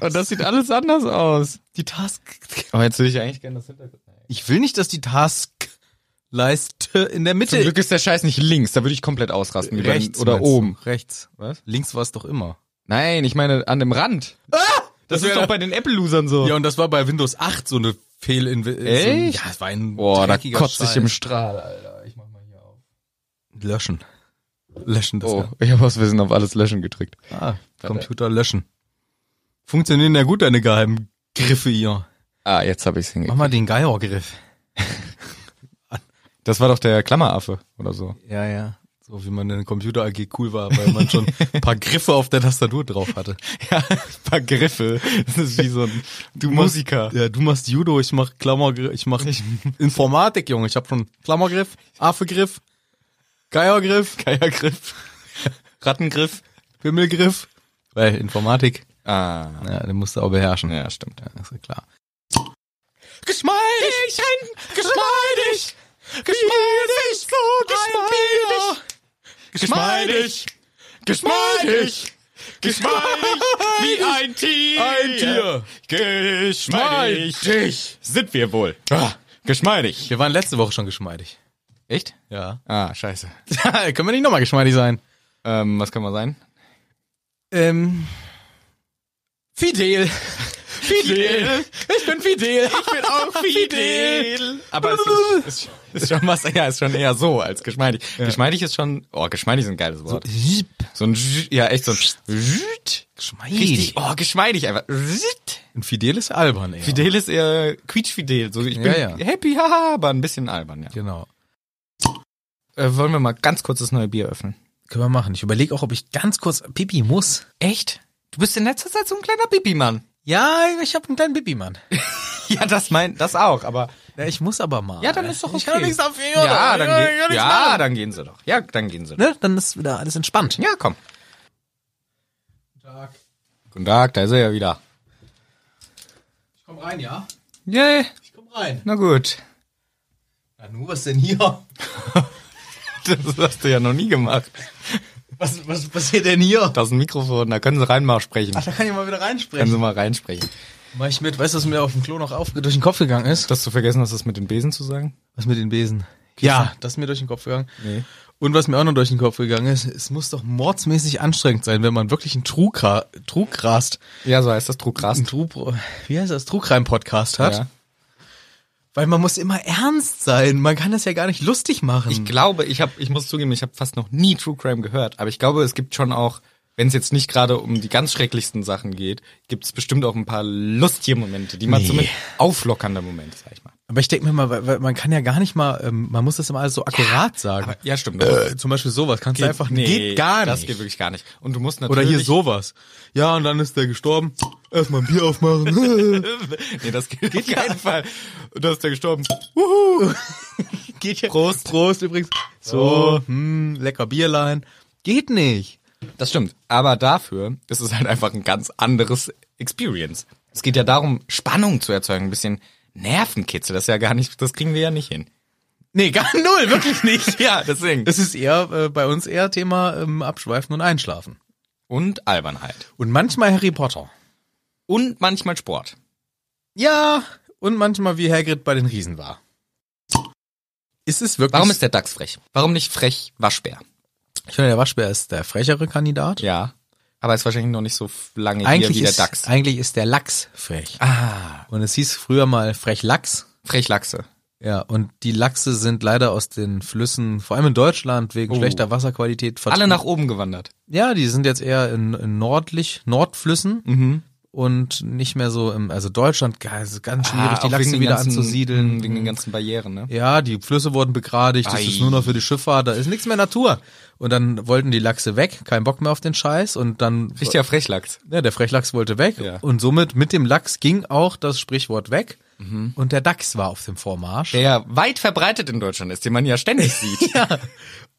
Speaker 2: und das sieht alles anders aus.
Speaker 1: Die Task.
Speaker 2: Aber Oh, jetzt würde ich eigentlich gerne das Hintergrund.
Speaker 1: Ich will nicht, dass die Taskleiste in der
Speaker 2: Zum
Speaker 1: Mitte
Speaker 2: Glück ist der Scheiß nicht links, da würde ich komplett ausrasten. wie bei- oder
Speaker 1: meinst du?
Speaker 2: oben.
Speaker 1: Rechts.
Speaker 2: Was?
Speaker 1: Links war es doch immer.
Speaker 2: Nein, ich meine an dem Rand. Das,
Speaker 1: Ah! wär-
Speaker 2: ist doch bei den Apple-Losern so.
Speaker 1: Ja, und das war bei Windows 8 so eine Fehlinvestition.
Speaker 2: Echt?
Speaker 1: Ja, es war ein
Speaker 2: Boah, da
Speaker 1: dreckiger
Speaker 2: kotzt sich
Speaker 1: Scheiß.
Speaker 2: im Strahl, Alter. Ich mach mal hier auf.
Speaker 1: Löschen. Löschen das.
Speaker 2: Oh, ich habe aus Wissen auf alles löschen gedrückt.
Speaker 1: ja. Ah, Computer löschen. Funktionieren ja gut deine geheimen Griffe hier.
Speaker 2: Ah, jetzt habe ich's
Speaker 1: Mach
Speaker 2: hingekriegt.
Speaker 1: mal den Geier-Griff.
Speaker 2: Das war doch der Klammeraffe oder so.
Speaker 1: Ja, ja. So wie man in der Computer AG cool war, weil man schon ein paar Griffe auf der Tastatur drauf hatte.
Speaker 2: Ja, ein paar Griffe. Das ist wie so ein du Musiker.
Speaker 1: Ja, du machst Judo, ich mach Klammergriff, ich mach Informatik, Junge. Ich hab schon Klammergriff, Affegriff, Geiergriff,
Speaker 2: Geiergriff. Rattengriff.
Speaker 1: Pimmelgriff. Weil Informatik,
Speaker 2: Ah,
Speaker 1: ja, den musst du auch beherrschen.
Speaker 2: ja, stimmt.
Speaker 1: Ja, ist ja klar. Geschmeidig! Geschmeidig! Geschmeidig! So geschmeidig! Geschmeidig! Geschmeidig!
Speaker 2: Geschmeidig wie ein Tier.
Speaker 1: Ein Tier!
Speaker 2: Geschmeidig sind wir wohl. Ah, geschmeidig.
Speaker 1: Wir waren letzte Woche schon geschmeidig.
Speaker 2: Echt?
Speaker 1: Ja.
Speaker 2: Ah, scheiße.
Speaker 1: Können wir nicht nochmal geschmeidig sein?
Speaker 2: Ähm, was kann man sein?
Speaker 1: Ähm. Fidel! Fidel! Ich bin Fidel! Ich bin auch
Speaker 2: Aber es ist, ist, ist schon was, ja, ist schon eher so als geschmeidig. Geschmeidig ist schon, oh, geschmeidig ist ein geiles Wort. So ein, Zsch- ja, echt so ein, Zsch- richtig,
Speaker 1: Geschmeidig.
Speaker 2: oh, geschmeidig einfach. Zsch-
Speaker 1: Ein Fidel ist albern, ey.
Speaker 2: Fidel ist eher quietschfidel, so ich bin
Speaker 1: Ja, ja.
Speaker 2: happy, haha, aber ein bisschen albern, ja.
Speaker 1: Genau.
Speaker 2: Äh, wollen wir mal ganz kurz das neue Bier öffnen?
Speaker 1: Können wir machen. Ich überlege auch, ob ich ganz kurz Pipi muss.
Speaker 2: Echt? Du bist in letzter Zeit so ein kleiner Bibi-Mann.
Speaker 1: Ja, ich habe einen kleinen Bibi-Mann.
Speaker 2: ja, das meint, das auch, aber.
Speaker 1: Ja, ich muss aber mal.
Speaker 2: Ja, dann ist doch okay.
Speaker 1: Ich kann doch nichts dafür.
Speaker 2: Ja, dann,
Speaker 1: ich kann
Speaker 2: ge
Speaker 1: nichts
Speaker 2: ja, dann gehen sie doch. Ja, dann gehen sie doch.
Speaker 1: Ne? Dann ist wieder alles entspannt.
Speaker 2: Ja, komm. Guten Tag, da ist er ja wieder.
Speaker 1: Ich komm rein, ja?
Speaker 2: Yay,
Speaker 1: Ich komm rein.
Speaker 2: na gut.
Speaker 1: Na nur, was denn hier?
Speaker 2: Das hast du ja noch nie gemacht.
Speaker 1: Was, was passiert denn hier?
Speaker 2: Da ist ein Mikrofon, da können sie rein mal sprechen.
Speaker 1: Ach, da kann ich mal wieder
Speaker 2: Können sie
Speaker 1: reinsprechen.
Speaker 2: mal reinsprechen.
Speaker 1: Mach ich mit. Weißt du, was mir auf dem Klo noch auf, durch den Kopf gegangen ist?
Speaker 2: Hast du vergessen, hast das mit den Besen zu sagen?
Speaker 1: Was mit den Besen? Ja, das ist mir durch den Kopf gegangen.
Speaker 2: Nee.
Speaker 1: Und was mir auch noch durch den Kopf gegangen ist, es muss doch mordsmäßig anstrengend sein, wenn man wirklich einen Trugra Trugrast,
Speaker 2: Ja, so heißt das, Truggras.
Speaker 1: einen Trug, wie heißt das, Trugreim-Podcast hat.
Speaker 2: Ja.
Speaker 1: Weil man muss immer ernst sein. Man kann das ja gar nicht lustig machen.
Speaker 2: Ich glaube, ich habe, ich muss zugeben, ich habe fast noch nie True Crime gehört, aber ich glaube, es gibt schon auch, wenn es jetzt nicht gerade um die ganz schrecklichsten Sachen geht, gibt es bestimmt auch ein paar lustige Momente, die man
Speaker 1: Nee.
Speaker 2: zumindest auflockernde Momente, sag ich mal.
Speaker 1: Aber ich denke mir mal, weil- weil man kann ja gar nicht mal, ähm, man muss das immer alles so akkurat sagen.
Speaker 2: aber- ja, stimmt.
Speaker 1: Äh, zum Beispiel sowas kannst du einfach
Speaker 2: nee,
Speaker 1: nicht. Geht gar
Speaker 2: Das
Speaker 1: nicht.
Speaker 2: geht wirklich gar nicht. Und du musst natürlich
Speaker 1: Oder hier sowas. Ja, und dann ist der gestorben. Erstmal ein Bier aufmachen.
Speaker 2: nee, das geht, auf keinen Fall. Du hast ja gestorben.
Speaker 1: geht ja. Prost. Prost übrigens. So, hm, lecker Bierlein. Geht nicht.
Speaker 2: Das stimmt. Aber dafür ist es halt einfach ein ganz anderes Experience. Es geht ja darum, Spannung zu erzeugen, ein bisschen Nervenkitzel. Das ist ja gar nicht, das kriegen wir ja nicht hin.
Speaker 1: Nee, gar null, wirklich nicht.
Speaker 2: Ja, deswegen.
Speaker 1: Das ist eher äh, bei uns eher Thema ähm, Abschweifen und Einschlafen.
Speaker 2: Und Albernheit.
Speaker 1: Und manchmal Harry Potter.
Speaker 2: Und manchmal Sport.
Speaker 1: Ja, und manchmal wie Hagrid bei den Riesen war. Ist es wirklich
Speaker 2: Warum ist der Dachs frech? Warum nicht frech Waschbär?
Speaker 1: Ich finde, der Waschbär ist der frechere Kandidat.
Speaker 2: Ja. Aber ist wahrscheinlich noch nicht so lange
Speaker 1: Eigentlich,
Speaker 2: hier wie
Speaker 1: ist,
Speaker 2: der Dachs.
Speaker 1: eigentlich ist der Lachs frech.
Speaker 2: Ah,
Speaker 1: Und es hieß früher mal frech Lachs.
Speaker 2: Frechlachse.
Speaker 1: Ja, und die Lachse sind leider aus den Flüssen, vor allem in Deutschland, wegen schlechter Wasserqualität vertrieben.
Speaker 2: Oh. Alle nach oben gewandert.
Speaker 1: Ja, die sind jetzt eher in, in nordlich, Nordflüssen
Speaker 2: Mhm.
Speaker 1: und nicht mehr so im, also Deutschland, ja, es ist ganz schwierig,
Speaker 2: Ah, auch
Speaker 1: die
Speaker 2: wegen
Speaker 1: Lachse
Speaker 2: den
Speaker 1: wieder
Speaker 2: ganzen- Mhm.
Speaker 1: anzusiedeln.
Speaker 2: Wegen den ganzen Barrieren, ne?
Speaker 1: Ja, die Flüsse wurden begradigt, das
Speaker 2: Ei.
Speaker 1: ist nur noch für die Schifffahrt, da ist nichts mehr Natur. Und dann wollten die Lachse weg, kein Bock mehr auf den Scheiß und dann
Speaker 2: Richtiger Frechlachs.
Speaker 1: ja, der Frechlachs wollte weg
Speaker 2: Ja.
Speaker 1: und somit mit dem Lachs ging auch das Sprichwort weg
Speaker 2: Mhm.
Speaker 1: und der Dachs war auf dem Vormarsch.
Speaker 2: Der ja weit verbreitet in Deutschland ist, den man ja ständig sieht.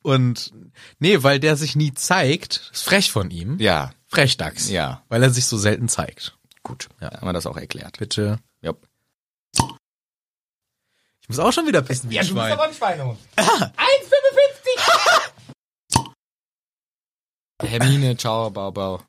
Speaker 1: Und nee, weil der sich nie zeigt, ist frech von ihm.
Speaker 2: ja.
Speaker 1: Frechdachs.
Speaker 2: Ja.
Speaker 1: Weil er sich so selten zeigt.
Speaker 2: Gut.
Speaker 1: Ja.
Speaker 2: Haben wir das auch erklärt.
Speaker 1: Bitte.
Speaker 2: Ja.
Speaker 1: Ich muss auch schon wieder pissen wie ein Schwein.
Speaker 2: ein Schweinehund. 1,55! Hermine, ciao, bau, bau.